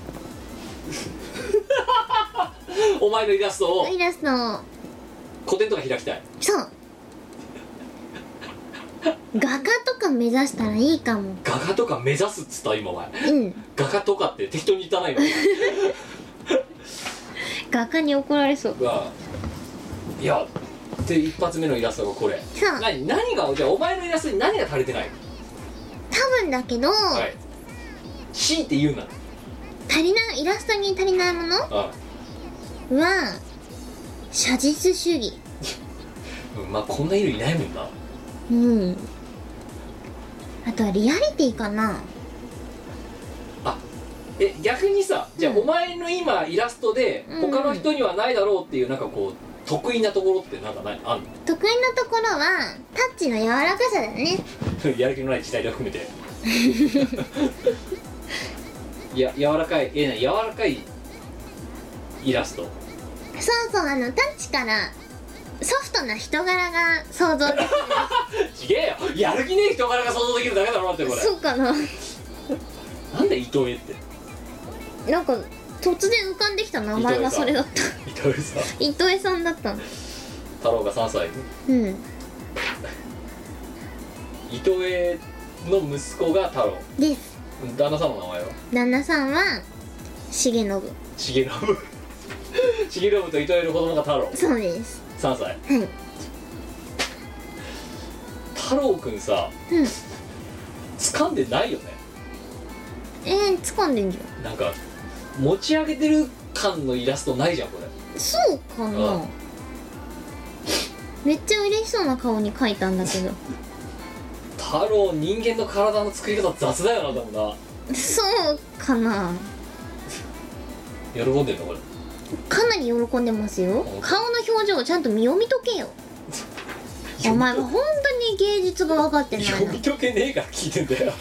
Speaker 1: お前のイラストを
Speaker 2: イラストを
Speaker 1: 個展とか開きたい
Speaker 2: そう画家とか目指したらいいかも
Speaker 1: 画家とか目指すっつった今お前
Speaker 2: うん
Speaker 1: 画家とかって適当に言ったな今
Speaker 2: 画家に怒られそう
Speaker 1: うわいやで一発目のイラストがこれ
Speaker 2: そう
Speaker 1: 何何がじゃあお前のイラストに何が足りてない
Speaker 2: 多分だけど、
Speaker 1: はい強いて言うな
Speaker 2: 足りないイラストに足りないもの
Speaker 1: あ
Speaker 2: は写実主義
Speaker 1: うんまあこんな犬いないもんな
Speaker 2: うんあとはリアリティかな
Speaker 1: え逆にさじゃあ
Speaker 2: うん
Speaker 1: お前の今イラストで
Speaker 2: うん
Speaker 1: 他の人にはないだろうっていうなんかこう得意なところってなんかないあんの
Speaker 2: 得意なところはタッチの柔らかさだね
Speaker 1: やる気のない時代で含めて いや柔らかいえな柔らかいイラス ト
Speaker 2: そうそうあのタッチからソフトな人柄が想像で
Speaker 1: ち
Speaker 2: き
Speaker 1: げえよやる気ねえ人柄が想像できるだけだろうってこ
Speaker 2: る
Speaker 1: れ
Speaker 2: そうかな
Speaker 1: なんで伊藤絵って
Speaker 2: なんか突然浮かんできた名前がそれだった
Speaker 1: 伊藤絵さ
Speaker 2: 伊藤江さんだったの
Speaker 1: 太郎が3歳
Speaker 2: うん
Speaker 1: 伊藤絵の息子が太郎
Speaker 2: です
Speaker 1: 旦那さんの名前は
Speaker 2: 旦那さんは重信
Speaker 1: 重 信重信と伊藤絵の子供が太郎
Speaker 2: そうです
Speaker 1: 3歳
Speaker 2: はい
Speaker 1: 太郎くんさ
Speaker 2: うん
Speaker 1: 掴んでないよね
Speaker 2: えー、掴んでんじゃん
Speaker 1: なんか持ち上げてる感のイラストないじゃんこれ
Speaker 2: そうか
Speaker 1: う
Speaker 2: なんめっちゃ嬉しそうな顔に描いたんだけ ど
Speaker 1: 太郎人間の体の作り方雑だよなでもな
Speaker 2: そうかな
Speaker 1: 喜んでんのこれ
Speaker 2: かなり喜んでますよ顔の表情をちゃんと見読み解けよ お前は本当に芸術が分かってないな
Speaker 1: 読み解けねえから聞いてんだよ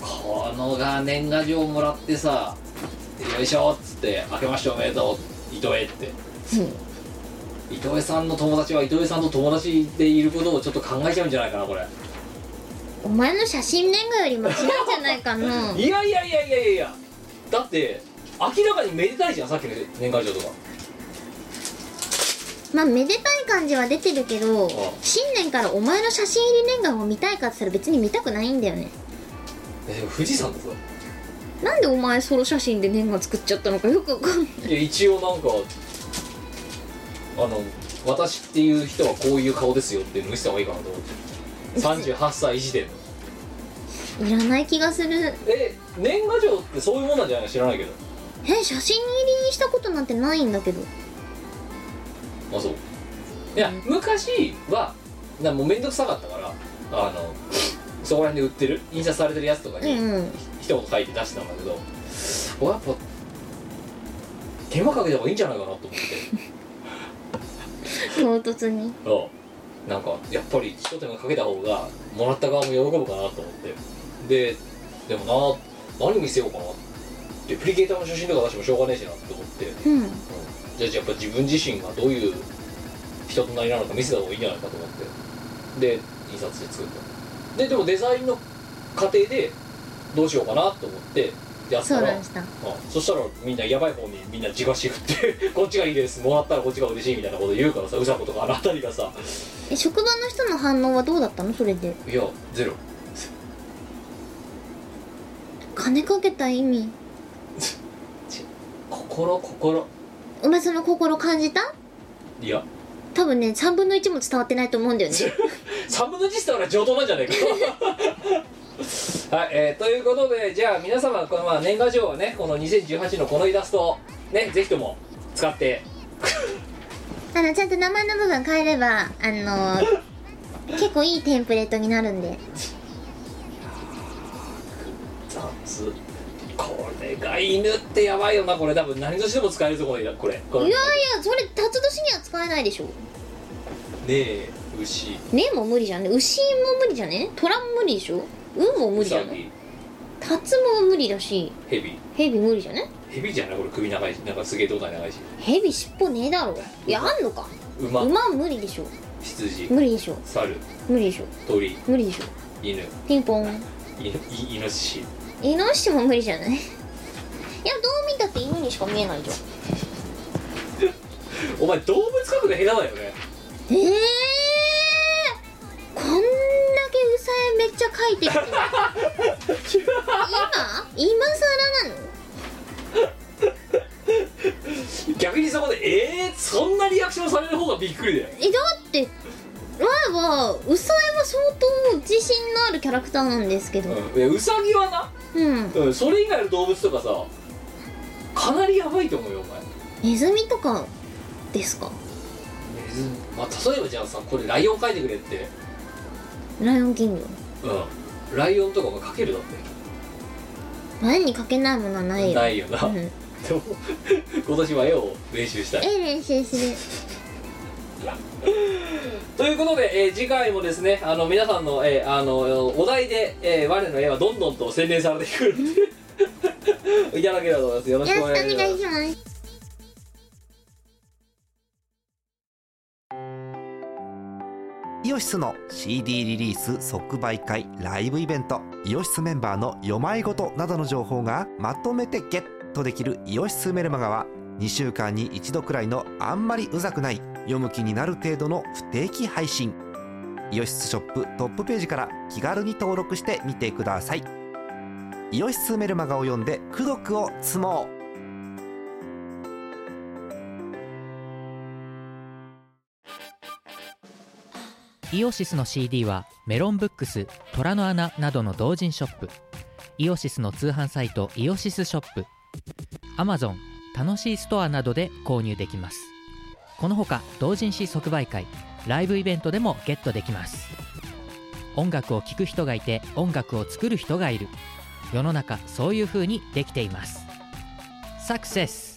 Speaker 1: このが年賀状もらってさ「よいしょ」っつって「明けましておめでとう伊藤へ」って伊藤さんの友達は伊藤さんと友達でいることをちょっと考えちゃうんじゃないかなこれ
Speaker 2: お前の写真年賀よりマシなんじゃ ないかな
Speaker 1: いやいやいやいやいやいやだって明らかにめでたいじゃんさっきの年賀状とか
Speaker 2: まあめでたい感じは出てるけど新年からお前の写真入り年賀を見たいかって言ったら別に見たくないんだよね
Speaker 1: えでも富士山だぞ
Speaker 2: なんでお前ソロ写真で年賀作っちゃったのかよくわかんない
Speaker 1: いや一応なんかあの私っていう人はこういう顔ですよっていうの見せた方がいいかなと思って38歳時点の
Speaker 2: いらない気がする
Speaker 1: え年賀状ってそういうもんなんじゃないの知らないけど
Speaker 2: え写真入りにしたことなんてないんだけど
Speaker 1: あそういや昔はなもう面倒くさかったからあのそこら辺で売ってる印刷されてるやつとか
Speaker 2: う
Speaker 1: に、
Speaker 2: んうん
Speaker 1: 一言書いて出してたんだけどおやっぱ手間かけた方がいいんじゃないかなと思って
Speaker 2: 唐突に
Speaker 1: うんなんかやっぱり一手間かけた方がもらった側も喜ぶかなと思ってででもな何見せようかなレプリケーターの写真とか出してもしょうがねえしなって思って、
Speaker 2: うん
Speaker 1: じゃあやっぱ自分自身がどういう人となりなのか見せた方がいいんじゃないかと思ってで印刷して作ったででもデザインの過程でどうしようかなと思ってやった
Speaker 2: 相
Speaker 1: ら
Speaker 2: 談した
Speaker 1: あそしたらみんなやばい方にみんな自がし振って こっちがいいですもらったらこっちが嬉しいみたいなこと言うからさうさことかあの辺りがさ
Speaker 2: え職場の人の反応はどうだったのそれで
Speaker 1: いやゼロ
Speaker 2: 金かけた意味
Speaker 1: 心心
Speaker 2: お前その心感じた
Speaker 1: いや
Speaker 2: 多分ね3分の1も伝わってないと思うんだよね
Speaker 1: 3分の1したら上等なんじゃないかはい、えーということでじゃあ皆様この、まあ、年賀状はねこの2018のこのイラストをねぜひとも使って
Speaker 4: あのちゃんと名前の部分変えればあのー結構いいテンプレートになるんで
Speaker 1: 雑これが犬ってやばいよなこれ多分何年でも使えるぞこれこれこれ
Speaker 2: いやい
Speaker 1: ね
Speaker 2: やそれ辰年には使えないでしょ
Speaker 1: え牛
Speaker 2: ねも無理じゃんね牛も無理じゃね虎も無理でしょ運も
Speaker 1: ウ
Speaker 2: 無理じゃ
Speaker 1: サ
Speaker 2: ない
Speaker 1: ギ
Speaker 2: 辰も無理だし
Speaker 1: ヘビ
Speaker 2: 蛇無理じゃね
Speaker 1: ヘビじゃないこれ首長いしなんかすげえ胴体長いし
Speaker 2: 蛇尻尾ねえだろいやあんのか
Speaker 1: 馬
Speaker 2: 馬無理でしょ
Speaker 1: 羊
Speaker 2: 無理でしょ
Speaker 1: 猿
Speaker 2: 無理でしょ
Speaker 1: 鳥
Speaker 2: 無理でしょ
Speaker 1: 犬
Speaker 2: ピンポン
Speaker 1: いいイノシシ
Speaker 2: イノシシも無理じゃないいやどう見たって犬にしか見えないじゃん
Speaker 1: お前動物描くの下手だよ ね
Speaker 2: ええー、こんだけうさえめっちゃ書いてきて 今今更なの
Speaker 1: 逆にそこで「えー、そんなリアクションされる方がびっくりだよ
Speaker 2: えだって前はうさえは相当自信のあるキャラクターなんですけ」ど
Speaker 1: うんいや、うさぎはな、
Speaker 2: うん
Speaker 1: うん、それ以外の動物とかさかなりやばいと思うよお前
Speaker 2: ネズミとかですか
Speaker 1: まあ、例えばじゃあさこれライオン描いてくれって、
Speaker 2: ライオンキング
Speaker 1: うん、ライオンとかも描けるだっ
Speaker 2: 前に描けないものはな
Speaker 1: て
Speaker 2: いよ
Speaker 1: ないよな、
Speaker 2: うん
Speaker 1: でも 今年は絵を練習したい
Speaker 4: え練習する
Speaker 1: ということで、えー次回もですねあの皆さんの,、えーあのお題で、えー我の絵はどんどんと洗練されてくるんで いただければと思いますよろし
Speaker 4: よ
Speaker 1: く
Speaker 4: ろ
Speaker 1: お
Speaker 4: しくお
Speaker 1: 願いします
Speaker 4: 願いします
Speaker 7: イオシスの CD リリース即売会ライブイベントイオシスメンバーの読まいごとなどの情報がまとめてゲットできる「イオシスメルマガ」は2週間に1度くらいのあんまりうざくない読む気になる程度の不定期配信イオシスショップトップページから気軽に登録してみてくださいイオシスメルマガを読んで「功徳を積もう」
Speaker 8: イオシスの CD はメロンブックス虎の穴などの同人ショップイオシスの通販サイトイオシスショップ Amazon 楽しいストアなどで購入できますこのほか同人誌即売会ライブイベントでもゲットできます音楽を聴く人がいて音楽を作る人がいる世の中そういう風にできていますサクセス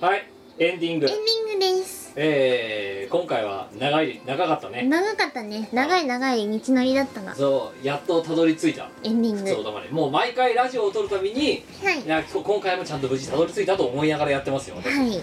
Speaker 1: はいエンディング
Speaker 2: エンディングです
Speaker 1: えー、今回は長い長かったね
Speaker 2: 長かったね長い長い道のりだったが
Speaker 1: そうやっとたどり着いた
Speaker 2: エンディン
Speaker 1: 普
Speaker 2: グ
Speaker 1: 通だまでもう毎回ラジオを撮るたびに
Speaker 2: はい
Speaker 1: いや今日今回もちゃんと無事たどり着いたと思いながらやってますよ私
Speaker 2: はい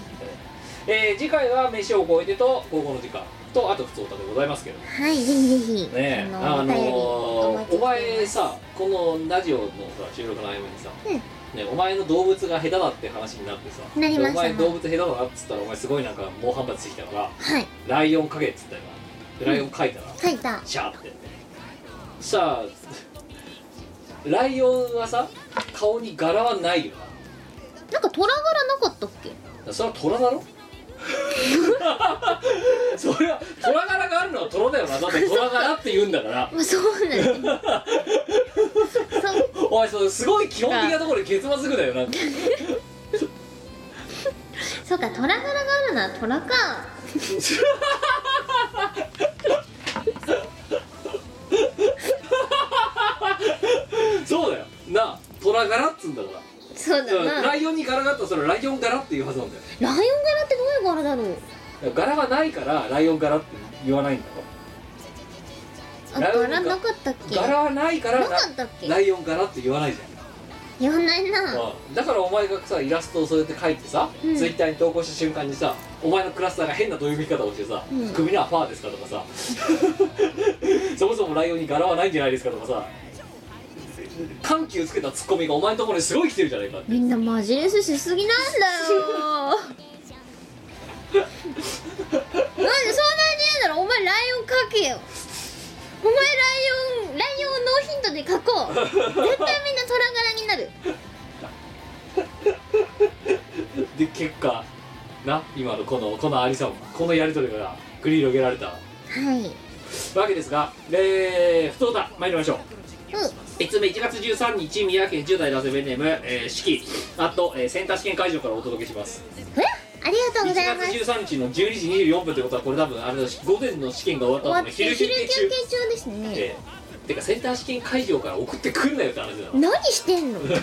Speaker 1: えー次回は飯を超えてと午後の時間とあと普通歌でございますけどね
Speaker 2: はいぜひぜひ
Speaker 1: え
Speaker 2: そ
Speaker 1: あ
Speaker 2: のお
Speaker 1: の
Speaker 2: 便り
Speaker 1: ーお
Speaker 2: お待ちしてい
Speaker 1: 前
Speaker 2: ます
Speaker 1: さこのラジオのさ収録の合間にさ、
Speaker 2: うん
Speaker 1: ね、お前の動物が下手だって話になってさ
Speaker 2: なりましたね
Speaker 1: お前動物下手だなっつったらお前すごいなんか猛反発してきたから
Speaker 2: はい
Speaker 1: ライオン描けっつったよなでライオン描いたら、
Speaker 2: 書いた
Speaker 1: シャーってさあライオンはさ顔に柄はないよ
Speaker 2: なんか虎柄なかったっ け
Speaker 1: なそれは虎だろ それは虎柄があるのは虎だよなだって虎柄って言うんだから
Speaker 2: まあそうなんですねそう
Speaker 1: おいそれすごい基本的なところで結末ぐだよなんか
Speaker 2: そうか虎柄があるのは虎か
Speaker 1: そうだよなあ虎柄っつうんだから
Speaker 2: そうだな
Speaker 1: ライオンに柄があったらそれはライオン柄っていうはずなんだよ
Speaker 2: ライオン柄ってどういう柄だろう
Speaker 1: 柄がないからライオン柄って言わないんだろ
Speaker 2: あ
Speaker 1: ライオン
Speaker 2: 柄なかったっけ
Speaker 1: 柄はないから
Speaker 2: なかったっけ
Speaker 1: ライオン柄って言わないじゃん
Speaker 2: 言わないな
Speaker 1: うんだからお前がさイラストをそうやって描いてさ、
Speaker 2: うん
Speaker 1: ツイッターに投稿した瞬間にさお前のクラスターが変などういう見方をしてさ「
Speaker 2: うん
Speaker 1: 首のはパーですか?」とかさ 「そもそもライオンに柄はないんじゃないですか?」とかさ緩急つけたツッコミがお前のところにすごい来てるじゃないかって
Speaker 2: みんなマジレスしすぎなんだよなんでそんなに言うならお前ライオン描けよお前ライオンライオンをノーヒントで描こう絶対みんな虎柄になる
Speaker 1: で結果な今のこのこのありさもこのやり取りが繰り広げられた
Speaker 2: はい
Speaker 1: わけですがえー、不当だ参りましょう
Speaker 2: うん
Speaker 1: 5つ目1月13日宮城県10代男性ベネーム、えー、四季あと、えー、センター試験会場からお届けします
Speaker 2: えありが
Speaker 1: 1
Speaker 2: とうございま
Speaker 1: 月
Speaker 2: す
Speaker 1: 13日の12時24分ということはこれ多分あれだし午前の試験が終わっ
Speaker 2: 終
Speaker 1: た後
Speaker 2: わっ
Speaker 1: の昼
Speaker 2: て
Speaker 1: 休
Speaker 2: 昼休
Speaker 1: 憩
Speaker 2: 憩
Speaker 1: 中
Speaker 2: 中ですね
Speaker 1: えーてかセンター試験会場から送ってくんなよって話だ
Speaker 2: 何してんのでもね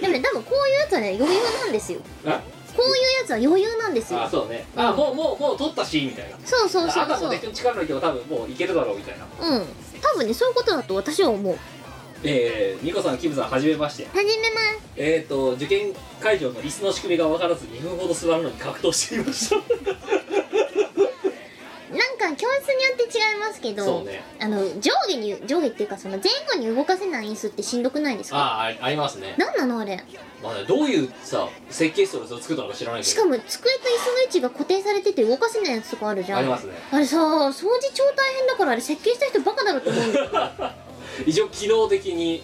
Speaker 2: 多分こういうやつはね余裕なんですよ
Speaker 1: な
Speaker 2: こういうやつは余裕なんです
Speaker 1: あ
Speaker 2: よ
Speaker 1: あそうねあもうもうもう取ったしみたいな
Speaker 2: そうそうそ
Speaker 1: あな
Speaker 2: う
Speaker 1: たも
Speaker 2: そう
Speaker 1: 敵の力のいけば多分もういけるだろうみたいな
Speaker 2: うん多分ねそういうことだと私は思う
Speaker 1: えー、ニコさんキムさんはじめまして
Speaker 2: 始めま
Speaker 1: えー、と受験会場の椅子の仕組みが分からず2分ほど座るのに格闘していました
Speaker 2: すなんか教室によって違いますけど
Speaker 1: そうね
Speaker 2: あの上下に上下っていうかその前後に動かせない椅子ってしんどくないですか
Speaker 1: ああありますね
Speaker 2: なんなのあれ
Speaker 1: まあね、どういうさ設計室をそれを作ったのか知らないけど
Speaker 2: しかも机と椅子の位置が固定されてて動かせないやつとかあるじゃん
Speaker 1: ありますね
Speaker 2: あれさ掃除超大変だからあれ設計した人バカだろって思うんだよ
Speaker 1: 一応機能的に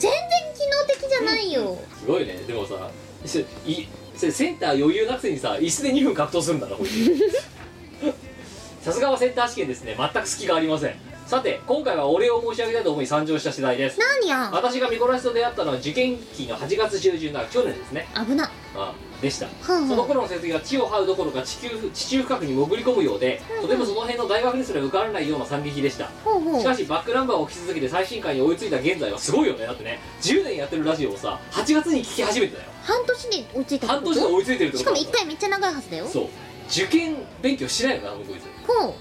Speaker 2: 全然機能的じゃないよ、
Speaker 1: すごいねでもさせいせセンター余裕なくせにさ椅子で2分格闘するんだなこいつさすがはセンター試験ですね全く隙がありませんさて今回はお礼を申し上げたいと思い参上した次第です
Speaker 2: 何や
Speaker 1: 私が見殺しと出会ったのは受験期の8月中旬だ去年ですね
Speaker 2: 危な
Speaker 1: あでした
Speaker 2: はんはん
Speaker 1: その頃の成績は地を這うどころか地球地中深くに潜り込むようでとてもその辺の大学にすら受かられないような惨劇でした
Speaker 2: ほうほう
Speaker 1: しかしバックナンバーを聞き続けて最新回に追いついた現在はすごいよねだってね10年やってるラジオをさ8月に聞き始めてだよ
Speaker 2: 半年で追いついた
Speaker 1: 半
Speaker 2: ってこ
Speaker 1: 年
Speaker 2: と
Speaker 1: で追いついてるってこ
Speaker 2: し
Speaker 1: と
Speaker 2: か
Speaker 1: だ
Speaker 2: も1回めっちゃ長いはずだよ
Speaker 1: そう受験勉強しないよなこいつ
Speaker 2: ほう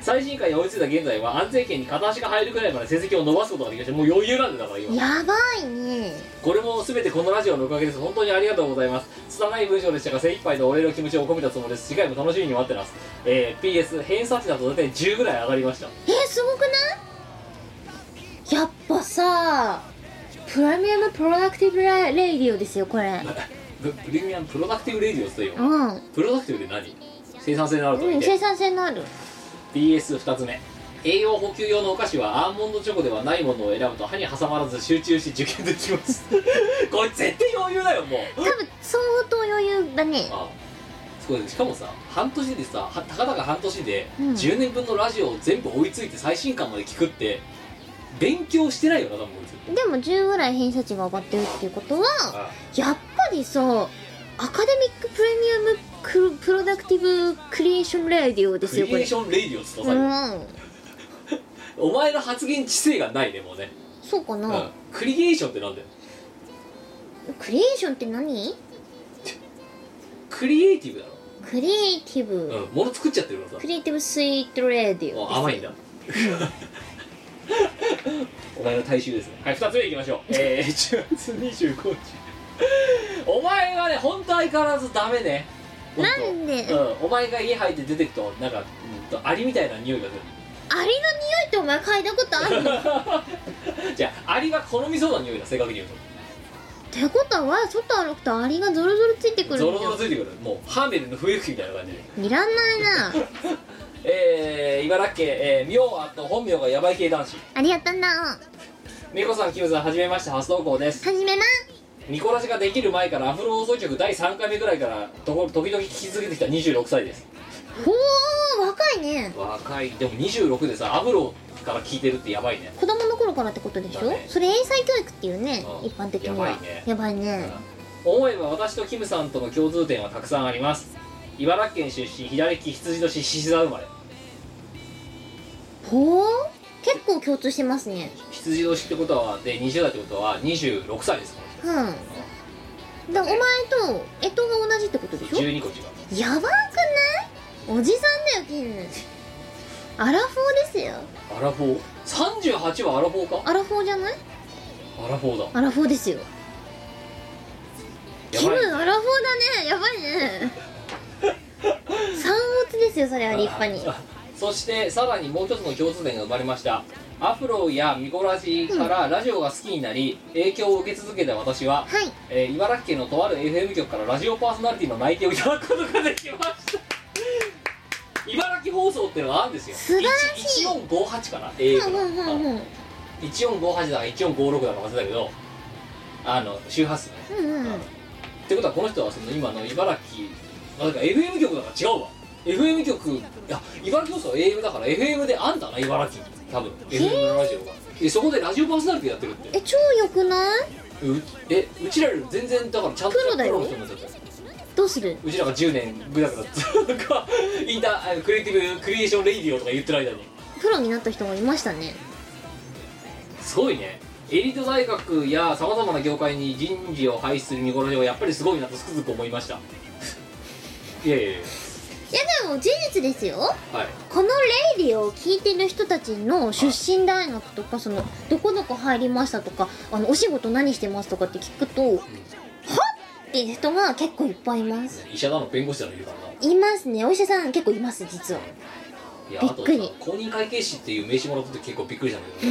Speaker 1: 最新回に追いついた現在は安全圏に片足が入るくらいまで成績を伸ばすことができましてもう余裕なんでだから今
Speaker 2: やばいね
Speaker 1: これも全てこのラジオのおかげです本当にありがとうございます拙い文章でしたが精一杯のお礼の気持ちを込めたつもりです次回も楽しみに待ってます、えー PS 偏差値だと大体10ぐらい上がりました
Speaker 2: えー、すごくないやっぱさプレミアムプロダクティブラレイディオですよこれ
Speaker 1: ププレミアムプロダクティブレディオスという
Speaker 2: う
Speaker 1: よ
Speaker 2: ん、うん、
Speaker 1: プロダクティブで何生産性のあると言って
Speaker 2: 生産性のある
Speaker 1: PS2 つ目栄養補給用のお菓子はアーモンドチョコではないものを選ぶと歯に挟まらず集中して受験できます これ絶対余裕だよもう
Speaker 2: 多分相当余裕だね
Speaker 1: あそうですしかもさ半年でさはたかだか半年で
Speaker 2: うん
Speaker 1: 10年分のラジオを全部追いついて最新刊まで聞くって勉強してないよな多分こいつ
Speaker 2: でも10ぐらい偏差値が上がってるっていうことは
Speaker 1: あ
Speaker 2: やっぱりさアカデミックプレミアムクルプロダクティブクリエーションレイディオ
Speaker 1: ク
Speaker 2: ですよ
Speaker 1: リ
Speaker 2: こ
Speaker 1: エー
Speaker 2: れ
Speaker 1: ションレイディオっつった
Speaker 2: う
Speaker 1: さ、
Speaker 2: ん
Speaker 1: お前の発言知性がないねもうね
Speaker 2: そうか
Speaker 1: う
Speaker 2: な、
Speaker 1: ん、クリエーションってなんだよ
Speaker 2: クリエーションって何
Speaker 1: クリエイティブだろ、
Speaker 2: クリエイティブ、
Speaker 1: うん、物作っちゃってるから
Speaker 2: ク
Speaker 1: さ
Speaker 2: リエイティブスイートレディオ
Speaker 1: あ甘いんだ お前の大衆ですねはい2つ目いきましょうえー、10月25日お前がね本当相変わらずダメねほんと
Speaker 2: なんで
Speaker 1: うん、お前が家入って出てくとなんか、うんと、アリみたいな匂いがする
Speaker 2: アリの匂いってお前嗅いだことあ るのっ
Speaker 1: じゃあアリが好みそうな匂いだ正確に言う
Speaker 2: てことは外歩くとアリがゾロゾロついてく
Speaker 1: と
Speaker 2: る
Speaker 1: ゾ
Speaker 2: ん
Speaker 1: ロ
Speaker 2: だ
Speaker 1: ゾロついてくるもうハーメルの笛吹きみたいな感じで
Speaker 2: いらないな
Speaker 1: えー、茨城県、えー、明和と本名がヤバい系男子
Speaker 2: ありがとうな
Speaker 1: 美子さんキムさんはじめまして初投稿です
Speaker 2: 始めな
Speaker 1: ミコラジができる前からアフロ放送局第3回目ぐらいからとこ時々聞き続けてきた26歳です
Speaker 2: ほー若いね
Speaker 1: 若いでも26でさアフロから聞いてるってヤバいね
Speaker 2: 子供の頃からってことでしょ、
Speaker 1: だね
Speaker 2: それ英才教育っていうね
Speaker 1: うん
Speaker 2: 一般的には
Speaker 1: やばいね
Speaker 2: やばいね
Speaker 1: 思えば私とキムさんとの共通点はたくさんあります茨城県出身左利き羊年獅子座生まれ
Speaker 2: ほー結構共通してますね
Speaker 1: 羊年ってことはで20代ってことは26歳ですこの
Speaker 2: うんだお前と干支が同じってことでし
Speaker 1: 人
Speaker 2: ょ
Speaker 1: 12個違う
Speaker 2: やばくないおじさんだよキンヌアラフォーですよ
Speaker 1: アラフォー38はアラフォーか
Speaker 2: アラフォーじゃない
Speaker 1: アラフォーだ
Speaker 2: アラフォーですよキ
Speaker 1: や
Speaker 2: ム
Speaker 1: ばい
Speaker 2: アラフォーだねやば いね三物ですよそれは立派に
Speaker 1: そしてさらにもう一つの共通点が生まれましたアフロやミコラジからラジオが好きになり影響を受け続けた私は、
Speaker 2: はい
Speaker 1: えー茨城県のとある FM 局からラジオパーソナリティの内定をいただくことができました茨城放送っていうのがあるんですよ
Speaker 2: 素晴らしい
Speaker 1: い1458かな AM
Speaker 2: うんう
Speaker 1: が
Speaker 2: んうんうん
Speaker 1: 1458だか1456だか忘れたけどあの周波数ね
Speaker 2: うんう
Speaker 1: っ
Speaker 2: ん
Speaker 1: てことはこの人はその今の茨城あだから FM 局だから違うわ FM 局いや茨城放送は AM だから FM であんだな茨城多分 FM のラジオがえそこでラジオパーソナリティやってるって
Speaker 2: え超良くないう
Speaker 1: えうちらより全然だからちゃんと
Speaker 2: プロだよ
Speaker 1: の人になっちゃった
Speaker 2: どうする
Speaker 1: うちらが10年ぐらいだった とかインターあのクリエイティブクリエーションレイディオとか言ってる間に
Speaker 2: プロになった人がいましたね
Speaker 1: すごいねエリート大学やさまざまな業界に人事を輩出する見頃ではやっぱりすごいなとつくづく思いました いやいやい
Speaker 2: いやでも事実ですよ
Speaker 1: やはい
Speaker 2: このレイディオを聞いてる人たちの出身大学とかそのどこどこ入りましたとかあのお仕事何してますとかって聞くとはっっていう人が結構いっぱいいます
Speaker 1: 医者なの弁護士なのいるからない
Speaker 2: ますねお医者さん結構います実はい
Speaker 1: や
Speaker 2: び
Speaker 1: あ
Speaker 2: っ
Speaker 1: と
Speaker 2: くり
Speaker 1: さ公認会計士っていう名刺もらった時結構びっくりしたんだけ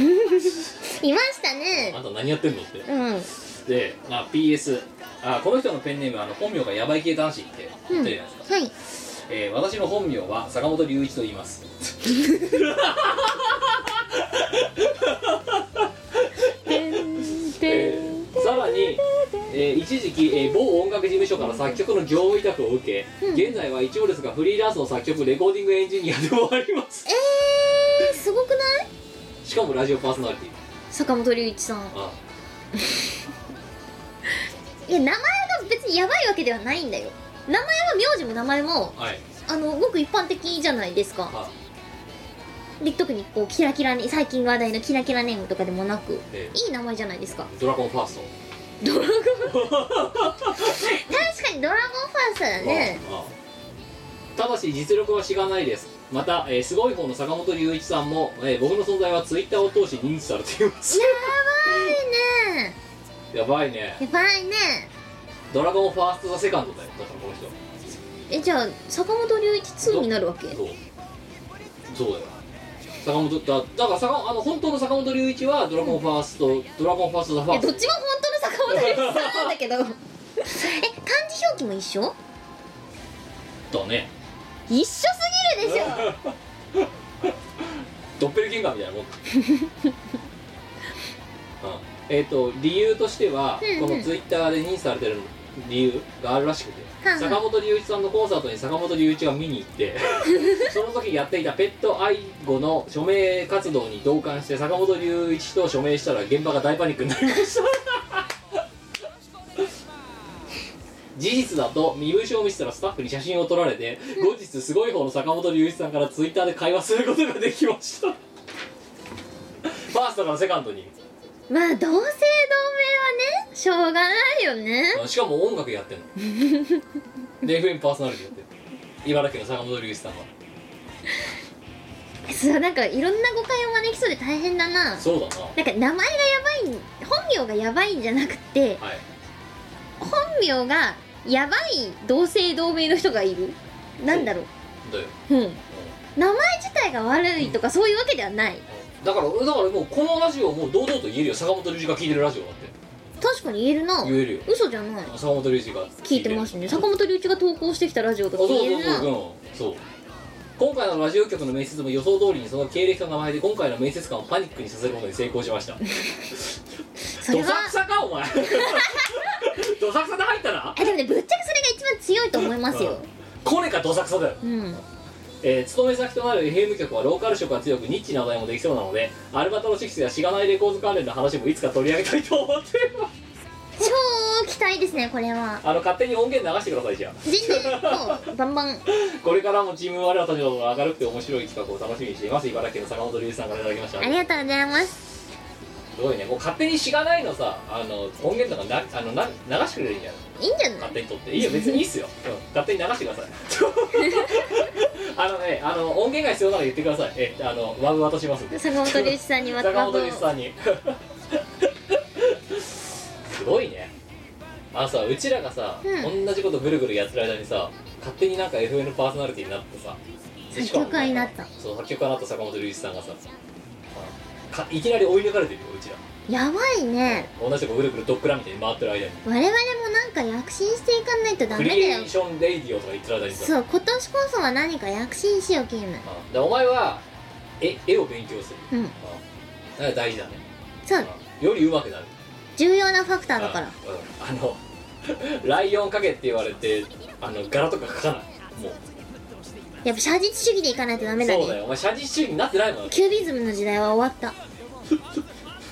Speaker 2: いまし
Speaker 1: ど
Speaker 2: た
Speaker 1: あ
Speaker 2: ね
Speaker 1: んた何やってんのって
Speaker 2: うん
Speaker 1: で、まあ、PS あこの人のペンネームあの本名がヤバい系男子って言ってるじゃないですか、
Speaker 2: はい
Speaker 1: えー私の本名は坂本龍一と言います えーさらに、えー一時期、えー某音楽事務所から作曲の業務委託を受け、現在は一応ですがフリーランスの作曲レコーディングエンジニアでもあります
Speaker 2: えー、すごくない
Speaker 1: しかもラジオパーソナリティ
Speaker 2: 坂本龍一さん
Speaker 1: あ
Speaker 2: いや名前が別にやばいわけではないんだよ名前は名字も名前も
Speaker 1: はい
Speaker 2: あのごく一般的じゃないですか
Speaker 1: あ
Speaker 2: で特にこうキラキラに最近話題のキラキラネームとかでもなく
Speaker 1: え
Speaker 2: いい名前じゃないですか
Speaker 1: ードラゴンファースト
Speaker 2: ドラゴン確かにドラゴンファーストだね
Speaker 1: まあまあただし実力はしがないですまた、えーすごい方の坂本龍一さんも、えー僕の存在はツイッターを通して認知されてい ます
Speaker 2: やばいね
Speaker 1: やばいね
Speaker 2: やばいね
Speaker 1: ドラゴンファースト・ザ・セカンドだよだからこの人
Speaker 2: えじゃあ坂本龍一2になるわけ
Speaker 1: そうそうだよ坂本だだから坂あの本当の坂本龍一はドラゴンファースト、ドラゴンファースト・ザ・ファ
Speaker 2: え
Speaker 1: ース
Speaker 2: ど
Speaker 1: ト
Speaker 2: っちも本当の坂本龍一さんなんだ けどえ漢字表記も一緒
Speaker 1: だね
Speaker 2: 一緒すぎるでしょ
Speaker 1: ドッペルゲンガーみた いなもんうんえっ、と理由としては、
Speaker 2: うんうん
Speaker 1: このツイッターで認知されてる理由があるらしくて、
Speaker 2: はいはい
Speaker 1: 坂本龍一さんのコンサートに坂本龍一が見に行って その時やっていたペット愛護の署名活動に同感して坂本龍一と署名したら現場が大パニックになりました事実だと身分証を見せたらスタッフに写真を撮られて後日すごい方の坂本龍一さんからツイッターで会話することができましたファーストからセカンドに
Speaker 2: まあ同姓同名はねしょうがないよね
Speaker 1: あしかも音楽やってんので FM パーソナリティやってる茨城の坂本龍一さんは
Speaker 2: そうなんかいろんな誤解を招きそうで大変だな
Speaker 1: そうだな
Speaker 2: なんか名前がやばいん本名がやばいんじゃなくて
Speaker 1: はい
Speaker 2: 本名がやばい同姓同名の人がいるなんだろ
Speaker 1: どうよ
Speaker 2: ううん名前自体が悪いとかそういうわけではない
Speaker 1: だからだからもうこのラジオもう堂々と言えるよ坂本龍一が聞いてるラジオだって
Speaker 2: 確かに言えるな
Speaker 1: 言えるよ
Speaker 2: 嘘じゃない
Speaker 1: 坂本龍一が
Speaker 2: 聞いてますね
Speaker 1: る
Speaker 2: 坂本龍一が投稿してきたラジオと
Speaker 1: あ
Speaker 2: か
Speaker 1: そう
Speaker 2: 言え
Speaker 1: そう
Speaker 2: る
Speaker 1: そうう
Speaker 2: な
Speaker 1: んそう今回のラジオ局の面接も予想通りにその経歴と名前で今回の面接官をパニックにさせることに成功しました
Speaker 2: そ
Speaker 1: ど
Speaker 2: れは
Speaker 1: さくさかお 前どさくさで入ったな
Speaker 2: あでもねぶっちゃけそれが一番強いと思いますよ
Speaker 1: コネかどさくさだよ
Speaker 2: うん
Speaker 1: えー勤め先となる FM 局はローカル色が強くニッチな話題もできそうなのでアルバトロシックスやしがないレコーズ関連の話もいつか取り上げたいと思って います
Speaker 2: 超期待ですねこれは
Speaker 1: あの勝手に音源流してくださいじゃあ
Speaker 2: 人類もうバンバン
Speaker 1: これからもチーム我らたちの明るくて面白い企画を楽しみにしています茨城県の坂本龍一さんからいただきました
Speaker 2: ありがとうございます
Speaker 1: すごいねもう勝手にしがないのさあの音源とかなあのな流してくれるんじゃない
Speaker 2: いいん じゃない
Speaker 1: 勝手に取っていいよ別にいいっすよ、うん勝手に流してくださいあのねあの音源が必要なら言ってくださいえあのワブ渡しますんで
Speaker 2: 坂本龍一さんにわ
Speaker 1: 坂
Speaker 2: バ
Speaker 1: 本
Speaker 2: ブ
Speaker 1: 龍一さんにすごいねあのさうちらがさ、
Speaker 2: うん
Speaker 1: 同じことぐるぐるやってる間にさ勝手になんか FN パーソナリティになってさ
Speaker 2: 作曲家になった
Speaker 1: そう作曲家になった坂本龍一さんがさあかいきなり追い抜かれてるようちら
Speaker 2: やばいね
Speaker 1: 同じとこぐるぐるドッグランみたいに回ってる間に
Speaker 2: 我々もなんか躍進していかないとダ
Speaker 1: ク
Speaker 2: メだ
Speaker 1: リエ
Speaker 2: よ
Speaker 1: ーションレイディオとか言ってる間にさ
Speaker 2: そう今年こそは何か躍進しようゲーム
Speaker 1: あでお前は絵絵を勉強する
Speaker 2: うん
Speaker 1: あだから大事だね
Speaker 2: そう
Speaker 1: あより上手くなる
Speaker 2: 重要なファクターだから
Speaker 1: うん、あの ライオンかけって言われてあの柄とか描かないもう
Speaker 2: やっぱ写実主義でいかないとダメだ
Speaker 1: そうだ
Speaker 2: ね
Speaker 1: よお前写実主義になってないもん
Speaker 2: キュービズムの時代は終わった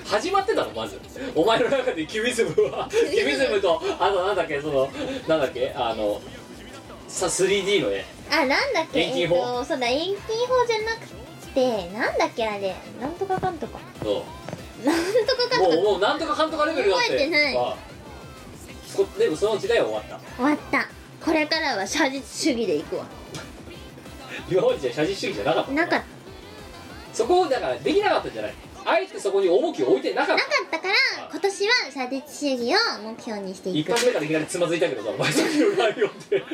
Speaker 1: 始まってたのまずお前の中でキュビズムはキュビズムとあとなんだっけそのなんだっけあのさ 3D の絵
Speaker 2: あなんだっけ
Speaker 1: 遠近法
Speaker 2: えっとそうだ遠近法じゃなくてなんだっけあれなんとかかんとか
Speaker 1: そ
Speaker 2: なんとか
Speaker 1: う
Speaker 2: かん
Speaker 1: も
Speaker 2: と
Speaker 1: う
Speaker 2: か
Speaker 1: もうなんとかかんとかレベルだって
Speaker 2: 覚えてない
Speaker 1: ああそでもその時代は終わった
Speaker 2: 終わったこれからは写実主義でいくわ
Speaker 1: 今までじゃ写実主義じゃなかった
Speaker 2: なかっ
Speaker 1: そこをだからできなかったんじゃないあえてそこに重きを置いてなかった
Speaker 2: なかったから今年は写実主義を目標にしてい
Speaker 1: 一
Speaker 2: く
Speaker 1: 発目からいきなりつまずいたけどさお前さっきの内容ってだか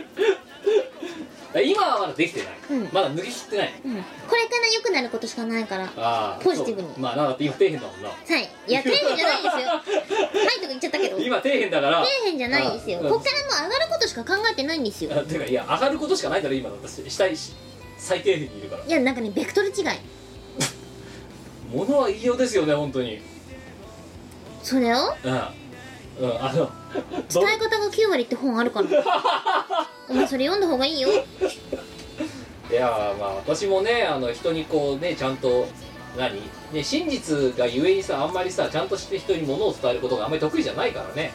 Speaker 1: ら今はまだできて ない、
Speaker 2: うん
Speaker 1: まだ抜け切ってない
Speaker 2: うんこれから良くなることしかないからは
Speaker 1: ああ
Speaker 2: ポジティブに
Speaker 1: そうまあなんだって今底辺だもんない
Speaker 2: いや底辺じゃないですよはいとか言っちゃったけど底
Speaker 1: 今底辺だから
Speaker 2: 辺じゃないですよ
Speaker 1: ああ
Speaker 2: こっからもう上がることしか考えてないんですよ
Speaker 1: あてかいや上がることしかないだろ今だったし下いし最底辺にいるから
Speaker 2: いやなんかねベクトル違い
Speaker 1: 物は言いようですよね本当に
Speaker 2: それを
Speaker 1: うんうんあ のど
Speaker 2: 伝え方が9割って本あるからお前それ読んだ方がいいよ
Speaker 1: いやまあ私もねあの人にこうねちゃんと何ね真実がゆえにさあんまりさちゃんとして人に物を伝えることがあんまり得意じゃないからね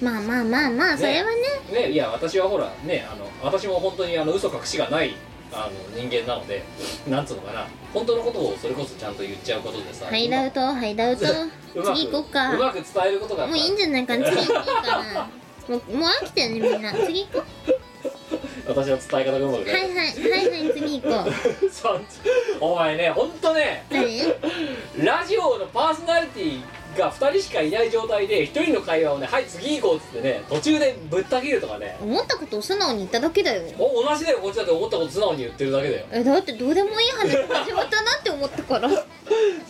Speaker 2: まあまあまあまあそれはね
Speaker 1: ね、いや私はほらねあの私も本当にあの嘘隠しがないあの人間なのでなんつうのかな本当のことをそれこそちゃんと言っちゃうことでさ
Speaker 2: ハイダウトハイダウト
Speaker 1: うまく
Speaker 2: 次行こっか
Speaker 1: うまく伝えることが
Speaker 2: もういいんじゃないかな次いいかなもうもう飽きたよねみんな次行こう
Speaker 1: 私の伝え方がうまく
Speaker 2: はいはいはいはい次行こう
Speaker 1: さん お前ね本当ね
Speaker 2: 何
Speaker 1: ラジオのパーソナリティが2人しかいない状態で1人の会話をね「はい次行こう」っつってね途中でぶった切るとかね
Speaker 2: 思ったことを素直に言っただけだよ
Speaker 1: お同じだよこっちだって思ったこと素直に言ってるだけだよ
Speaker 2: えだってどうでもいい話が始まったなって思ったから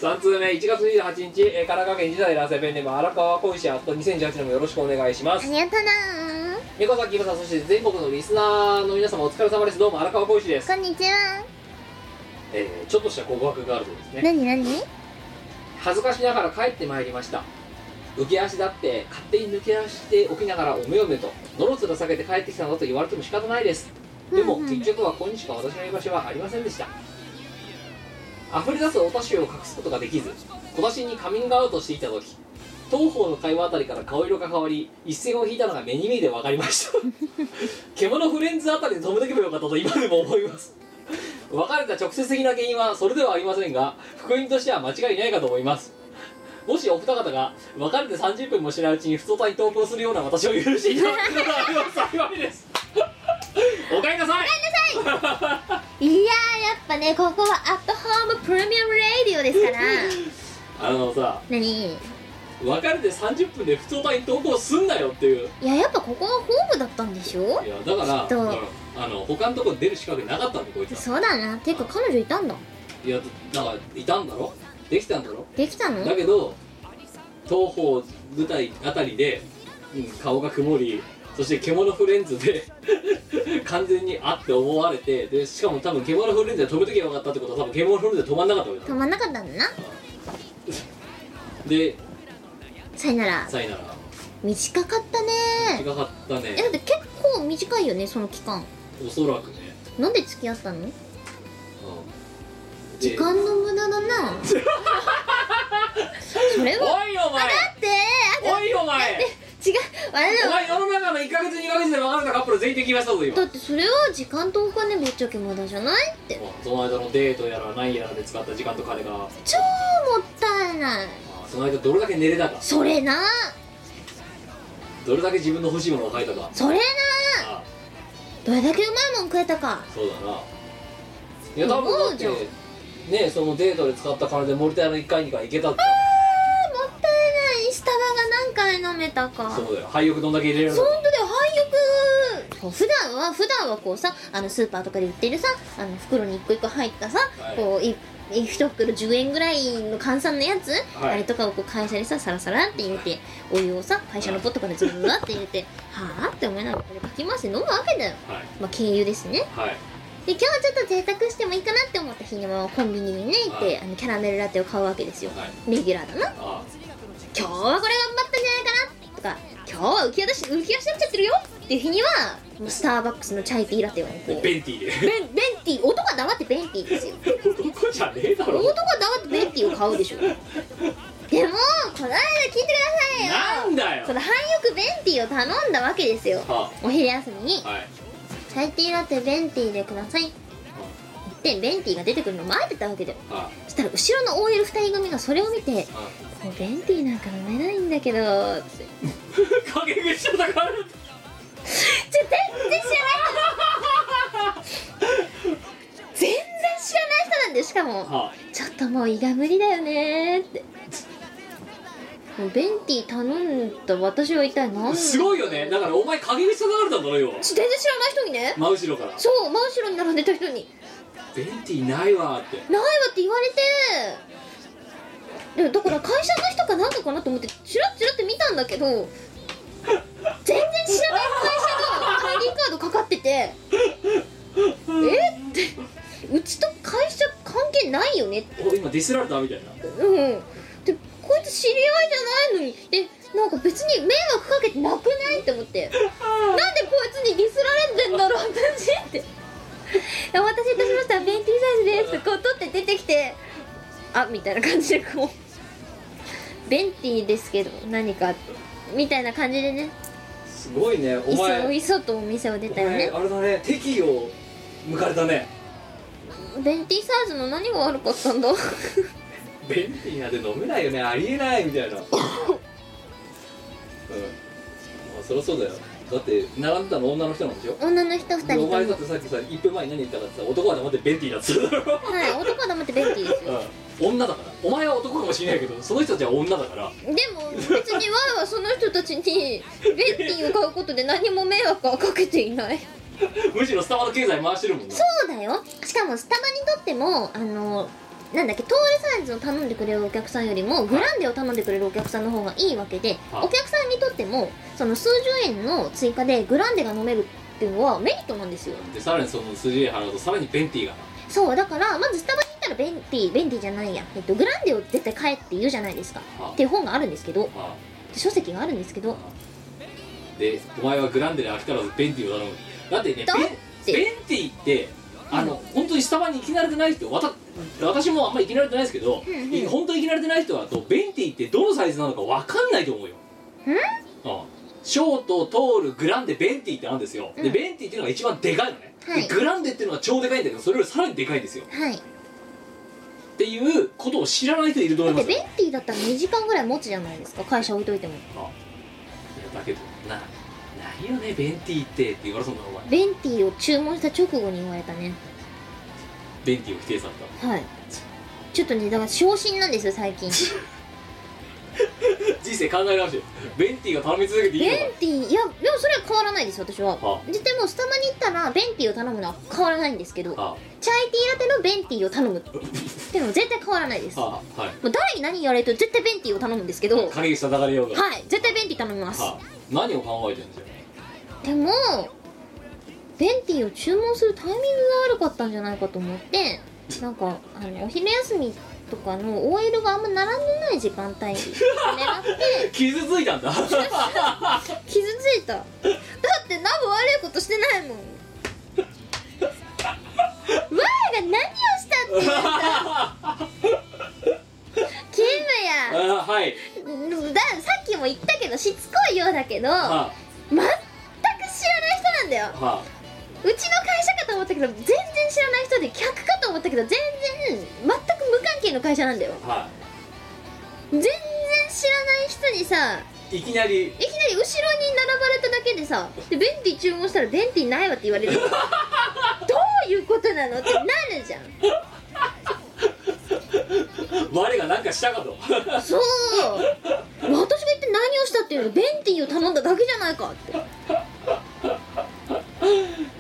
Speaker 1: 3通目1月28日、えー神奈川県時代男性ペンネーム荒川小石あと2018年もよろしくお願いしま
Speaker 2: あ
Speaker 1: す
Speaker 2: りがとな
Speaker 1: 猫さんキムさんそして全国のリスナーの皆様お疲れ様ですどうも荒川小石です、
Speaker 2: こんにちは
Speaker 1: えーちょっとした告白があるそうですね
Speaker 2: 何何
Speaker 1: 恥ずかしながら帰ってまいりました浮き足だって勝手に抜け出しておきながらおめおめとのろつら下げて帰ってきたんだと言われても仕方ないですでも
Speaker 2: うんうん
Speaker 1: 結局はここにしか私の居場所はありませんでした溢れ出すお年を隠すことができず小出しにカミングアウトしていた時当方の会話あたりから顔色が変わり一線を引いたのが目に見えて分かりました 獣フレンズあたりで止めとけばよかったと今でも思います別れた直接的な原因はそれではありませんが福音としては間違いないかと思いますもしお二方が別れて30分もしないうちに不登に投稿するような私を許していただけるのは幸いですおかえりなさい
Speaker 2: いやーやっぱねここはアットホームプレミアムレディオですから
Speaker 1: あのさ
Speaker 2: 何い
Speaker 1: 別れて30分で不登に投稿すんなよっていう
Speaker 2: ややっぱここはホームだったんでしょ
Speaker 1: いやだから
Speaker 2: きっと
Speaker 1: だからあの他のとこ出る資格なかったんでこいつは
Speaker 2: そうだなてか彼女いたんだ
Speaker 1: いやだからいたんだろできたんだろ
Speaker 2: できたの
Speaker 1: だけど東方舞台あたりで、うん、顔が曇りそして獣フレンズで 完全にあって思われてでしかも多分獣フレンズで飛ぶ時が分かったってことは多分獣フレンズで止まんなかったわけ
Speaker 2: 止
Speaker 1: だ
Speaker 2: まんなかったんだな
Speaker 1: で
Speaker 2: さよなら
Speaker 1: さいなら
Speaker 2: 短かったね
Speaker 1: 違かった
Speaker 2: えだ
Speaker 1: ね
Speaker 2: って結構短いよねその期間
Speaker 1: おそらくね、
Speaker 2: なんで付き合ったの
Speaker 1: うん、で
Speaker 2: 時間の無駄だなそれは
Speaker 1: おいお前
Speaker 2: だってあ
Speaker 1: おいお前
Speaker 2: 違うあれ
Speaker 1: お
Speaker 2: だよ
Speaker 1: 前世の中の1ヶ月2ヶ月で別れたカップル全員できましたぞ今
Speaker 2: だってそれは時間とお金ぶっちゃけ無駄じゃないって
Speaker 1: うんその間のデートやら何やらで使った時間と金がま
Speaker 2: 超もったいない
Speaker 1: あその間どれだけ寝れたか
Speaker 2: それな
Speaker 1: どれだけ自分の欲しいものを買えたか
Speaker 2: それな
Speaker 1: あ
Speaker 2: どれだけうまいもん食えたか
Speaker 1: そうだないや多分だって
Speaker 2: 思う
Speaker 1: ねそのデートで使った金でモルテアの1回2回行けたって
Speaker 2: あーもったいないスタバが何回飲めたか
Speaker 1: そうだよ廃浴どんだけ入れるの
Speaker 2: そ
Speaker 1: か
Speaker 2: う本当だよ廃浴そう普段は普段はこうさあのスーパーとかで売ってるさあの袋に一個一個入ったさ、
Speaker 1: はい
Speaker 2: こうい一袋10円ぐらいの換算のやつ、
Speaker 1: はい
Speaker 2: あれとかをこう会社でさサラサラって入れてお湯をさ会社のポットからズワって入れてはあって思いながらこれかき回して飲むわけだよ
Speaker 1: はい
Speaker 2: まあ軽油ですね
Speaker 1: はい
Speaker 2: で今日はちょっと贅沢してもいいかなって思った日にはコンビニにね行って、
Speaker 1: はい
Speaker 2: あのキャラメルラテを買うわけですよ、
Speaker 1: はい
Speaker 2: レギュラーだな
Speaker 1: あ
Speaker 2: 今日はこれ頑張ったんじゃないかなとか今日は浮き足浮き足立っちゃってるよっていう日にはもうスターバックスのチャイティーラテをね
Speaker 1: あ
Speaker 2: こ
Speaker 1: で
Speaker 2: うベン
Speaker 1: ベンティーで
Speaker 2: ベンティー音が黙ってベンティーですよ
Speaker 1: 男じゃねえだ
Speaker 2: 音
Speaker 1: ろ
Speaker 2: が黙ってベンティーを買うでしょでもこの間聞いてください
Speaker 1: な
Speaker 2: よ
Speaker 1: んだよ
Speaker 2: この半欲ベンティーを頼んだわけですよ
Speaker 1: は
Speaker 2: お昼休みに
Speaker 1: あはい
Speaker 2: 「チャイティーラテベンティーでください」って言ってベンティーが出てくるのを待ってたわけだよ
Speaker 1: は
Speaker 2: そしたら後ろの OL 二人組がそれを見て
Speaker 1: あは
Speaker 2: 「もうベンティーなんか飲めないんだけど」って
Speaker 1: あ陰口叩かれる
Speaker 2: ちょ全然知らない人全然知らない人なんでしかも
Speaker 1: は
Speaker 2: ちょっともう胃が無理だよねーってもうベンティー頼んだ私は一体何
Speaker 1: あすごいよねだからお前陰口叩かれたんだろよ
Speaker 2: ち全然知らない人にね
Speaker 1: 真後ろから
Speaker 2: そう真後ろに並んでた人に
Speaker 1: ベンティーないわーって
Speaker 2: 「ないわ」って言われてでだから会社の人かなんかかなと思ってチラッチラッて見たんだけど全然知らない会社の ID カードかかっててえってうちと会社関係ないよねって
Speaker 1: お今ディスられたみたいな
Speaker 2: うんでこいつ知り合いじゃないのにでなんか別に迷惑かけてなくないって 思ってなんでこいつにディスられてんだろう私ってお待たせいたしましたベンティーサイズですこう取って出てきてあみたいな感じでこうベンティーですけど何かみたいな感じでね
Speaker 1: すごいねお
Speaker 2: いそ
Speaker 1: 前
Speaker 2: いそとお店を出たよね
Speaker 1: お前あれだね敵意を向かれたね
Speaker 2: ベンティーサイズの何が悪かったんだ
Speaker 1: ベンティーなんて飲めないよねありえないみたい なうんまあそりゃそうだよだって並んでたの女の人なんでしょ
Speaker 2: 女の人2
Speaker 1: でお
Speaker 2: 人と
Speaker 1: 前だ
Speaker 2: も
Speaker 1: ってさっきさ1分前に何言ったかってさ男は黙ってベンティーだっつっただろ
Speaker 2: はい男は黙ってベンティーですよ
Speaker 1: うん女だからお前は男かもしれないけどその人たちは女だから
Speaker 2: でも別にワイはその人たちにベンティーを買うことで何も迷惑はかけていない
Speaker 1: むしろスタバの経済回してるもんな
Speaker 2: そうだよしかもスタバにとってもあのなんだっけトールサイズを頼んでくれるお客さんよりもグランデを頼んでくれるお客さんの方がいいわけで
Speaker 1: はい
Speaker 2: お客さんにとってもその数十円の追加でグランデが飲めるっていうのはメリットなんですよ
Speaker 1: でさらにその筋で払うとさらにベンティーが
Speaker 2: そうだからまずスタバに行ったらベンティーベンティーじゃないや、えっと、グランデを絶対買えって言うじゃないですか
Speaker 1: は
Speaker 2: っていう本があるんですけど
Speaker 1: ああ
Speaker 2: 書籍があるんですけど
Speaker 1: でお前はグランデで飽きたらずベンティーを頼むだってね
Speaker 2: だっ
Speaker 1: ベ
Speaker 2: て
Speaker 1: ンベンティーってあの、本当にスタバに行き慣れてない人わた私もあんまり行き慣れてないですけど、
Speaker 2: んうん
Speaker 1: い本当に行き慣れてない人はとベンティーってどのサイズなのかわかんないと思うようんショートトールグランデベンティーってあるんですよ、
Speaker 2: う
Speaker 1: で
Speaker 2: ん
Speaker 1: ベンティーっていうのが一番でかいのね、
Speaker 2: はい
Speaker 1: でグランデっていうのが超でかいんだけどそれよりさらにでかいんですよ
Speaker 2: はい
Speaker 1: っていうことを知らない人いると思い
Speaker 2: だ
Speaker 1: ま
Speaker 2: っ
Speaker 1: す
Speaker 2: て
Speaker 1: よ
Speaker 2: ベッティだったら2時間ぐらい持つじゃないですか会社置いといても
Speaker 1: いやだけどなないよねベンティーってって言われそうなお前
Speaker 2: ベンティを注文した直後に言われたね
Speaker 1: ベンティーを否定された
Speaker 2: はいちょっとねだから昇進なんですよ最近
Speaker 1: 人生考え直してベンティーが頼み続けていいのか
Speaker 2: ベンティいやでもそれは変わらないです私は
Speaker 1: は
Speaker 2: 絶対もうスタバに行ったらベンティを頼むのは変わらないんですけどチャ
Speaker 1: あ
Speaker 2: イティーラテのベンティを 頼むっていうのは絶対変わらないです
Speaker 1: あ
Speaker 2: も
Speaker 1: ああはいう
Speaker 2: 誰に何言われると絶対ベンティを頼むんですけどはい
Speaker 1: 陰口叩かれようが
Speaker 2: 絶対ベンティ頼みます
Speaker 1: あ何を考えてるんですよ
Speaker 2: でもベンティーを注文するタイミングが悪かったんじゃないかと思ってなんかあのお昼休みとかの OL があんま並んでない時間帯 を狙って
Speaker 1: 傷ついたんだ
Speaker 2: 傷ついただってナブ悪いことしてないもんわーが何をしたって言うんだキム
Speaker 1: あはい
Speaker 2: やださっきも言ったけどしつこいようだけど
Speaker 1: あ
Speaker 2: 全く知らない人なんだよ
Speaker 1: は
Speaker 2: うちの会社かと思ったけど全然知らない人で客かと思ったけど全然全く無関係の会社なんだよ
Speaker 1: あは
Speaker 2: 全然知らない人にさ
Speaker 1: いいきなり
Speaker 2: いきなり後ろに並ばれただけでさ「でベンティ注文したらベンティないわ」って言われるどういうことなのってなるじゃん
Speaker 1: 我が何かしたかと
Speaker 2: そう私が一体何をしたっていうのベンティを頼んだだけじゃないかって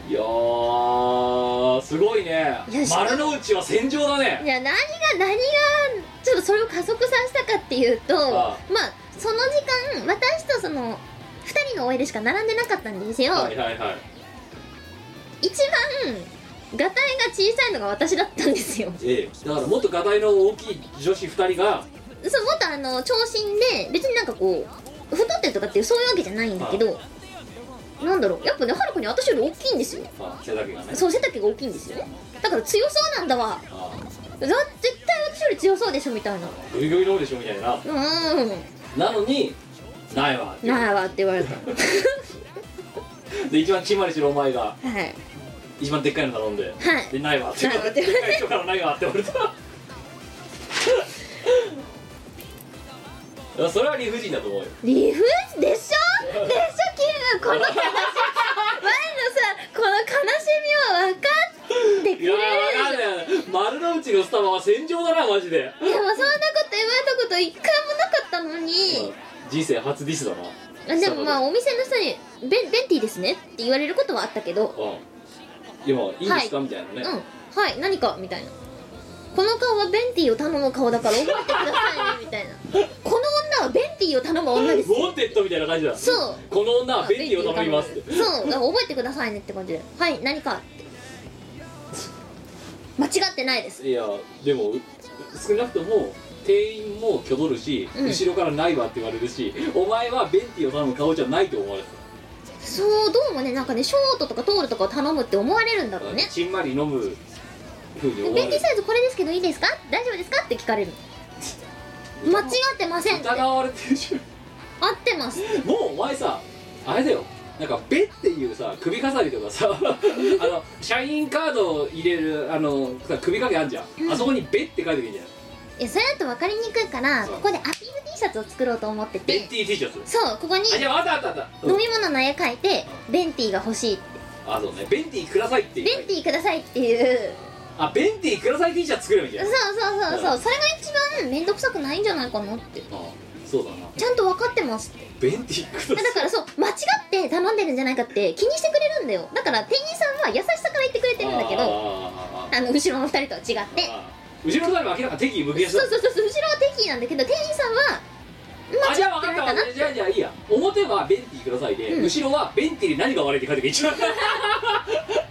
Speaker 1: いやーすごいね
Speaker 2: いやしかも
Speaker 1: 丸の内は戦場だね
Speaker 2: いや何が何がちょっとそれを加速させたかっていうと
Speaker 1: ああ
Speaker 2: まあその時間私とその2人の OL しか並んでなかったんですよ、
Speaker 1: はいはいはい
Speaker 2: 一番ガタイが小さいのが私だったんですよ
Speaker 1: ええだからもっとガタイの大きい女子2人が
Speaker 2: そうもっとあの長身で別になんかこう太ってるとかっていうそういうわけじゃないんだけどなんだろうやっぱねはるかに私より大きいんですよ
Speaker 1: あ背丈がね
Speaker 2: そう背丈が大きいんですよだから強そうなんだわ
Speaker 1: あ
Speaker 2: だ絶対私より強そうでしょみたいな
Speaker 1: グイグイの方でしょみたいな
Speaker 2: うー
Speaker 1: なのにないわ
Speaker 2: んないわって言われた
Speaker 1: で一番チマリしてるお前が
Speaker 2: はい
Speaker 1: 一番でっかいの頼んで
Speaker 2: はい
Speaker 1: でないわって
Speaker 2: ないわって言われ
Speaker 1: 人からないわって言 われたいやそれは理不尽だと思うよ
Speaker 2: 理不尽でしょでしょキムこの悲しみ前のさこの悲しみを分かってく
Speaker 1: い
Speaker 2: れ
Speaker 1: や
Speaker 2: る
Speaker 1: ーわかんない丸の内のスタバは戦場だなマジで
Speaker 2: でもそんなこと言われたこと一回もなかったのに
Speaker 1: 人生初ディスだな
Speaker 2: あでもまあお店の人に「ベンベンティーですね」って言われることはあったけど
Speaker 1: うんでもいいんですか、みたいな
Speaker 2: 「う
Speaker 1: ね、
Speaker 2: んはい何か」みたいな「この顔はベンティーを頼む顔だから覚えてくださいね」みたいな「この女はベンティーを頼む 女です
Speaker 1: ウォンテッドみたいな感じだ
Speaker 2: そう
Speaker 1: この女は便利を頼みますって
Speaker 2: そうだから覚えてくださいねって感じで「はい何か」って間違ってないです
Speaker 1: いやでもう少なくとも店員も挙取るし、
Speaker 2: うん
Speaker 1: 後ろからないわって言われるしお前はベンティを頼む顔じゃないと思われて
Speaker 2: そうどうもねなんかねショートとかトールとかを頼むって思われるんだろ
Speaker 1: た、
Speaker 2: うね
Speaker 1: ちんまり飲むふうに
Speaker 2: で
Speaker 1: 思わ
Speaker 2: 便
Speaker 1: れ
Speaker 2: 利
Speaker 1: て
Speaker 2: サイズこれですけどいいですか大丈夫ですかって聞かれる間違ってませんって合
Speaker 1: 疑われてるし
Speaker 2: ってます
Speaker 1: もうお前さあれだよなんか「べ」っていうさ首飾りとかさ あの社員カードを入れるあのさ首掛けあんじゃん、あそこに「べ」って書いてるいいんじゃない
Speaker 2: いやそれだと分かりにくいから
Speaker 1: そう
Speaker 2: ここでアピール T シャツを作ろうと思って
Speaker 1: ベン
Speaker 2: て
Speaker 1: ティー T シャツ
Speaker 2: そうここに
Speaker 1: あじゃあわかったわかったわかった、
Speaker 2: 飲み物の絵描いてベンティーが欲しい
Speaker 1: あそうね「ベンティーください」っていう
Speaker 2: ベンティーくださいっていう
Speaker 1: あベンティーください T シャツ作ればいいんじゃ
Speaker 2: そう
Speaker 1: ない
Speaker 2: そうそうそううそれが一番面倒くさくないんじゃないかなって
Speaker 1: あそうだな
Speaker 2: ちゃんと分かってます って
Speaker 1: ベンティーくだ
Speaker 2: だ
Speaker 1: さ
Speaker 2: からそう間違って頼んでるんじゃないかって気にしてくれるんだよだから店員さんは優しさから言ってくれ
Speaker 1: い
Speaker 2: てるんだけど
Speaker 1: あーあーあー
Speaker 2: あの後ろの2人とは違って
Speaker 1: あー後ろの台も明らかに敵意むき出し
Speaker 2: そ
Speaker 1: だ
Speaker 2: うそうそうそう後ろは敵意なんだけど店員さんは
Speaker 1: あじゃあ分かった
Speaker 2: 間違ってないかな
Speaker 1: 分かったじゃあじゃあいいや表は「ベンティーくださいで」
Speaker 2: うん
Speaker 1: 後ろは「ベンティーに何が悪い」って書いてる一番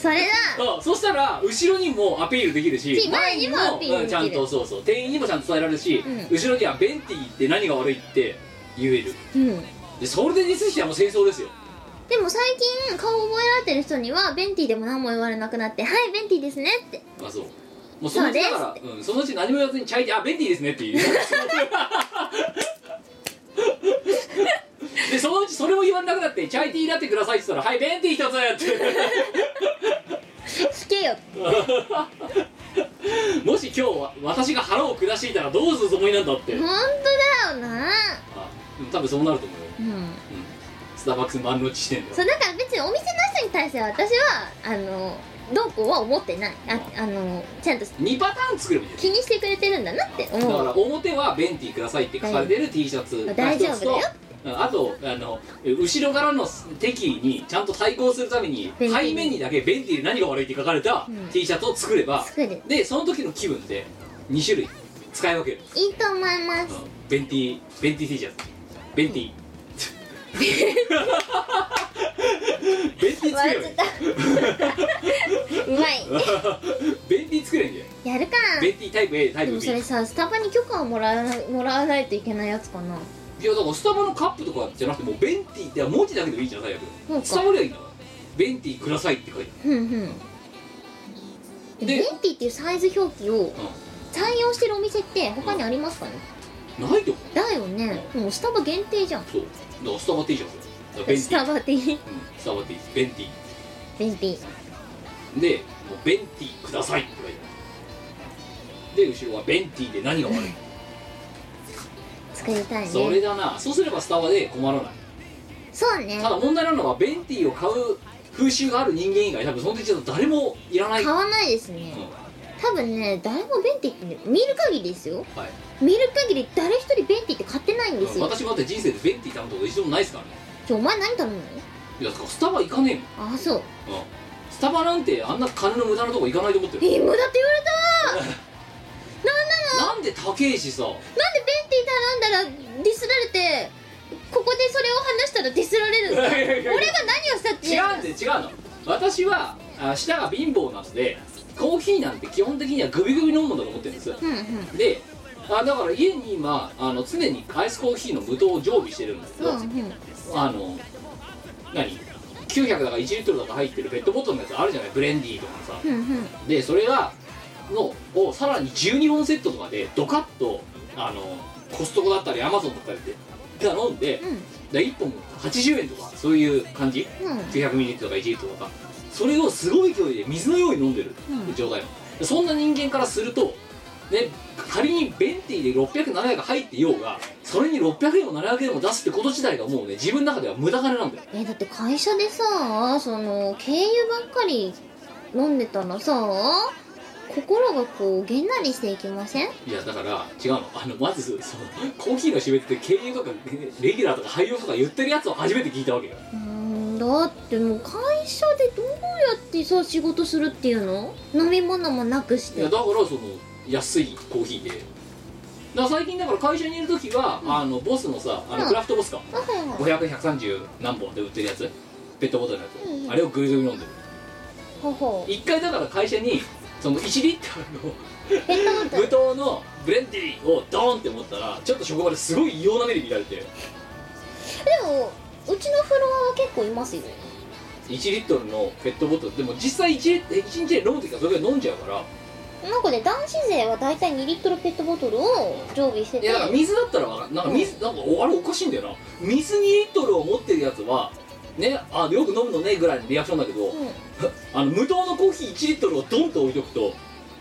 Speaker 2: それだ
Speaker 1: うんそしたら後ろにもアピールできるし
Speaker 2: し前にもアピールできる
Speaker 1: うんちゃんとそうそう店員にもちゃんと伝えられるし、
Speaker 2: うん
Speaker 1: 後ろには「ベンティーって何が悪い」って言える
Speaker 2: うん
Speaker 1: でそれでディスしたらもう戦争ですよ
Speaker 2: でも最近顔を覚えられてる人にはベンティーでも何も言われなくなって「はいベンティーですね」って
Speaker 1: あそうもうそのうちだからうん、そのうち何も言わずにチャイで「あ便利ですね」って言うでそのうちそれも言わなくなって「チャイティーラテください」って言ったら「はい便利一つ」って
Speaker 2: 聞けよ
Speaker 1: もし今日わ私が腹を下していたらどうするつもりなんだって
Speaker 9: 本当だよな
Speaker 1: あでも多分そうなると思うよ、
Speaker 9: うん
Speaker 1: うん、スターバックス丸の内してんだよ
Speaker 9: そうだから別にお店の人に対しては私はあのどうこうは思ってないああのちゃんと
Speaker 1: 2パターン作ればいいんだ
Speaker 9: 気
Speaker 1: よ
Speaker 9: にしてくれてるんだなって
Speaker 1: だか
Speaker 9: 思
Speaker 1: ら
Speaker 9: う
Speaker 1: 表は「ベンティーください」って書かれてる T シャツ
Speaker 9: あ大丈夫だよ
Speaker 1: うんあとあの後ろからの敵意にちゃんと対抗するために
Speaker 9: ベンティー
Speaker 1: 背面にだけ「ベンティーで何が悪い」って書かれた
Speaker 9: うん
Speaker 1: T シャツを作れば、
Speaker 9: 作る
Speaker 1: でその時の気分で2種類使い分ける
Speaker 9: いいと思いま
Speaker 1: う
Speaker 9: す
Speaker 1: んベンティベンティ T シャツベンテ ィ
Speaker 9: 笑っちゃ
Speaker 1: ベンティ作ればいい
Speaker 9: ったうまい
Speaker 1: ベンティ作ればいいんだよ
Speaker 9: やるか
Speaker 1: ベンティタイプ A タイプ
Speaker 2: でも
Speaker 1: B
Speaker 2: それさスタバに許可をもらわないもらわないといけないやつかない
Speaker 1: やだからスタバのカップとかじゃなくてもうベンティって文字だけでもいいじゃん最悪
Speaker 2: そうか
Speaker 1: スタバではいいんだからベンティくださいって書いて
Speaker 2: ふんふん
Speaker 1: で
Speaker 2: ベンティっていうサイズ表記を採用してるお店って他にありますかね
Speaker 1: あるないと思う
Speaker 2: だよねもうスタバ限定じゃん
Speaker 1: そうだからスタバ T シャツだからベンティ
Speaker 2: スタバでいい
Speaker 1: うんスタバ T ベンテ
Speaker 2: ベンティ
Speaker 1: ィでもうベンティくださいって書いてあるで後ろはベンティで何が悪い
Speaker 2: 作りたいね
Speaker 1: それだなそうすればスタバで困らない
Speaker 2: そうね
Speaker 1: ただ問題なのはベンティーを買う風習がある人間以外多分その時ちょっと誰もいらない、
Speaker 2: 買わないですね多分ね誰もベンティってね見る限りですよ
Speaker 1: はい
Speaker 2: 見る限り誰一人ベンティって買ってないんですよ
Speaker 1: 私もだって人生でベンティー頼むこと一度もないですからね
Speaker 2: ちょお前何頼むの
Speaker 1: いやだからスタバ行かね
Speaker 2: ああそう
Speaker 1: えもん、うん、スタバなんてあんな金の無駄なとこ行かないと思って
Speaker 2: え
Speaker 1: る
Speaker 2: ー無駄って言われた
Speaker 1: なんで高えしさ
Speaker 2: なんでベンティ頼んだらディスられてここでそれを話したらディスら れるんだ俺が何をしたって
Speaker 1: 違
Speaker 2: 言うの
Speaker 1: うんで違うの私はあ舌が貧乏なのでコーヒーなんて基本的にはグビグビ飲むもんだと思ってるんです
Speaker 2: うんうん
Speaker 1: であだから家に今あの常にアイスコーヒーの無糖を常備してるんですけど、
Speaker 2: うんうん
Speaker 1: あの何900だから1リットルだか入ってるペットボトルのやつあるじゃないブレンディーとかのさ
Speaker 2: うんうん
Speaker 1: でそれがのをさらに12本セットとかでドカッとあのコストコだったりアマゾンだったりで頼んで,、で1本80円とかそういう感じ、
Speaker 2: うん
Speaker 1: 900ミリリットルとか1リットルとかそれをすごい勢いで水のように飲んでる状態なの、そんな人間からするとね仮にベンティーで600700入ってようがそれに600円も700円も出すってこと自体がもうね自分の中では無駄金なんだよ
Speaker 2: えだって会社でさその軽油ばっかり飲んでたらさ心がこうげんなりしていきません
Speaker 1: いやだから違うのあのまずそのコーヒーの締めって経由とかレギュラーとか配慮とか言ってるやつを初めて聞いたわけよ
Speaker 2: うーんだってもう会社でどうやってさ仕事するっていうの飲み物もなくし
Speaker 1: いやだ
Speaker 2: て
Speaker 1: からその安いコーヒーでだから最近だから会社にいる時は、あのボスのさあのクラフトボスか、500130何本で売ってるやつペットボトルのやつ、あれをグイグイ飲んでる
Speaker 2: ほほ
Speaker 1: 一回だから会社にその1リットルの
Speaker 2: ペットボトル
Speaker 1: 無糖のブレンディーをドーンって持ったらちょっと職場ですごい異様な目で見られて
Speaker 2: でもうちのフロアは結構いますよ
Speaker 1: 1リットルのペットボトルでも実際 1, リ1日で飲む時はそれぐらい飲んじゃうから
Speaker 2: なんかね男子勢は大体2リットルペットボトルを常備して
Speaker 1: い
Speaker 2: て
Speaker 1: やだから水だったらわかんなんか水なんかおあれおかしいんだよな水2リットルを持ってるやつはねあよく飲むのねぐらいのリアクションだけど、あの無糖のコーヒー1リットルをドンと置いとくと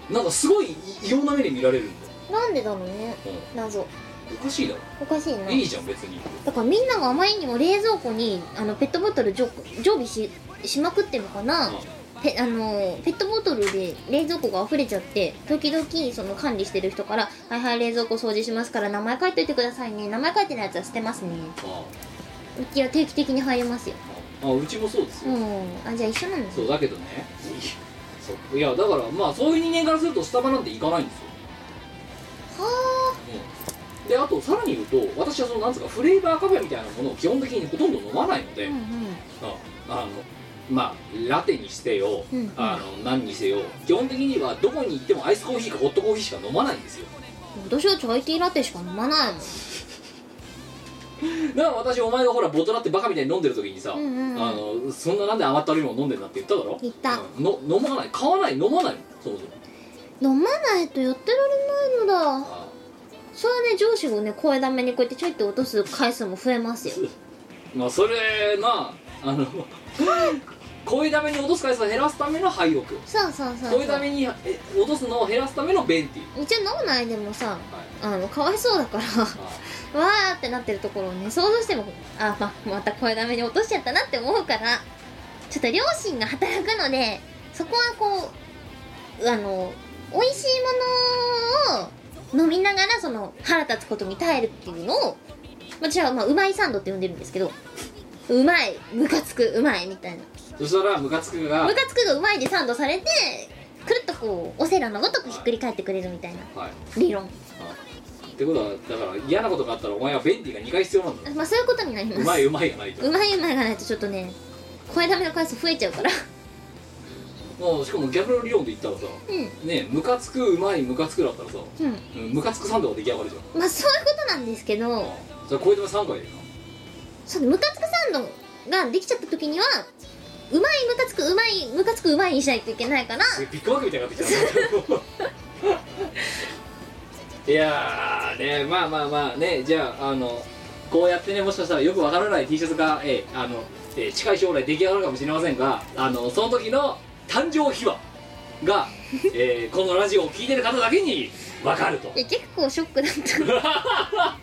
Speaker 1: なんかすごい異様な目で見られるんだよ、
Speaker 2: なんでだろうね謎
Speaker 1: うん、おかしいだろ、
Speaker 2: おかしいない
Speaker 1: いじゃん別に
Speaker 2: だからみんながあまりにも冷蔵庫にあのペットボトル常常備ししまくってるからペあのペットボトルで冷蔵庫が溢れちゃって時々その管理してる人から「はいはい冷蔵庫掃除しますから名前書いといてくださいね名前書いてないやつは捨てますね
Speaker 1: あ」
Speaker 2: うちは定期的に入りますよ
Speaker 1: ああうちもそうです
Speaker 2: う
Speaker 1: よ、
Speaker 2: んあじゃあ一緒なんです
Speaker 1: そうだけどねそういやだからまあそういう人間からするとスタバなんて行かないんですよ
Speaker 2: は
Speaker 1: うんであとさらに言うと私はそのなんつうかフレーバーカフェみたいなものを基本的にほとんど飲まないので、
Speaker 2: あうんう
Speaker 1: あ
Speaker 2: ん
Speaker 1: あのまあラテにしてよ、
Speaker 2: うんうん
Speaker 1: あの何にせよ基本的にはどこに行ってもアイスコーヒーかホットコーヒーしか飲まないんですよ
Speaker 2: 私はチャイティーラテしか飲まないもん
Speaker 1: だから私お前がほらボトラってバカみたいに飲んでる時にさ、
Speaker 2: んうんうん
Speaker 1: あのそんななんで甘ったるいもの飲んでんだって言っただろ
Speaker 2: 言った
Speaker 1: うんの飲まない買わない飲まないそうそう
Speaker 2: 飲まないとやってられないのだ
Speaker 1: あ
Speaker 2: それはね上司をね声だめにこうやってちょいって落とす回数も増えますよ
Speaker 1: まあそれなあのこ声ために落とす回数を減らすための廃屋
Speaker 2: そうそうそうそう
Speaker 1: 声ためにえ落とすのを減らすためのベンティ
Speaker 2: 一応脳内でもさ
Speaker 1: はい
Speaker 2: あのかわいそうだから わーってなってるところをね想像してもあままた声だめに落としちゃったなって思うからちょっと両親が働くのでそこはこうあの美味しいものを飲みながらその腹立つことに耐えるっていうのを私はまあうまいサンドって呼んでるんですけどうまいムカつくうまいみたいな
Speaker 1: そしたらムカつくが
Speaker 2: ムカつくがうまいでサンドされてくるっとこうオセロのごとくひっくり返ってくれるみたいな
Speaker 1: はい
Speaker 2: 理論
Speaker 1: ってことはだから嫌なことがあったらお前はベンティが2回必要なんだ
Speaker 2: まあそういうことになります
Speaker 1: うまいうまいがないと
Speaker 2: うまいうまいがないとちょっとね声だめの回数増えちゃうから
Speaker 1: もうしかも逆の理論で言ったらさ
Speaker 2: う
Speaker 1: ねムカつくうまいムカつくだったらさ
Speaker 2: ん
Speaker 1: うんムカつくサンドが出来上がるじゃん
Speaker 2: うんまあそういうことなんですけど
Speaker 1: それこれでも3回で
Speaker 2: そのムカつくサンドができちゃった時にはうまいムカつくうまいムカつくうまいにしないといけないから
Speaker 1: ビッグマックみたいになってきた ないやーねまあまあまあねじゃああのこうやってねもしかしたらよくわからない T シャツが、えーあのえー近い将来出来上がるかもしれませんがあのその時の誕生秘話が、えーこのラジオを聞いてる方だけにわかると
Speaker 2: いや結構ショックだっ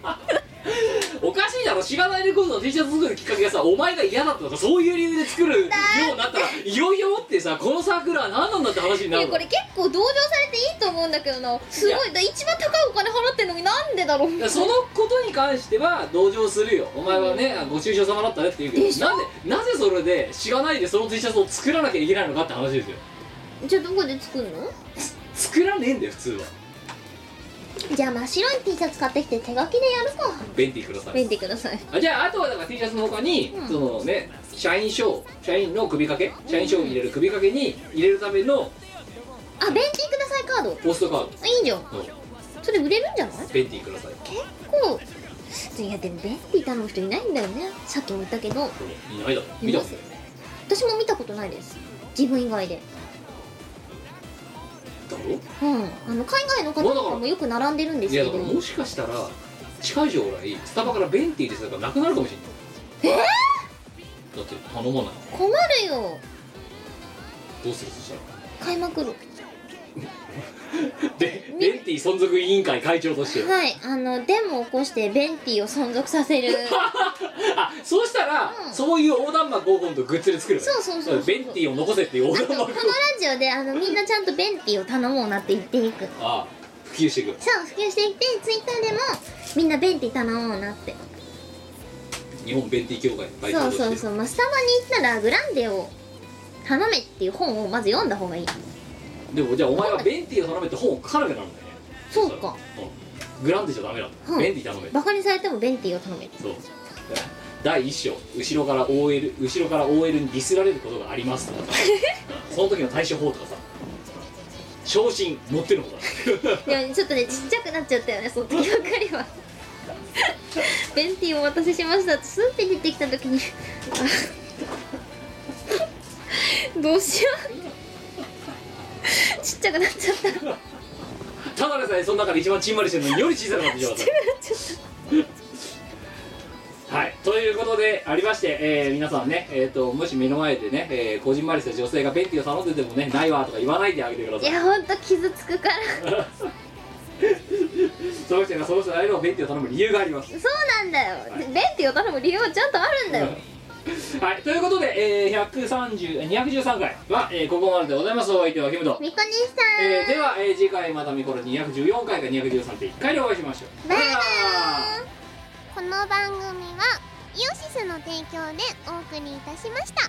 Speaker 2: た
Speaker 1: おかしいだろ知らないレコードの T シャツ作るきっかけがさお前が嫌だったとかそういう理由で作るようにな ったらいよいよもってさこのサークルは何なんだって話にないる
Speaker 2: や
Speaker 1: の
Speaker 2: これ結構同情されていいと思うんだけどなすごいだ一番高いお金払ってんのになんでだろう
Speaker 1: いやそのことに関しては同情するよお前はね、あご愁傷様だったねって言うけ
Speaker 2: で
Speaker 1: ど
Speaker 2: し
Speaker 1: なんでなぜそれで知らないでその T シャツを作らなきゃいけないのかって話ですよ
Speaker 2: じゃあどこで作るの
Speaker 1: 作らねえんだよ普通は
Speaker 2: じゃあ真っ白い T シャツ買ってきて手書きでやるか
Speaker 1: ベンティくださ
Speaker 2: 見
Speaker 1: い
Speaker 2: てください
Speaker 1: あじゃああとはだから T シャツの他に、
Speaker 2: ん
Speaker 1: そのね社員賞社員の首掛け社員賞を入れる首掛けに入れるための
Speaker 2: あベンティーくださいカード
Speaker 1: ポストカー
Speaker 2: あいいじゃん
Speaker 1: ドの
Speaker 2: それ売れるんじゃない
Speaker 1: ベンティください
Speaker 2: 結構いやでもベンティ頼む人いないんだよねさっきも言ったけど
Speaker 1: いないだろ見たことない
Speaker 2: 私も見たことないです自分以外で
Speaker 1: だろ
Speaker 2: うんあの海外の方とかもよく並んでるんです
Speaker 1: いや
Speaker 2: け
Speaker 1: だ
Speaker 2: ど
Speaker 1: からもしかしたら近い将来スタバからベンティーですとかなくなるかもしれないえだって頼まない
Speaker 2: 困るよ
Speaker 1: どうするそしたら
Speaker 2: 買いまくる
Speaker 1: でベンティー存続委員会会長として
Speaker 2: はいあのデモを起こしてベンティを存続さ せる
Speaker 1: あそうしたら、
Speaker 2: うん
Speaker 1: そういう横断幕を今度グッズで作る
Speaker 2: そうそうそうそう
Speaker 1: ベンティーを残せっていう
Speaker 2: あと
Speaker 1: 横
Speaker 2: こ
Speaker 1: 断
Speaker 2: の
Speaker 1: 幕を
Speaker 2: ラジオであのみんなちゃんとベンティを頼もうなって言っていく
Speaker 1: ああ普及していく
Speaker 2: さあ普及していってツイッターでもみんなベンティ頼もうなって
Speaker 1: 日本ベンティー協会の会
Speaker 2: そ
Speaker 1: 長
Speaker 2: う
Speaker 1: として
Speaker 2: そうそう、まあ、スタバに行ったらグランデを頼めっていう本をまず読んだ方がいい
Speaker 1: でもじゃあお前はベンティーを頼めって本を書かなきゃならないね
Speaker 2: そう
Speaker 1: したら
Speaker 2: か、
Speaker 1: うんグランデじゃダメだ、
Speaker 2: うん
Speaker 1: ベンティー頼め
Speaker 2: バカにされてもベンティを頼め
Speaker 1: そう第一章後ろから OL 後ろから OL にディスられることがありますとか さその時の対処法とかさ昇進持ってるのか
Speaker 2: でもちょっとねちっちゃくなっちゃったよねその時ばっかりはベンティお待たせしましたってスッて出てきた時にあどうしようちっちゃくなっちゃった
Speaker 1: ただでさえその中で一番ちんまりしてるのにより小さくなってしまったはい、ということでありまして、えー皆さんね、えー、ともし目の前でね、えーこじんまりした女性がベンティを頼んでてもねないわとか言わないであげてくだ
Speaker 2: い
Speaker 1: さい
Speaker 2: やほんと傷つくから
Speaker 1: その人がその人の間をベンティを頼む理由があります
Speaker 2: そうなんだよベンティを頼む理由はちゃんとあるんだよ
Speaker 1: はい、ということで、えー、130 213回は、えーここまででございますお相手はキムと、
Speaker 2: みこにし
Speaker 1: えーでは、えー次回また見頃214回か213.1回でお会いしましょう
Speaker 2: バイバイ
Speaker 1: さよなら
Speaker 10: この番組はイオシスの提供でお送りいたしました